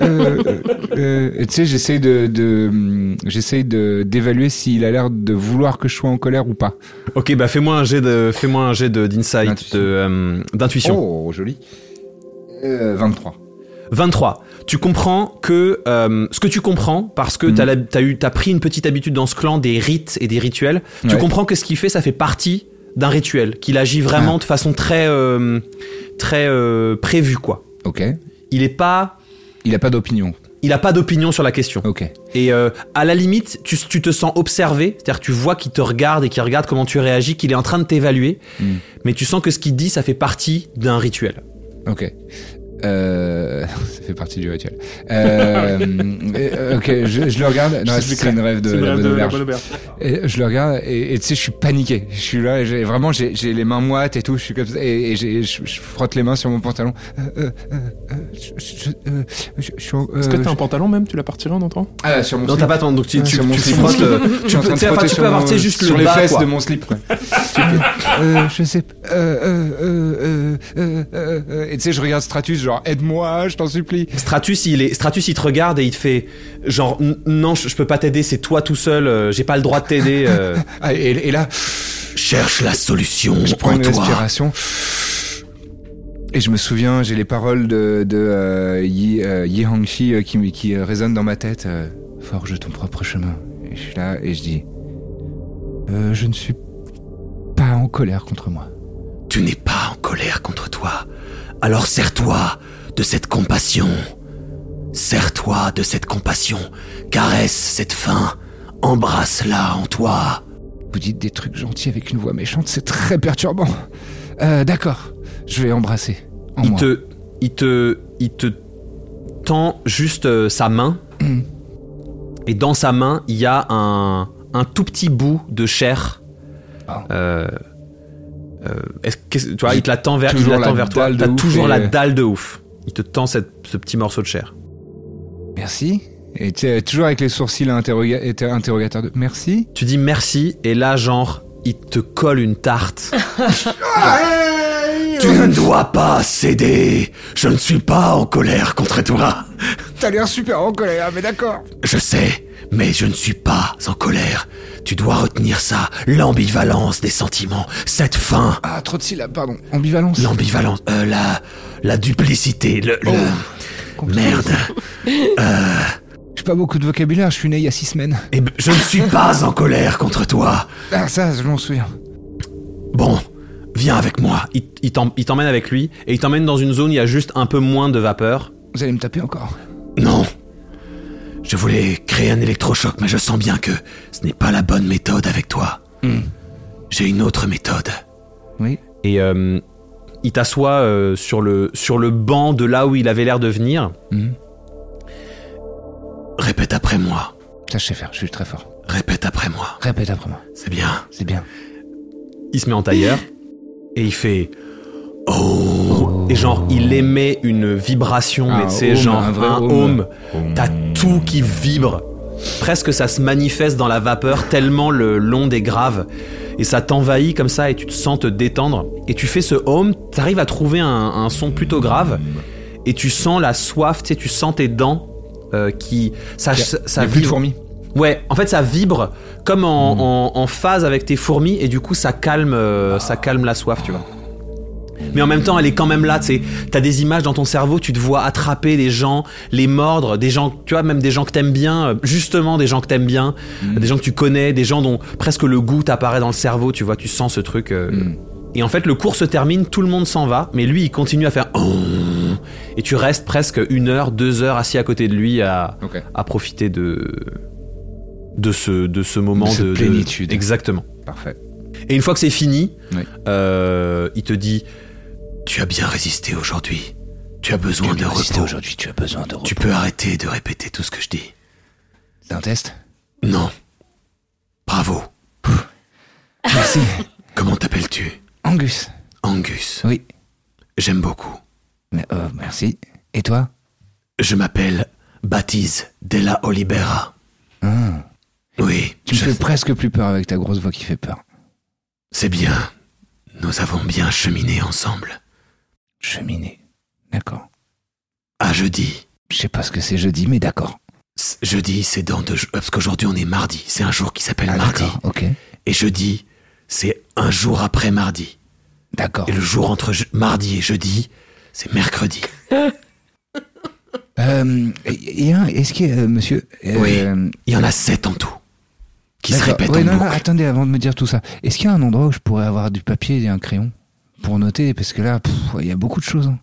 E: Euh, euh, euh, tu sais, j'essaye de, de, hum, j'essaye de d'évaluer s'il a l'air de vouloir que je sois en colère ou pas.
A: Ok, bah fais-moi un jet de, fais-moi un jet de- d'insight,
E: D'intuition.
A: de, euh, d'intuition.
E: Oh, joli. Euh, 23.
A: 23. Tu comprends que euh, ce que tu comprends parce que
E: Mhm.
A: t'as la- t'as eu, t'as pris une petite habitude dans ce clan des rites et des rituels. Tu
E: Ouais.
A: comprends que ce qu'il fait, ça fait partie d'un rituel, qu'il agit vraiment de façon très, euh, très
E: Oh.
A: euh, prévue quoi.
E: Ok.
A: Il est pas,
E: Il a pas d'opinion.
A: il a pas d'opinion sur la question.
E: Ok.
A: Et euh, à la limite, tu, tu te sens observé, c'est-à-dire que tu vois qu'il te regarde et qu'il regarde comment tu réagis, qu'il est en train de t'évaluer,
E: Mm.
A: mais tu sens que ce qu'il dit, ça fait partie d'un rituel.
E: Ok. Euh, ça fait partie du rituel. Euh, euh, ok, je, je le regarde. Non,
C: sais plus
E: c'est
C: que
E: une rêve de
C: C'est le
E: Euh, la
C: rêve
E: bonne
C: de la
E: auberge.
C: bonne auberge.
E: Et je le regarde et et tu sais, je suis paniqué. Je suis là et j'ai- vraiment, j'ai j'ai les mains moites et tout. Je suis comme ça et, et j'ai- je, je frotte les mains sur mon pantalon. Euh, euh, euh, euh, je- je- euh, je- je suis en-
C: Est-ce
E: euh,
C: que t'as un
E: je-
C: pantalon même Tu l'as parti en entend
E: Ah, sur mon
A: Non, t'as
E: slip.
A: pas tant, donc tu,
E: Ah,
A: tu,
E: sur mon
A: tu
E: slip.
A: frottes le-
E: Je suis en train de
A: tu peux- enfin,
E: frotter
A: tu
E: sur
A: peux avoir,
E: mon-
A: tu sais, juste
E: sur
A: le
E: les
A: bas,
E: fesses
A: quoi.
E: de mon slip. ouais. Tu peux- euh, je sais. pas. Euh, euh, euh, euh, euh, euh, et tu sais, je regarde Stratus, genre aide-moi, je t'en supplie.
A: Stratus, il est, Stratus, il te regarde et il te fait genre N- non, je, je peux pas t'aider, c'est toi tout seul, euh, j'ai pas le droit de t'aider. euh.
E: Ah, et, et là,
A: Cherche la solution
E: je prends une respiration. Et je me souviens, j'ai les paroles de, de euh, Yi, euh, Yi Hangxi euh, qui, me- qui euh, résonnent dans ma tête. euh, Forge ton propre chemin. Et je suis là et je dis Euh, Je ne suis pas en colère contre moi.
A: Tu n'es pas en colère contre toi. Alors sers-toi de cette compassion. Sers-toi de cette compassion. Caresse cette faim. Embrasse-la en toi.
E: Vous dites des trucs gentils avec une voix méchante, c'est très perturbant. Euh, D'accord, je vais embrasser. En
A: Il
E: moi.
A: te, il te, il te tend juste euh, sa main.
E: Mm.
A: Et dans sa main, il y a un, un tout petit bout de chair.
E: Ah.
A: Euh, euh, est-ce que- tu vois, il te la tend vers, il
E: Toujours
A: la tend
E: la
A: vers toi.
E: dalle de
A: T'as
E: ouf
A: toujours
E: et-
A: la dalle de ouf. Il te tend cette- ce petit morceau de chair.
E: Merci. Et tu sais, toujours avec les sourcils interroga- inter- interrogateurs de Merci.
A: Tu dis merci et là genre il te colle une tarte. Ah, tu ne dois pas céder. Je ne suis pas en colère contre toi.
E: T'as l'air super en colère, mais d'accord.
A: Je sais, mais je ne suis pas en colère. Tu dois retenir ça, l'ambivalence des sentiments, cette faim,
E: Ah, trop de syllabes, pardon. Ambivalence.
A: l'ambivalence, euh, la la duplicité, le, le- merde.
E: J'ai pas beaucoup de vocabulaire, je suis né il y a six semaines.
A: Et b- Eh ben, je ne suis pas en colère contre toi.
E: Ah, ça, je m'en souviens.
A: Bon, viens avec moi. Il, il t'em- il t'emmène avec lui et il t'emmène dans une zone où il y a juste un peu moins de vapeur.
E: Vous allez me taper encore.
A: Non. Je voulais créer un électrochoc, mais je sens bien que ce n'est pas la bonne méthode avec toi. J'ai une autre méthode.
E: Oui.
A: Et euh, il t'assoit euh, sur, le, sur le banc de là où il avait l'air de venir.
E: Mhm.
A: Hmm. Répète après moi.
E: Ça, je sais faire, je suis très fort.
A: Répète après moi.
E: Répète après moi.
A: C'est bien.
E: C'est bien.
A: Il se met en tailleur et il fait. Oh. Et genre, il émet une vibration,
E: Ah,
A: mais tu sais,
E: home,
A: genre
E: un vrai
A: un
E: home.
A: home. T'as tout qui vibre. Presque ça se manifeste dans la vapeur tellement le long des graves. Et ça t'envahit comme ça et tu te sens te détendre. Et tu fais ce home, t'arrives à trouver un, un son plutôt grave. Et tu sens la soif, tu sais, tu sens tes dents euh, qui. Ça, ça,
E: Y'a plus de
A: vibre.
E: fourmis.
A: Ouais, en fait ça vibre comme en, en- en phase avec tes fourmis et du coup ça calme, euh, ça calme la soif, tu vois. Mais en même temps, elle est quand même là, tu sais. T'as des images dans ton cerveau, tu te vois attraper des gens, les mordre, des gens, tu vois, même des gens que t'aimes bien, euh, justement des gens que t'aimes bien, des gens que tu connais, des gens dont presque le goût t'apparaît dans le cerveau, tu vois, tu sens Hmm,
E: Hmm.
A: ce truc. euh, Et en fait, le cours se termine, tout le monde s'en va, mais lui, il continue à faire. Oh et tu restes presque une heure, deux heures assis à côté de lui à,
E: Ok.
A: à profiter de, de, ce, de ce moment
E: De cette plénitude.
A: Exactement.
E: Parfait.
A: Et une fois que c'est fini,
E: Oui.
A: euh, il te dit Tu as bien résisté aujourd'hui. Tu as besoin de
F: Résistez
A: repos.
F: aujourd'hui, tu as besoin de repos.
A: Tu peux arrêter de répéter tout ce que je dis.
F: C'est un test
A: Non. Bravo.
F: Merci.
A: Comment t'appelles-tu
F: Angus.
A: Angus.
F: Oui.
A: J'aime beaucoup.
F: Mais,
E: oh,
F: euh, merci. Et toi
A: Je m'appelle Baptiste Della Olivera.
F: Ah,
A: Oui,
F: Tu me
A: je-
F: fais presque plus peur avec ta grosse voix qui fait peur.
A: c'est bien. Nous avons bien cheminé ensemble.
F: Cheminée. D'accord.
A: À jeudi.
F: Je sais pas ce que c'est jeudi, mais d'accord.
A: C- Jeudi, c'est dans deux jours. Parce qu'aujourd'hui, on est mardi. C'est un jour qui s'appelle
F: Ah,
A: mardi.
F: d'accord, ok.
A: Et jeudi, c'est un jour après mardi.
F: D'accord.
A: Et le jour entre je- mardi et jeudi, c'est mercredi.
F: Euh, et- et un- est-ce que, euh, monsieur... euh,
A: Oui. Il y en a sept en tout. Qui se
F: d'accord.
A: répètent
F: Ouais,
A: en
F: non, non,
A: boucle.
F: attendez, avant de me dire tout ça, est-ce qu'il y a un endroit où je pourrais avoir du papier et un crayon pour noter Parce que là, pff, il y a beaucoup de choses. hein.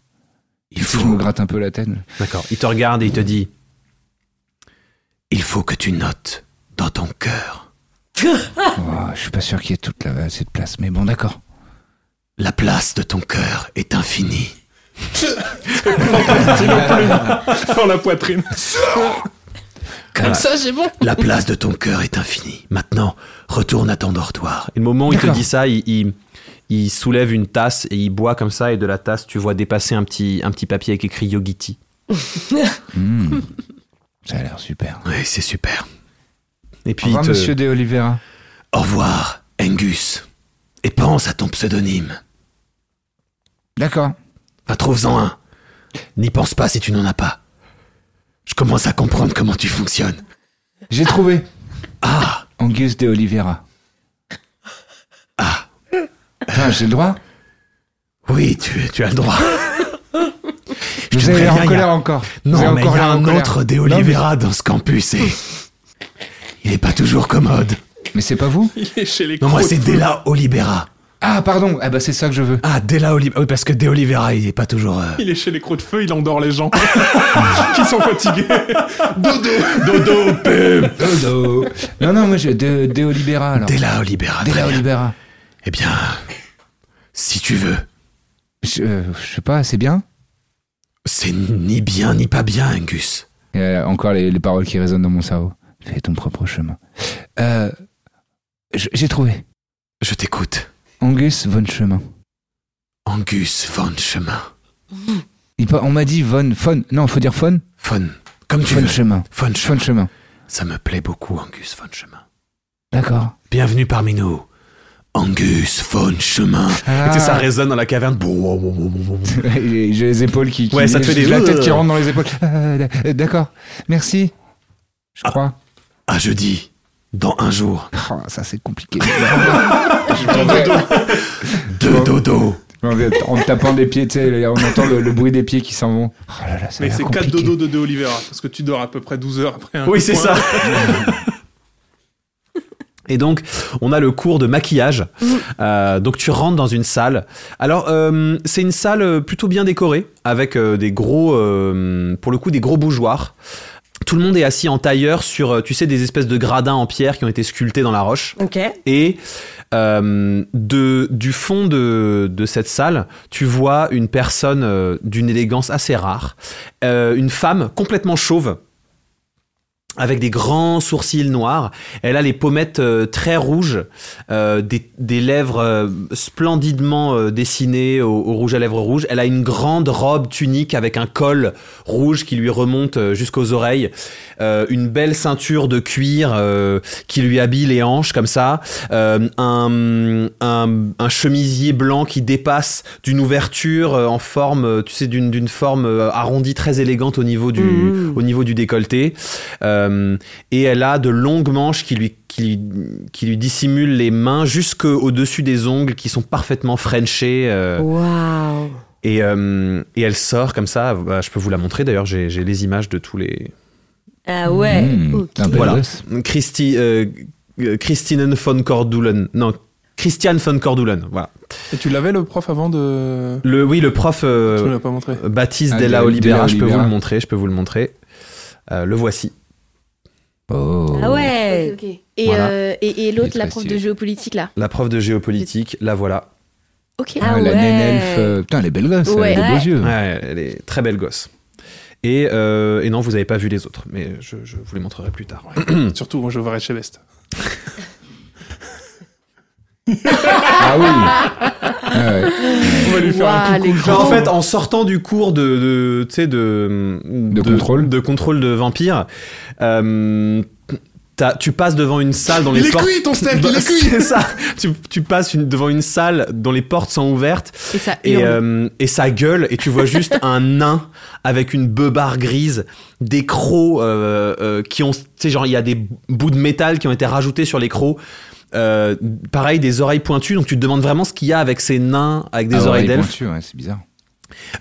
A: Il
E: Si je me gratte un peu la tête.
A: D'accord. Il te regarde et il te dit Il faut que tu notes dans ton cœur
F: Oh, je suis pas sûr qu'il y ait toute la, cette place, mais bon, d'accord.
A: la place de ton cœur est infinie.
C: Dans la poitrine.
F: Ah,
A: Ah.
B: Comme ça, j'ai bon.
A: La place de ton cœur est infinie. Maintenant, retourne à ton dortoir. Et le moment où il te
F: D'accord.
A: dit ça, il, il- il soulève une tasse et il boit comme ça. Et de la tasse, tu vois dépasser un petit, un petit papier avec écrit Yogiti.
F: Hmm. Ça a l'air super.
A: Oui, c'est super. Et puis,
E: Au revoir,
A: il te-
E: monsieur De Oliveira.
A: au revoir, Angus. Et pense à ton pseudonyme.
F: D'accord.
A: Enfin, trouve-en un. N'y pense pas si tu n'en as pas. Je commence à comprendre comment tu fonctionnes.
E: J'ai trouvé.
A: Ah,
F: Angus de Oliveira.
A: ah,
F: Enfin, j'ai le droit
A: oui, tu, tu as le droit. Je
E: Vous
A: te
E: avez l'air
A: préviens, il
E: en
A: y a-
E: colère encore. Vous
A: Non,
E: avez
A: mais il
E: encore
A: y a
E: l'air en
A: un
E: colère.
A: autre De
E: Non,
A: Oliveira dans ce campus et... Il est pas toujours commode.
E: mais- Mais c'est pas vous
C: Il est chez les
A: Non, moi,
C: crocs
A: c'est
C: de fou.
A: Della Olivera.
E: Ah, pardon. Ah bah c'est ça que je veux.
A: Ah, Della Olivera. Oui, parce que De Olivera, il est pas toujours... euh,
C: Il est chez les crocs de feu, il endort les gens qui sont fatigués. Dodo, dodo.
E: Dodo. Non, non, moi, je, de, de Olivera, alors.
A: Della Olivera,
E: De
A: très
E: la
A: bien.
E: Olivera.
A: Eh bien, si tu veux,
E: Je, euh, je sais pas, c'est bien
A: c'est ni bien ni pas bien, Angus.
E: Euh, Encore les, les paroles qui résonnent dans mon cerveau. Fais ton propre chemin. Euh, je- J'ai trouvé.
A: Je t'écoute.
E: Angus Von Chemin.
A: Angus von Chemin.
E: Il pa- on m'a dit Von... Fon... Non, faut dire Fon
A: Fun. Comme tu
E: Von
A: veux.
E: Chemin.
A: Fun Chemin.
E: Von Chemin.
A: Ça me plaît beaucoup, Angus Von Chemin.
E: D'accord.
A: Bienvenue parmi nous. Angus Von Chemin.
E: Ah.
A: Tu sais, ça résonne dans la caverne.
E: J'ai j'ai les épaules qui... qui-
A: Ouais, ça te fait
E: j'ai
A: des-
E: La tête qui rentre dans les épaules. Euh, d- D'accord. Merci. Je
A: Ah.
E: crois.
A: À jeudi, dans un jour.
E: Oh, ça, c'est compliqué.
A: Deux dodo.
E: En, en tapant des pieds, tu sais, on entend le, le bruit des pieds qui s'en vont. Oh là là, ça
C: Mais
E: a l'air
C: c'est 4
E: compliqué.
C: dodo de De Oliveira, parce que tu dors à peu près 12 heures après un
A: Oui,
C: coup de
A: c'est
C: poing.
A: ça. Et donc, on a le cours de maquillage. Euh, donc, tu rentres dans une salle. Alors, euh, c'est une salle euh, plutôt bien décorée, avec euh, des gros, euh, pour le coup, des gros bougeoirs. Tout le monde est assis en tailleur sur, euh, tu sais, des espèces de gradins en pierre qui ont été sculptés dans la roche.
D: Ok.
A: Et euh, de, du fond de, de cette salle, tu vois une personne euh, d'une élégance assez rare, Euh, une femme complètement chauve, avec des grands sourcils noirs. Elle a les pommettes euh, très rouges, euh, des, des lèvres euh, splendidement euh, dessinées au, au rouge à lèvres rouge. Elle a une grande robe tunique avec un col rouge qui lui remonte euh, jusqu'aux oreilles, Euh, une belle ceinture de cuir euh, qui lui habille les hanches comme ça, Euh, un, un- un chemisier blanc qui dépasse d'une ouverture euh, en forme, euh, tu sais, d'une d'une forme euh, arrondie très élégante au niveau du,
B: Mhm.
A: au niveau du décolleté. Euh, et elle a de longues manches qui lui, qui, lui- qui lui dissimulent les mains jusqu'au-dessus des ongles qui sont parfaitement frenchés. euh,
D: Oh.
B: Waouh.
A: et, euh, et elle sort comme ça. Bah, je peux vous la montrer d'ailleurs, j'ai j'ai les images de tous les.
D: Ah ouais.
E: Mmh,
B: Ok.
E: t'es un bel
A: Voilà.
E: gosse.
A: Christi, euh, Christinen von euh, Cordulen. Non, Christian von Cordulen. Voilà.
C: Et tu l'avais le prof avant de.
A: Le, oui, le prof euh,
C: Tu me l'as pas montré.
A: Baptiste
E: Ah,
A: Della
E: Della
A: Olivera, je peux vous
E: Olivera.
A: le montrer, je peux vous le montrer. Euh, le voici.
F: Oh.
D: Ah ouais
B: Ok, ok. Et,
A: Voilà.
B: euh, et, et l'autre,
E: Il est
B: la
E: très
B: prof
E: stylé.
B: de géopolitique, là.
A: La prof de géopolitique, la voilà.
B: Ok.
E: la
D: Ah ouais.
E: naine elfe. euh, Putain, elle est belle gosse.
B: Ouais.
E: Elle a des beaux yeux.
A: Ouais, elle est très belle gosse. Et, euh, et non, vous avez pas vu les autres, mais je, je vous les montrerai plus tard.
C: Surtout quand je verrai chez Best.
E: Ah oui. Ah ouais.
C: On va lui faire un
B: Ouah,
C: coucou.
B: les
A: Genre, Bah, en
B: grands.
A: fait, en sortant du cours de de, tu sais, de, de,
E: contrôle.
A: de contrôle de vampire, euh, t'as- tu passes devant une salle dont les
C: Il est
A: portes.
C: cuit ton steak,
A: Bah,
C: il est cuit
A: c'est ça. Tu, tu passes une- devant une salle dont les portes sont ouvertes
B: Et ça
A: et,
B: hurle.
A: euh, et ça gueule et tu vois juste un nain avec une beubare grise, des crocs euh, euh, qui ont, tu sais genre il y a des bouts de métal qui ont été rajoutés sur les crocs. Euh, pareil des oreilles pointues donc tu te demandes vraiment ce qu'il y a avec ces nains avec des
E: Ah,
A: oreilles
E: oreilles
A: d'elfe
E: pointues, ouais, c'est bizarre.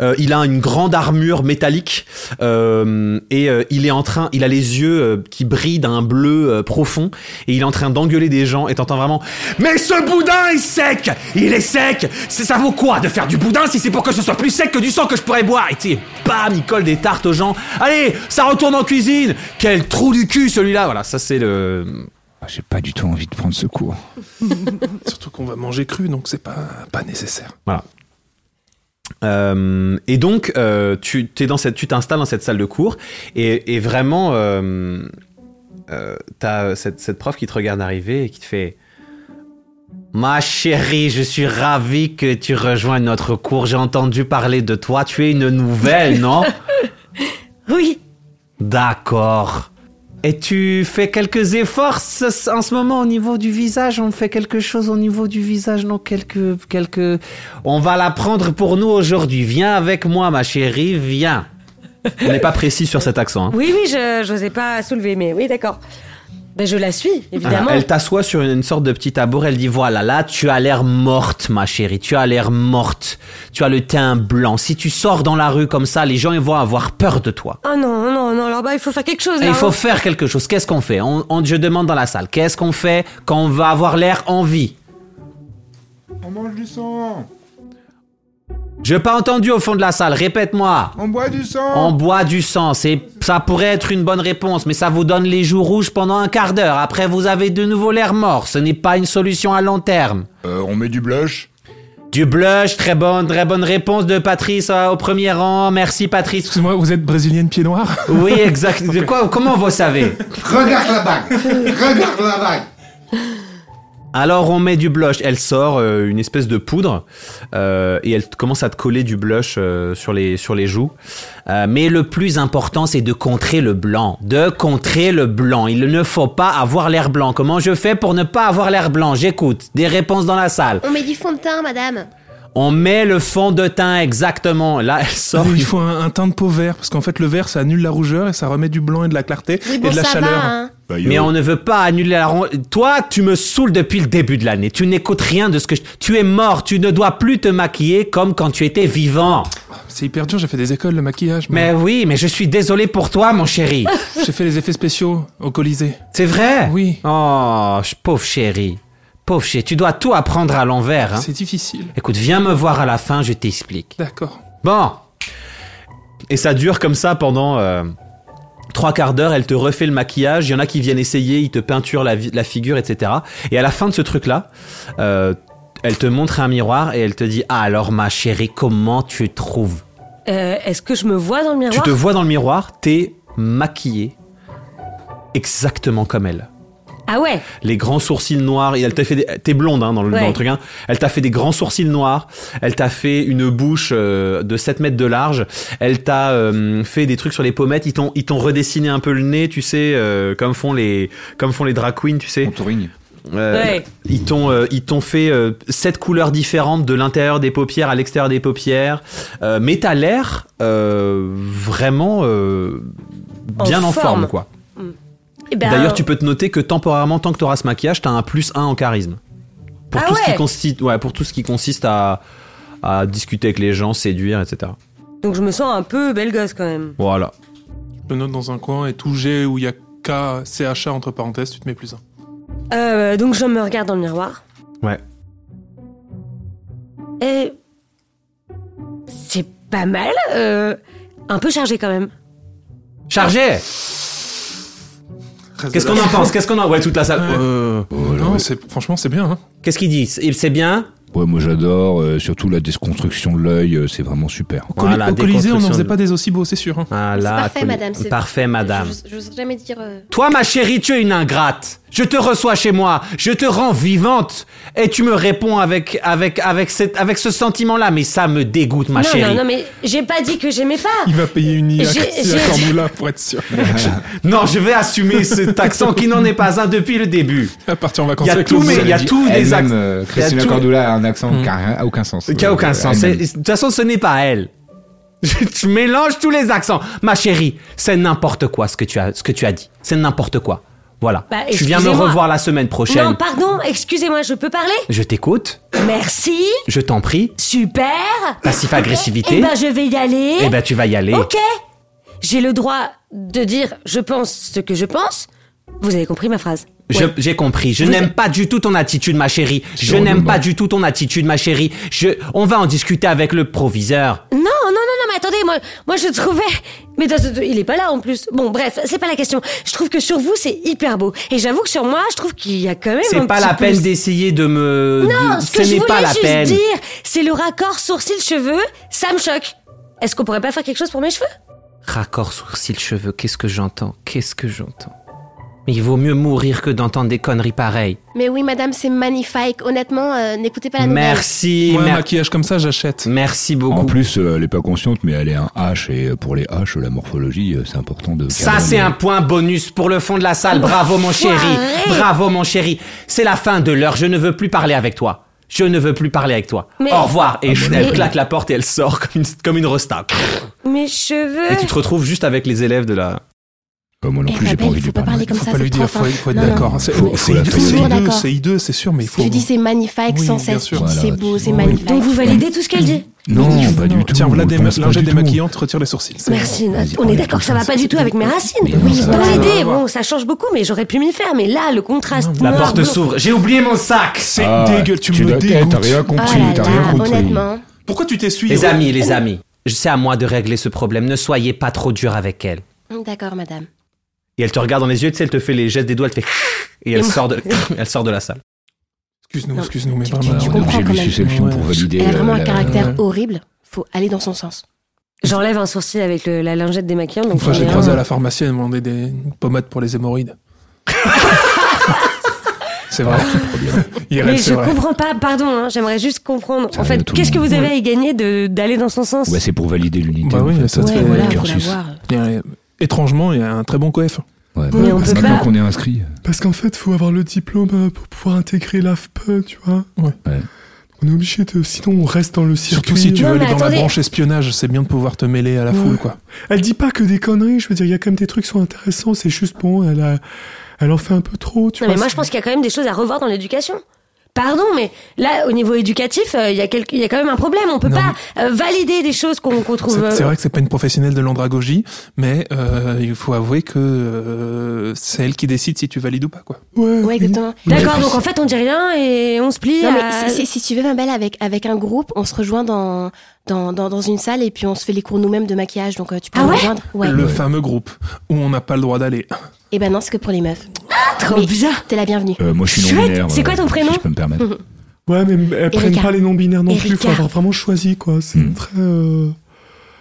A: euh, il a une grande armure métallique euh, et euh, il est en train, il a les yeux euh, qui brillent d'un bleu euh, profond et il est en train d'engueuler des gens et t'entends vraiment Mais ce boudin est sec Il est sec C'est- Ça vaut quoi de faire du boudin si c'est pour que ce soit plus sec que du sang que je pourrais boire Et tu sais, bam, il colle des tartes aux gens. Allez, ça retourne en cuisine Quel trou du cul celui-là Voilà, ça c'est le...
E: Ah, J'ai pas du tout envie de prendre ce cours.
C: Surtout qu'on va manger cru, donc c'est pas, pas nécessaire.
A: Voilà. Euh, et donc, euh, tu t'es dans cette, tu t'installes dans cette salle de cours et, et vraiment, euh, euh, t'as cette, cette prof qui te regarde arriver et qui te fait. Ma chérie, je suis ravi que tu rejoignes notre cours. J'ai entendu parler de toi. Tu es une nouvelle, non
D: Oui
A: D'accord. Et tu fais quelques efforts ce- en ce moment au niveau du visage, on fait quelque chose au niveau du visage, non quelques quelques on va la prendre pour nous aujourd'hui. Viens avec moi ma chérie, viens. On n'est pas précis sur cet accent. hein.
D: Oui, oui, je n'osais pas soulever, mais oui, d'accord. Ben, je la suis, évidemment.
A: Ah, elle t'assoit sur une, une sorte de petit tabouret, elle dit voilà, là tu as l'air morte ma chérie, tu as l'air morte. Tu as le teint blanc. Si tu sors dans la rue comme ça, les gens ils vont avoir peur de toi.
D: Oh non, non, non, alors bah, il faut faire quelque chose.
A: Et
D: là,
A: Il faut
D: hein.
A: faire quelque chose. Qu'est-ce qu'on fait on, on- Je demande dans la salle. Qu'est-ce qu'on fait quand on va avoir l'air en vie
H: On mange du sang
A: Je pas entendu au fond de la salle. Répète-moi.
H: On boit du sang
A: On boit du sang. C'est, ça pourrait être une bonne réponse, mais ça vous donne les joues rouges pendant un quart d'heure. Après, vous avez de nouveau l'air mort. Ce n'est pas une solution à long terme.
H: Euh, On met du blush
A: Du blush, très bonne, très bonne réponse de Patrice euh, au premier rang. Merci Patrice.
C: Excuse-moi, vous êtes brésilienne pied noir
A: Oui, exact. De quoi Comment vous savez
H: Regarde la bague Regarde la bague
A: Alors on met du blush. Elle sort euh, une espèce de poudre euh, et elle commence à te coller du blush euh, sur, les, sur les joues. Euh, mais le plus important, c'est de contrer le blanc. De contrer le blanc. Il ne faut pas avoir l'air blanc. Comment je fais pour ne pas avoir l'air blanc J'écoute. Des réponses dans la salle.
I: On met du fond de teint, madame.
A: On met le fond de teint exactement. Là, elle sort.
C: Il faut un, un teint de peau vert, parce qu'en fait le vert ça annule la rougeur et ça remet du blanc et de la clarté
I: Oui,
C: et
I: bon,
C: de la
I: ça
C: chaleur.
I: va, hein.
A: Mais on ne veut pas annuler la ron- Toi, tu me saoules depuis le début de l'année. Tu n'écoutes rien de ce que je... Tu es mort. Tu ne dois plus te maquiller comme quand tu étais vivant.
C: C'est hyper dur, j'ai fait des écoles de maquillage, mais
A: Mais oui, mais je suis désolé pour toi, mon chéri.
C: j'ai fait les effets spéciaux au Colisée.
A: C'est vrai
C: Oui.
A: Oh, ch- pauvre chéri. Pauvre chéri, tu dois tout apprendre à l'envers. hein.
C: C'est difficile.
A: Écoute, viens me voir à la fin, je t'explique.
C: D'accord.
A: Bon. Et ça dure comme ça pendant euh, trois quarts d'heure. Elle te refait le maquillage. Il y en a qui viennent essayer, ils te peinturent la, vi- la figure, etc. Et à la fin de ce truc-là, euh, elle te montre un miroir et elle te dit Ah, alors ma chérie, comment tu trouves
D: Euh, Est-ce que je me vois dans le
A: Tu
D: miroir
A: te vois dans le miroir, t'es maquillée exactement comme elle.
D: Ah ouais
A: Les grands sourcils noirs, et elle t'a fait des... T'es blonde hein, dans, le,
D: Ouais.
A: dans le truc, hein. elle t'a fait des grands sourcils noirs, elle t'a fait une bouche euh, de 7 mètres de large, elle t'a euh, fait des trucs sur les pommettes, ils t'ont, ils t'ont redessiné un peu le nez, tu sais, euh, comme, font les, comme font les drag queens, tu sais.
E: Contouring.
A: Euh,
D: Ouais.
A: Ils t'ont euh, ils t'ont fait euh, sept couleurs différentes de l'intérieur des paupières à l'extérieur des paupières, Euh, mais t'as l'air euh, vraiment euh,
D: En
A: bien en forme,
D: forme.
A: quoi.
D: Eh ben,
A: D'ailleurs, tu peux te noter que temporairement, tant que t'auras ce maquillage, t'as un plus 1 en charisme pour
D: Ah
A: tout ce qui
D: ouais
A: consiste ouais, pour tout ce qui consiste à à discuter avec les gens, séduire, etc.
D: Donc je me sens un peu belle gosse quand même.
A: Voilà.
C: Je note dans un coin et tout G où il y a K, CHA entre parenthèses, tu te mets plus un.
D: Euh, donc je me regarde dans le miroir.
A: Ouais.
D: Euh, C'est pas mal. euh, un peu chargé quand même.
A: Chargé Qu'est-ce qu'on en pense Qu'est-ce qu'on en Ouais, toute la salle.
C: Ouais.
A: Euh,
C: Non, c'est- franchement, c'est bien. hein.
A: Qu'est-ce qu'il dit C'est c'est bien
E: Ouais, moi j'adore, euh, surtout la déconstruction de l'œil, euh, c'est vraiment super.
C: Au,
G: Ah,
C: Coli-
A: Voilà,
C: au Colisée, on n'en
A: déconstruction
C: faisait
A: de-
C: pas des aussi beaux, c'est sûr. hein.
A: Voilà,
I: parfait,
A: cool.
I: madame, c'est-
A: Parfait, madame.
I: Je n'ose jamais dire. euh,
G: Toi, ma chérie, tu es une ingrate. Je te reçois chez moi, je te rends vivante, et tu me réponds avec avec avec cette avec ce sentiment-là. Mais ça me dégoûte, ma
D: non,
G: chérie.
D: non, non, mais j'ai pas dit que j'aimais pas.
C: Il va payer une IA
D: J'ai-
C: à
D: j'ai-
C: Cormoula pour être sûr.
G: Non, je vais assumer cet accent qui n'en est pas un depuis le début.
C: Elle est partie en vacances
G: Il y a
C: avec
G: tout,
C: le
G: mais
C: bousin.
G: il y a
E: dit
G: tous des
E: elle-même,
G: actes-
E: euh, Christina
G: tout- Mm.
E: Cordula a un accent qui n'a aucun sens.
G: Qui a aucun
E: Euh,
G: sens. C'est-
E: elle-même.
G: De toute façon, ce n'est pas elle. Tu mélanges tous les accents. Ma chérie, c'est n'importe quoi ce que tu as, ce que tu as dit. C'est n'importe quoi. Voilà.
D: Bah,
G: tu viens me
D: excusez-moi.
G: revoir la semaine prochaine.
D: Non, pardon, excusez-moi, je peux parler
G: Je t'écoute.
D: Merci,
G: Je t'en prie.
D: super.
G: Passif-agressivité.
D: Eh ben, je vais y aller.
G: Eh ben, tu vas y aller.
D: Ok. J'ai le droit de dire je pense ce que je pense. Vous avez compris ma phrase.
G: Je-
D: Ouais.
G: J'ai compris. Je
D: Vous
G: n'aime
D: êtes-
G: pas du tout ton attitude, ma chérie. Je
E: Sûrement.
G: n'aime pas du tout ton attitude, ma chérie. Je, on va en discuter avec le proviseur.
D: Non, non, non, non, mais attendez, moi, moi je trouvais. Mais dans ce- il est pas là en plus. Bon, bref, c'est pas la question. Je trouve que sur vous, c'est hyper beau. Et j'avoue que sur moi, je trouve qu'il y a quand même.
G: C'est
D: un
G: pas
D: petit
G: la peine
D: plus.
G: d'essayer de me.
D: Non,
G: de-
D: ce que je
G: n'est
D: voulais
G: pas la
D: juste
G: peine.
D: dire, c'est le raccord sourcil-cheveux, ça me choque. Est-ce qu'on pourrait pas faire quelque chose pour mes cheveux
G: Raccord sourcil cheveux, qu'est-ce que j'entends Qu'est-ce que j'entends Mais il vaut mieux mourir que d'entendre des conneries pareilles.
I: Mais oui, madame, c'est magnifique. Honnêtement, euh, n'écoutez pas
D: Ah,
I: la nouvelle.
G: Merci,
C: Moi, un
G: mer-
C: maquillage comme ça, j'achète.
G: merci
E: En
G: beaucoup.
E: plus, euh, elle est pas consciente, mais elle est un H, et euh, pour les H, euh, la morphologie, euh, c'est important de.
G: Ça, c'est un point bonus pour le fond de la salle. Bravo, mon chéri. Bravo, mon chéri. C'est la fin de l'heure. Je ne veux plus parler avec toi. Je ne veux plus parler avec toi.
D: Mais-
G: Au revoir.
A: Ah,
G: Et je-
E: bon,
G: elle
D: mais-
G: claque la porte et elle sort comme une, comme une resta.
D: Euh. Mes cheveux.
A: Et tu te retrouves juste avec les élèves de la.
E: Comme Bah, moi non
I: Eh,
E: plus, j'ai pas
I: Rabel,
E: envie de
I: faut
E: lui
I: pas
E: parler.
I: parler comme
C: faut
I: ça,
C: pas
I: c'est
C: lui dire,
I: trop
C: faut,
I: fort.
C: faut être
I: Non, non.
C: d'accord. hein. C'est
E: Faut-
C: c'est
E: faut la
C: hideux,
E: faire
C: c'est
I: toujours
C: hideux,
I: d'accord.
C: c'est hideux, c'est sûr, mais il faut.
I: Je dis c'est magnifique
C: Oui,
I: sans
C: bien
I: cesse.
C: sûr.
I: C'est
E: Voilà,
I: beau, c'est
E: oui.
I: magnifique.
D: Donc vous validez tout ce qu'elle dit
E: Non, pas du tout.
C: Tiens, voilà
E: on
C: des
E: pense pas
C: l'ingé
E: du tout.
C: démaquillante, retire les sourcils. c'est-
D: Merci, Nat.
E: Vas-y,
D: on
E: prends
D: est
E: les
D: d'accord,
E: choses
D: ça va
E: comme
D: pas
E: ça.
D: du tout avec mes racines.
E: Mais non,
D: Oui,
E: ça
D: dans
E: va, ça
D: l'idée,
C: va, va.
D: bon, ça change beaucoup, mais j'aurais pu m'y faire. Mais là, le contraste.
C: La
D: noir,
G: porte
D: blanc.
G: s'ouvre. J'ai oublié mon sac.
C: C'est
E: Ah,
C: dégueu, tu me
E: dois-
C: dégoûtes.
E: T'as rien
I: Oh
E: compris,
I: là
E: t'as
I: là,
E: rien compris.
I: honnêtement.
C: Pourquoi tu t'essuies
G: Les
C: Ro-
G: amis, les amis. C'est à moi de régler ce problème. Ne soyez pas trop dur avec elle.
I: D'accord, madame.
A: Et elle te regarde dans les yeux, tu sais, elle te fait les gestes des doigts, elle te fait. Et elle sort de, elle sort de la salle.
C: Excuse-nous,
I: Non.
C: excuse-nous, mais
I: Tu-
C: vraiment. euh,
I: tu- tu
E: Bah, on est
I: comprends
E: obligé de lui
I: quand
E: sucer le fion
C: même.
E: pour
C: Ouais.
E: valider.
I: Elle a
E: euh,
I: vraiment un
E: la-
I: caractère
C: ouais.
I: horrible. Faut aller dans son sens.
D: J'enlève un sourcil avec le- la lingette démaquillante. Donc
C: Une fois,
D: j'en
C: j'ai
D: ai un.
C: croisé à la pharmacie, elle demandait des pommades pour les hémorroïdes. c'est
I: Ah,
C: vrai. Il
D: Mais
C: reste,
D: je
C: c'est vrai.
D: comprends pas, pardon, hein, j'aimerais juste comprendre.
E: Ça
D: en
E: arrive à
D: fait,
E: tout le
D: qu'est-ce que
E: monde.
D: vous avez à y gagner de- d'aller dans son sens
E: Ouais, c'est pour valider l'unité.
C: Bah
E: en
C: oui,
E: fait.
C: mais ça te
I: Ouais,
C: fait
I: voilà, faut la
C: cursus.
I: voir.
C: Il y a- Étrangement, il y a un très bon coef.
E: Ouais, bah,
D: Mais on peut
E: maintenant
D: pas.
E: qu'on est inscrit.
J: Parce qu'en fait, faut avoir le diplôme euh, pour pouvoir intégrer l'AFPE, tu vois.
C: Ouais.
E: Ouais.
J: On est obligé de. Sinon, on reste dans le circuit.
C: Surtout si tu
D: Non,
C: veux
D: mais
C: aller dans la
D: attendez.
C: branche espionnage, c'est bien de pouvoir te mêler à la
J: Ouais.
I: Mm.
C: foule, quoi.
J: Elle dit pas que des conneries, je veux dire, il y a quand même des trucs qui sont intéressants, c'est juste bon, elle, a... elle en fait un peu trop, tu
D: Non,
J: vois.
D: mais moi, je pense qu'il y a quand même des choses à revoir dans l'éducation. Pardon, mais là, au niveau éducatif, euh, il y, a quelque- il y a quand même un problème. On peut
C: Non,
D: pas euh, valider des choses qu'on qu'on trouve.
C: C'est
D: euh,
C: c'est vrai que c'est pas une professionnelle de l'andragogie, mais euh, il faut avouer que euh, c'est elle qui décide si tu valides ou pas, quoi.
J: Ouais,
I: Ouais,
J: mais-
I: exactement.
D: D'accord, donc en fait, on dit rien et euh, on se plie.
I: Non,
D: à-
I: mais si, si- si tu veux, ma belle, avec, avec un groupe, on se rejoint dans, dans, dans, dans une salle et puis on se fait les cours nous-mêmes de maquillage. Donc euh, tu peux
D: Ah
I: nous
D: ouais
I: rejoindre. Ouais.
C: Le fameux groupe où on n'a pas le droit d'aller.
I: Et ben non, c'est que pour les meufs.
D: Trop
I: Mais
D: bien.
I: T'es la bienvenue.
E: Euh, moi, je suis
D: Chouette,
E: non-binaire.
D: c'est quoi ton
E: euh,
D: prénom
E: Si je peux me permettre.
J: Ouais, mais elles prennent pas les non-binaires non plus,
I: Erika.
J: faut avoir vraiment choisi, quoi. C'est
C: Hmm.
E: Mm.
J: très euh,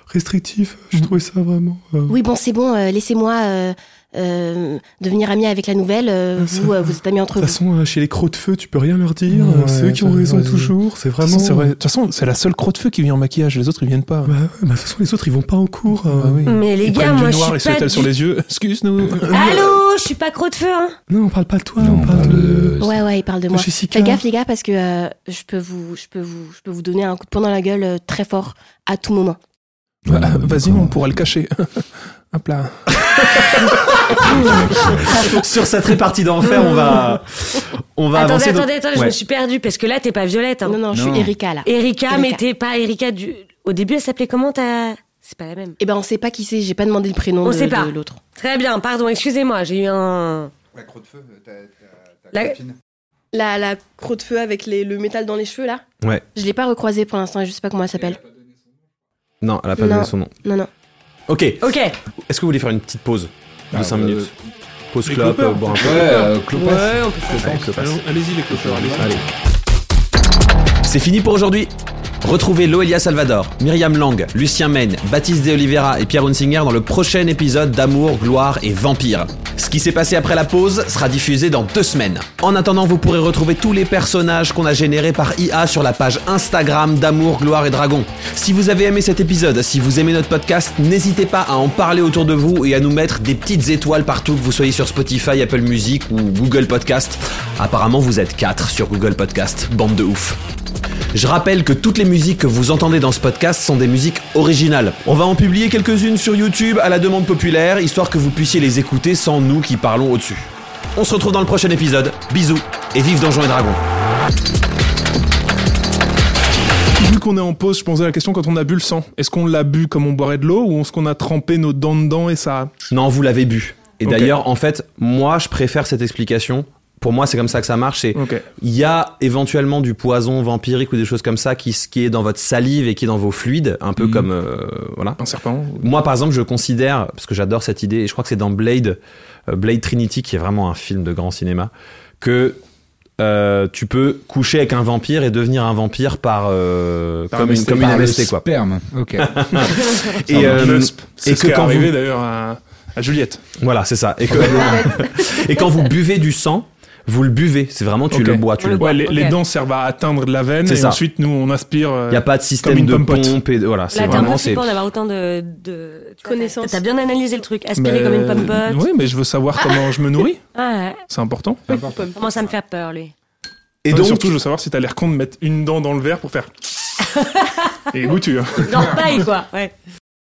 J: restrictif, je trouvais ça vraiment. euh.
I: Oui, bon, c'est bon, euh, laissez-moi euh, euh, devenir amie avec la nouvelle. euh,
J: Ah, Ça
I: vous,
J: va.
I: euh, vous êtes amis entre
J: De toute
I: vous.
J: façon, euh, chez les crocs de feu, tu peux rien leur dire,
C: Ouais,
J: euh, c'est eux qui ont
C: ouais,
J: raison
C: ouais.
J: toujours, c'est
C: De toute
J: vraiment.
C: façon, c'est vrai. De toute façon, c'est la seule croix de feu qui vient en maquillage, les autres ils viennent pas.
J: Bah, ouais, bah, de toute façon, les autres, ils vont pas en cours. euh.
C: Ah oui.
D: Mais Mm. les
C: Ils
D: gars,
C: prennent
D: moi,
C: du noir
D: je
C: et se
D: suis pas.
C: l'étalent sur
D: du-
C: les yeux. Excuse-nous.
A: Euh,
J: Ah.
D: Allô, je suis pas croc de feu, hein.
J: Non, on parle pas de toi,
E: Non,
J: on parle de.
I: Ouais, ouais, il parle de moi.
J: Jessica.
I: Faites gaffe, les gars, parce que euh, je, peux vous, je, peux vous, je peux vous donner un coup de poing dans la gueule euh, très fort à tout moment.
E: Ouais,
C: Bah, Vas-y,
E: d'accord.
C: on pourra le cacher. Hop là.
A: Sur cette répartie d'enfer, on va. On va
D: Attendez,
A: avancer. dans-
D: attendez, attendez, je
A: Ouais.
D: me suis perdue parce que là, t'es pas Violette. Hein.
I: Non, non, je
E: Non.
I: suis Erika là.
D: Erika,
I: Erika.
D: mais t'es pas Erika du. Au début, elle s'appelait comment ta. C'est pas la même.
I: Eh ben, on sait pas qui c'est, j'ai pas demandé le prénom
D: On
I: de,
D: sait pas.
I: de l'autre.
D: Très bien, pardon, excusez-moi, j'ai eu un.
H: La croix de feu, ta, ta, ta
D: La-
H: copine.
B: La, la croix de feu avec les- le métal dans les cheveux, là
A: Ouais.
B: Je l'ai pas recroisée pour l'instant, je sais pas comment elle s'appelle.
A: Non, elle a pas
B: Non.
A: donné son nom.
B: Non, non.
A: Ok.
B: Ok.
A: Est-ce que vous voulez faire une petite pause de
E: Ah,
A: 5
E: euh,
A: minutes Pause
C: les
A: clope,
C: clopeurs.
A: euh, boire un peu.
E: Ouais, euh, Clopas.
A: Ouais, on peut
C: faire Allons- Allez-y, les clopeurs, allez-y.
A: Allez. C'est fini pour aujourd'hui. Retrouvez Loelia Salvador, Myriam Lang, Lucien Maine, Baptiste De Oliveira et Pierre Hunsinger dans le prochain épisode d'Amour, Gloire et Vampire. Ce qui s'est passé après la pause sera diffusé dans deux semaines. En attendant, vous pourrez retrouver tous les personnages qu'on a générés par IA sur la page Instagram d'Amour, Gloire et Dragon. Si vous avez aimé cet épisode, si vous aimez notre podcast, n'hésitez pas à en parler autour de vous et à nous mettre des petites étoiles partout que vous soyez sur Spotify, Apple Music ou Google Podcast. Apparemment, vous êtes 4 sur Google Podcast. Bande de ouf. Je rappelle que toutes les musiques que vous entendez dans ce podcast sont des musiques originales. On va en publier quelques-unes sur YouTube à la demande populaire, histoire que vous puissiez les écouter sans nous qui parlons au-dessus. On se retrouve dans le prochain épisode. Bisous et vive Donjons et Dragons.
C: Vu qu'on est en pause, je pensais à la question quand on a bu le sang. Est-ce qu'on l'a bu comme on boirait de l'eau ou est-ce qu'on a trempé nos dents dedans et ça.
A: Non, vous l'avez bu. Et
C: Ok.
A: d'ailleurs, en fait, moi, je préfère cette explication. Pour moi, c'est comme ça que ça marche. C'est
C: Ok.
A: il y a éventuellement du poison vampirique ou des choses comme ça qui, qui est dans votre salive et qui est dans vos fluides, un peu
E: Mhm.
A: comme euh, voilà.
C: Un serpent
A: Moi, par exemple, je considère, parce que j'adore cette idée, et je crois que c'est dans Blade, euh, Blade Trinity, qui est vraiment un film de grand cinéma, que euh, tu peux coucher avec un vampire et devenir un vampire par, euh,
C: Par
A: comme, une,
C: MST,
A: comme une
E: Par le
A: MST, quoi.
E: Sperme. Ok.
A: Et, euh,
C: C'est
A: et
C: ce
A: que
C: qui est
A: quand
C: arrivé
A: vous-
C: d'ailleurs à, à Juliette.
A: Voilà, c'est ça. Et, que- et quand vous buvez du sang, vous le buvez. C'est vraiment, tu
C: Ok.
A: le bois, tu le bois.
C: Ouais, les,
K: Ok.
C: les dents servent à atteindre la veine
A: C'est
C: et
A: ça.
C: ensuite nous on aspire. euh,
A: Il n'y a pas de
C: Comme
A: système
C: une
A: de
C: pomme pote.
A: pompe. Et de- voilà,
K: Là,
A: c'est
K: t'es un
A: vraiment.
K: peu
A: c'est-
K: flippant d'avoir autant de, de tu vois,
B: Connaissances.
K: t'as- T'as bien analysé le truc. Aspirer
A: Bah,
C: mais- euh,
K: comme une pomme pote.
C: Oui, mais je veux savoir comment je me nourris.
K: Ah, ouais.
C: C'est important.
K: Comment ça me faire peur, lui
A: Et
C: Non, mais
A: donc,
C: surtout, je veux savoir si t'as l'air con de mettre une dent dans le verre pour faire. et goûtu. hein.
K: Genre paille, quoi. Ouais.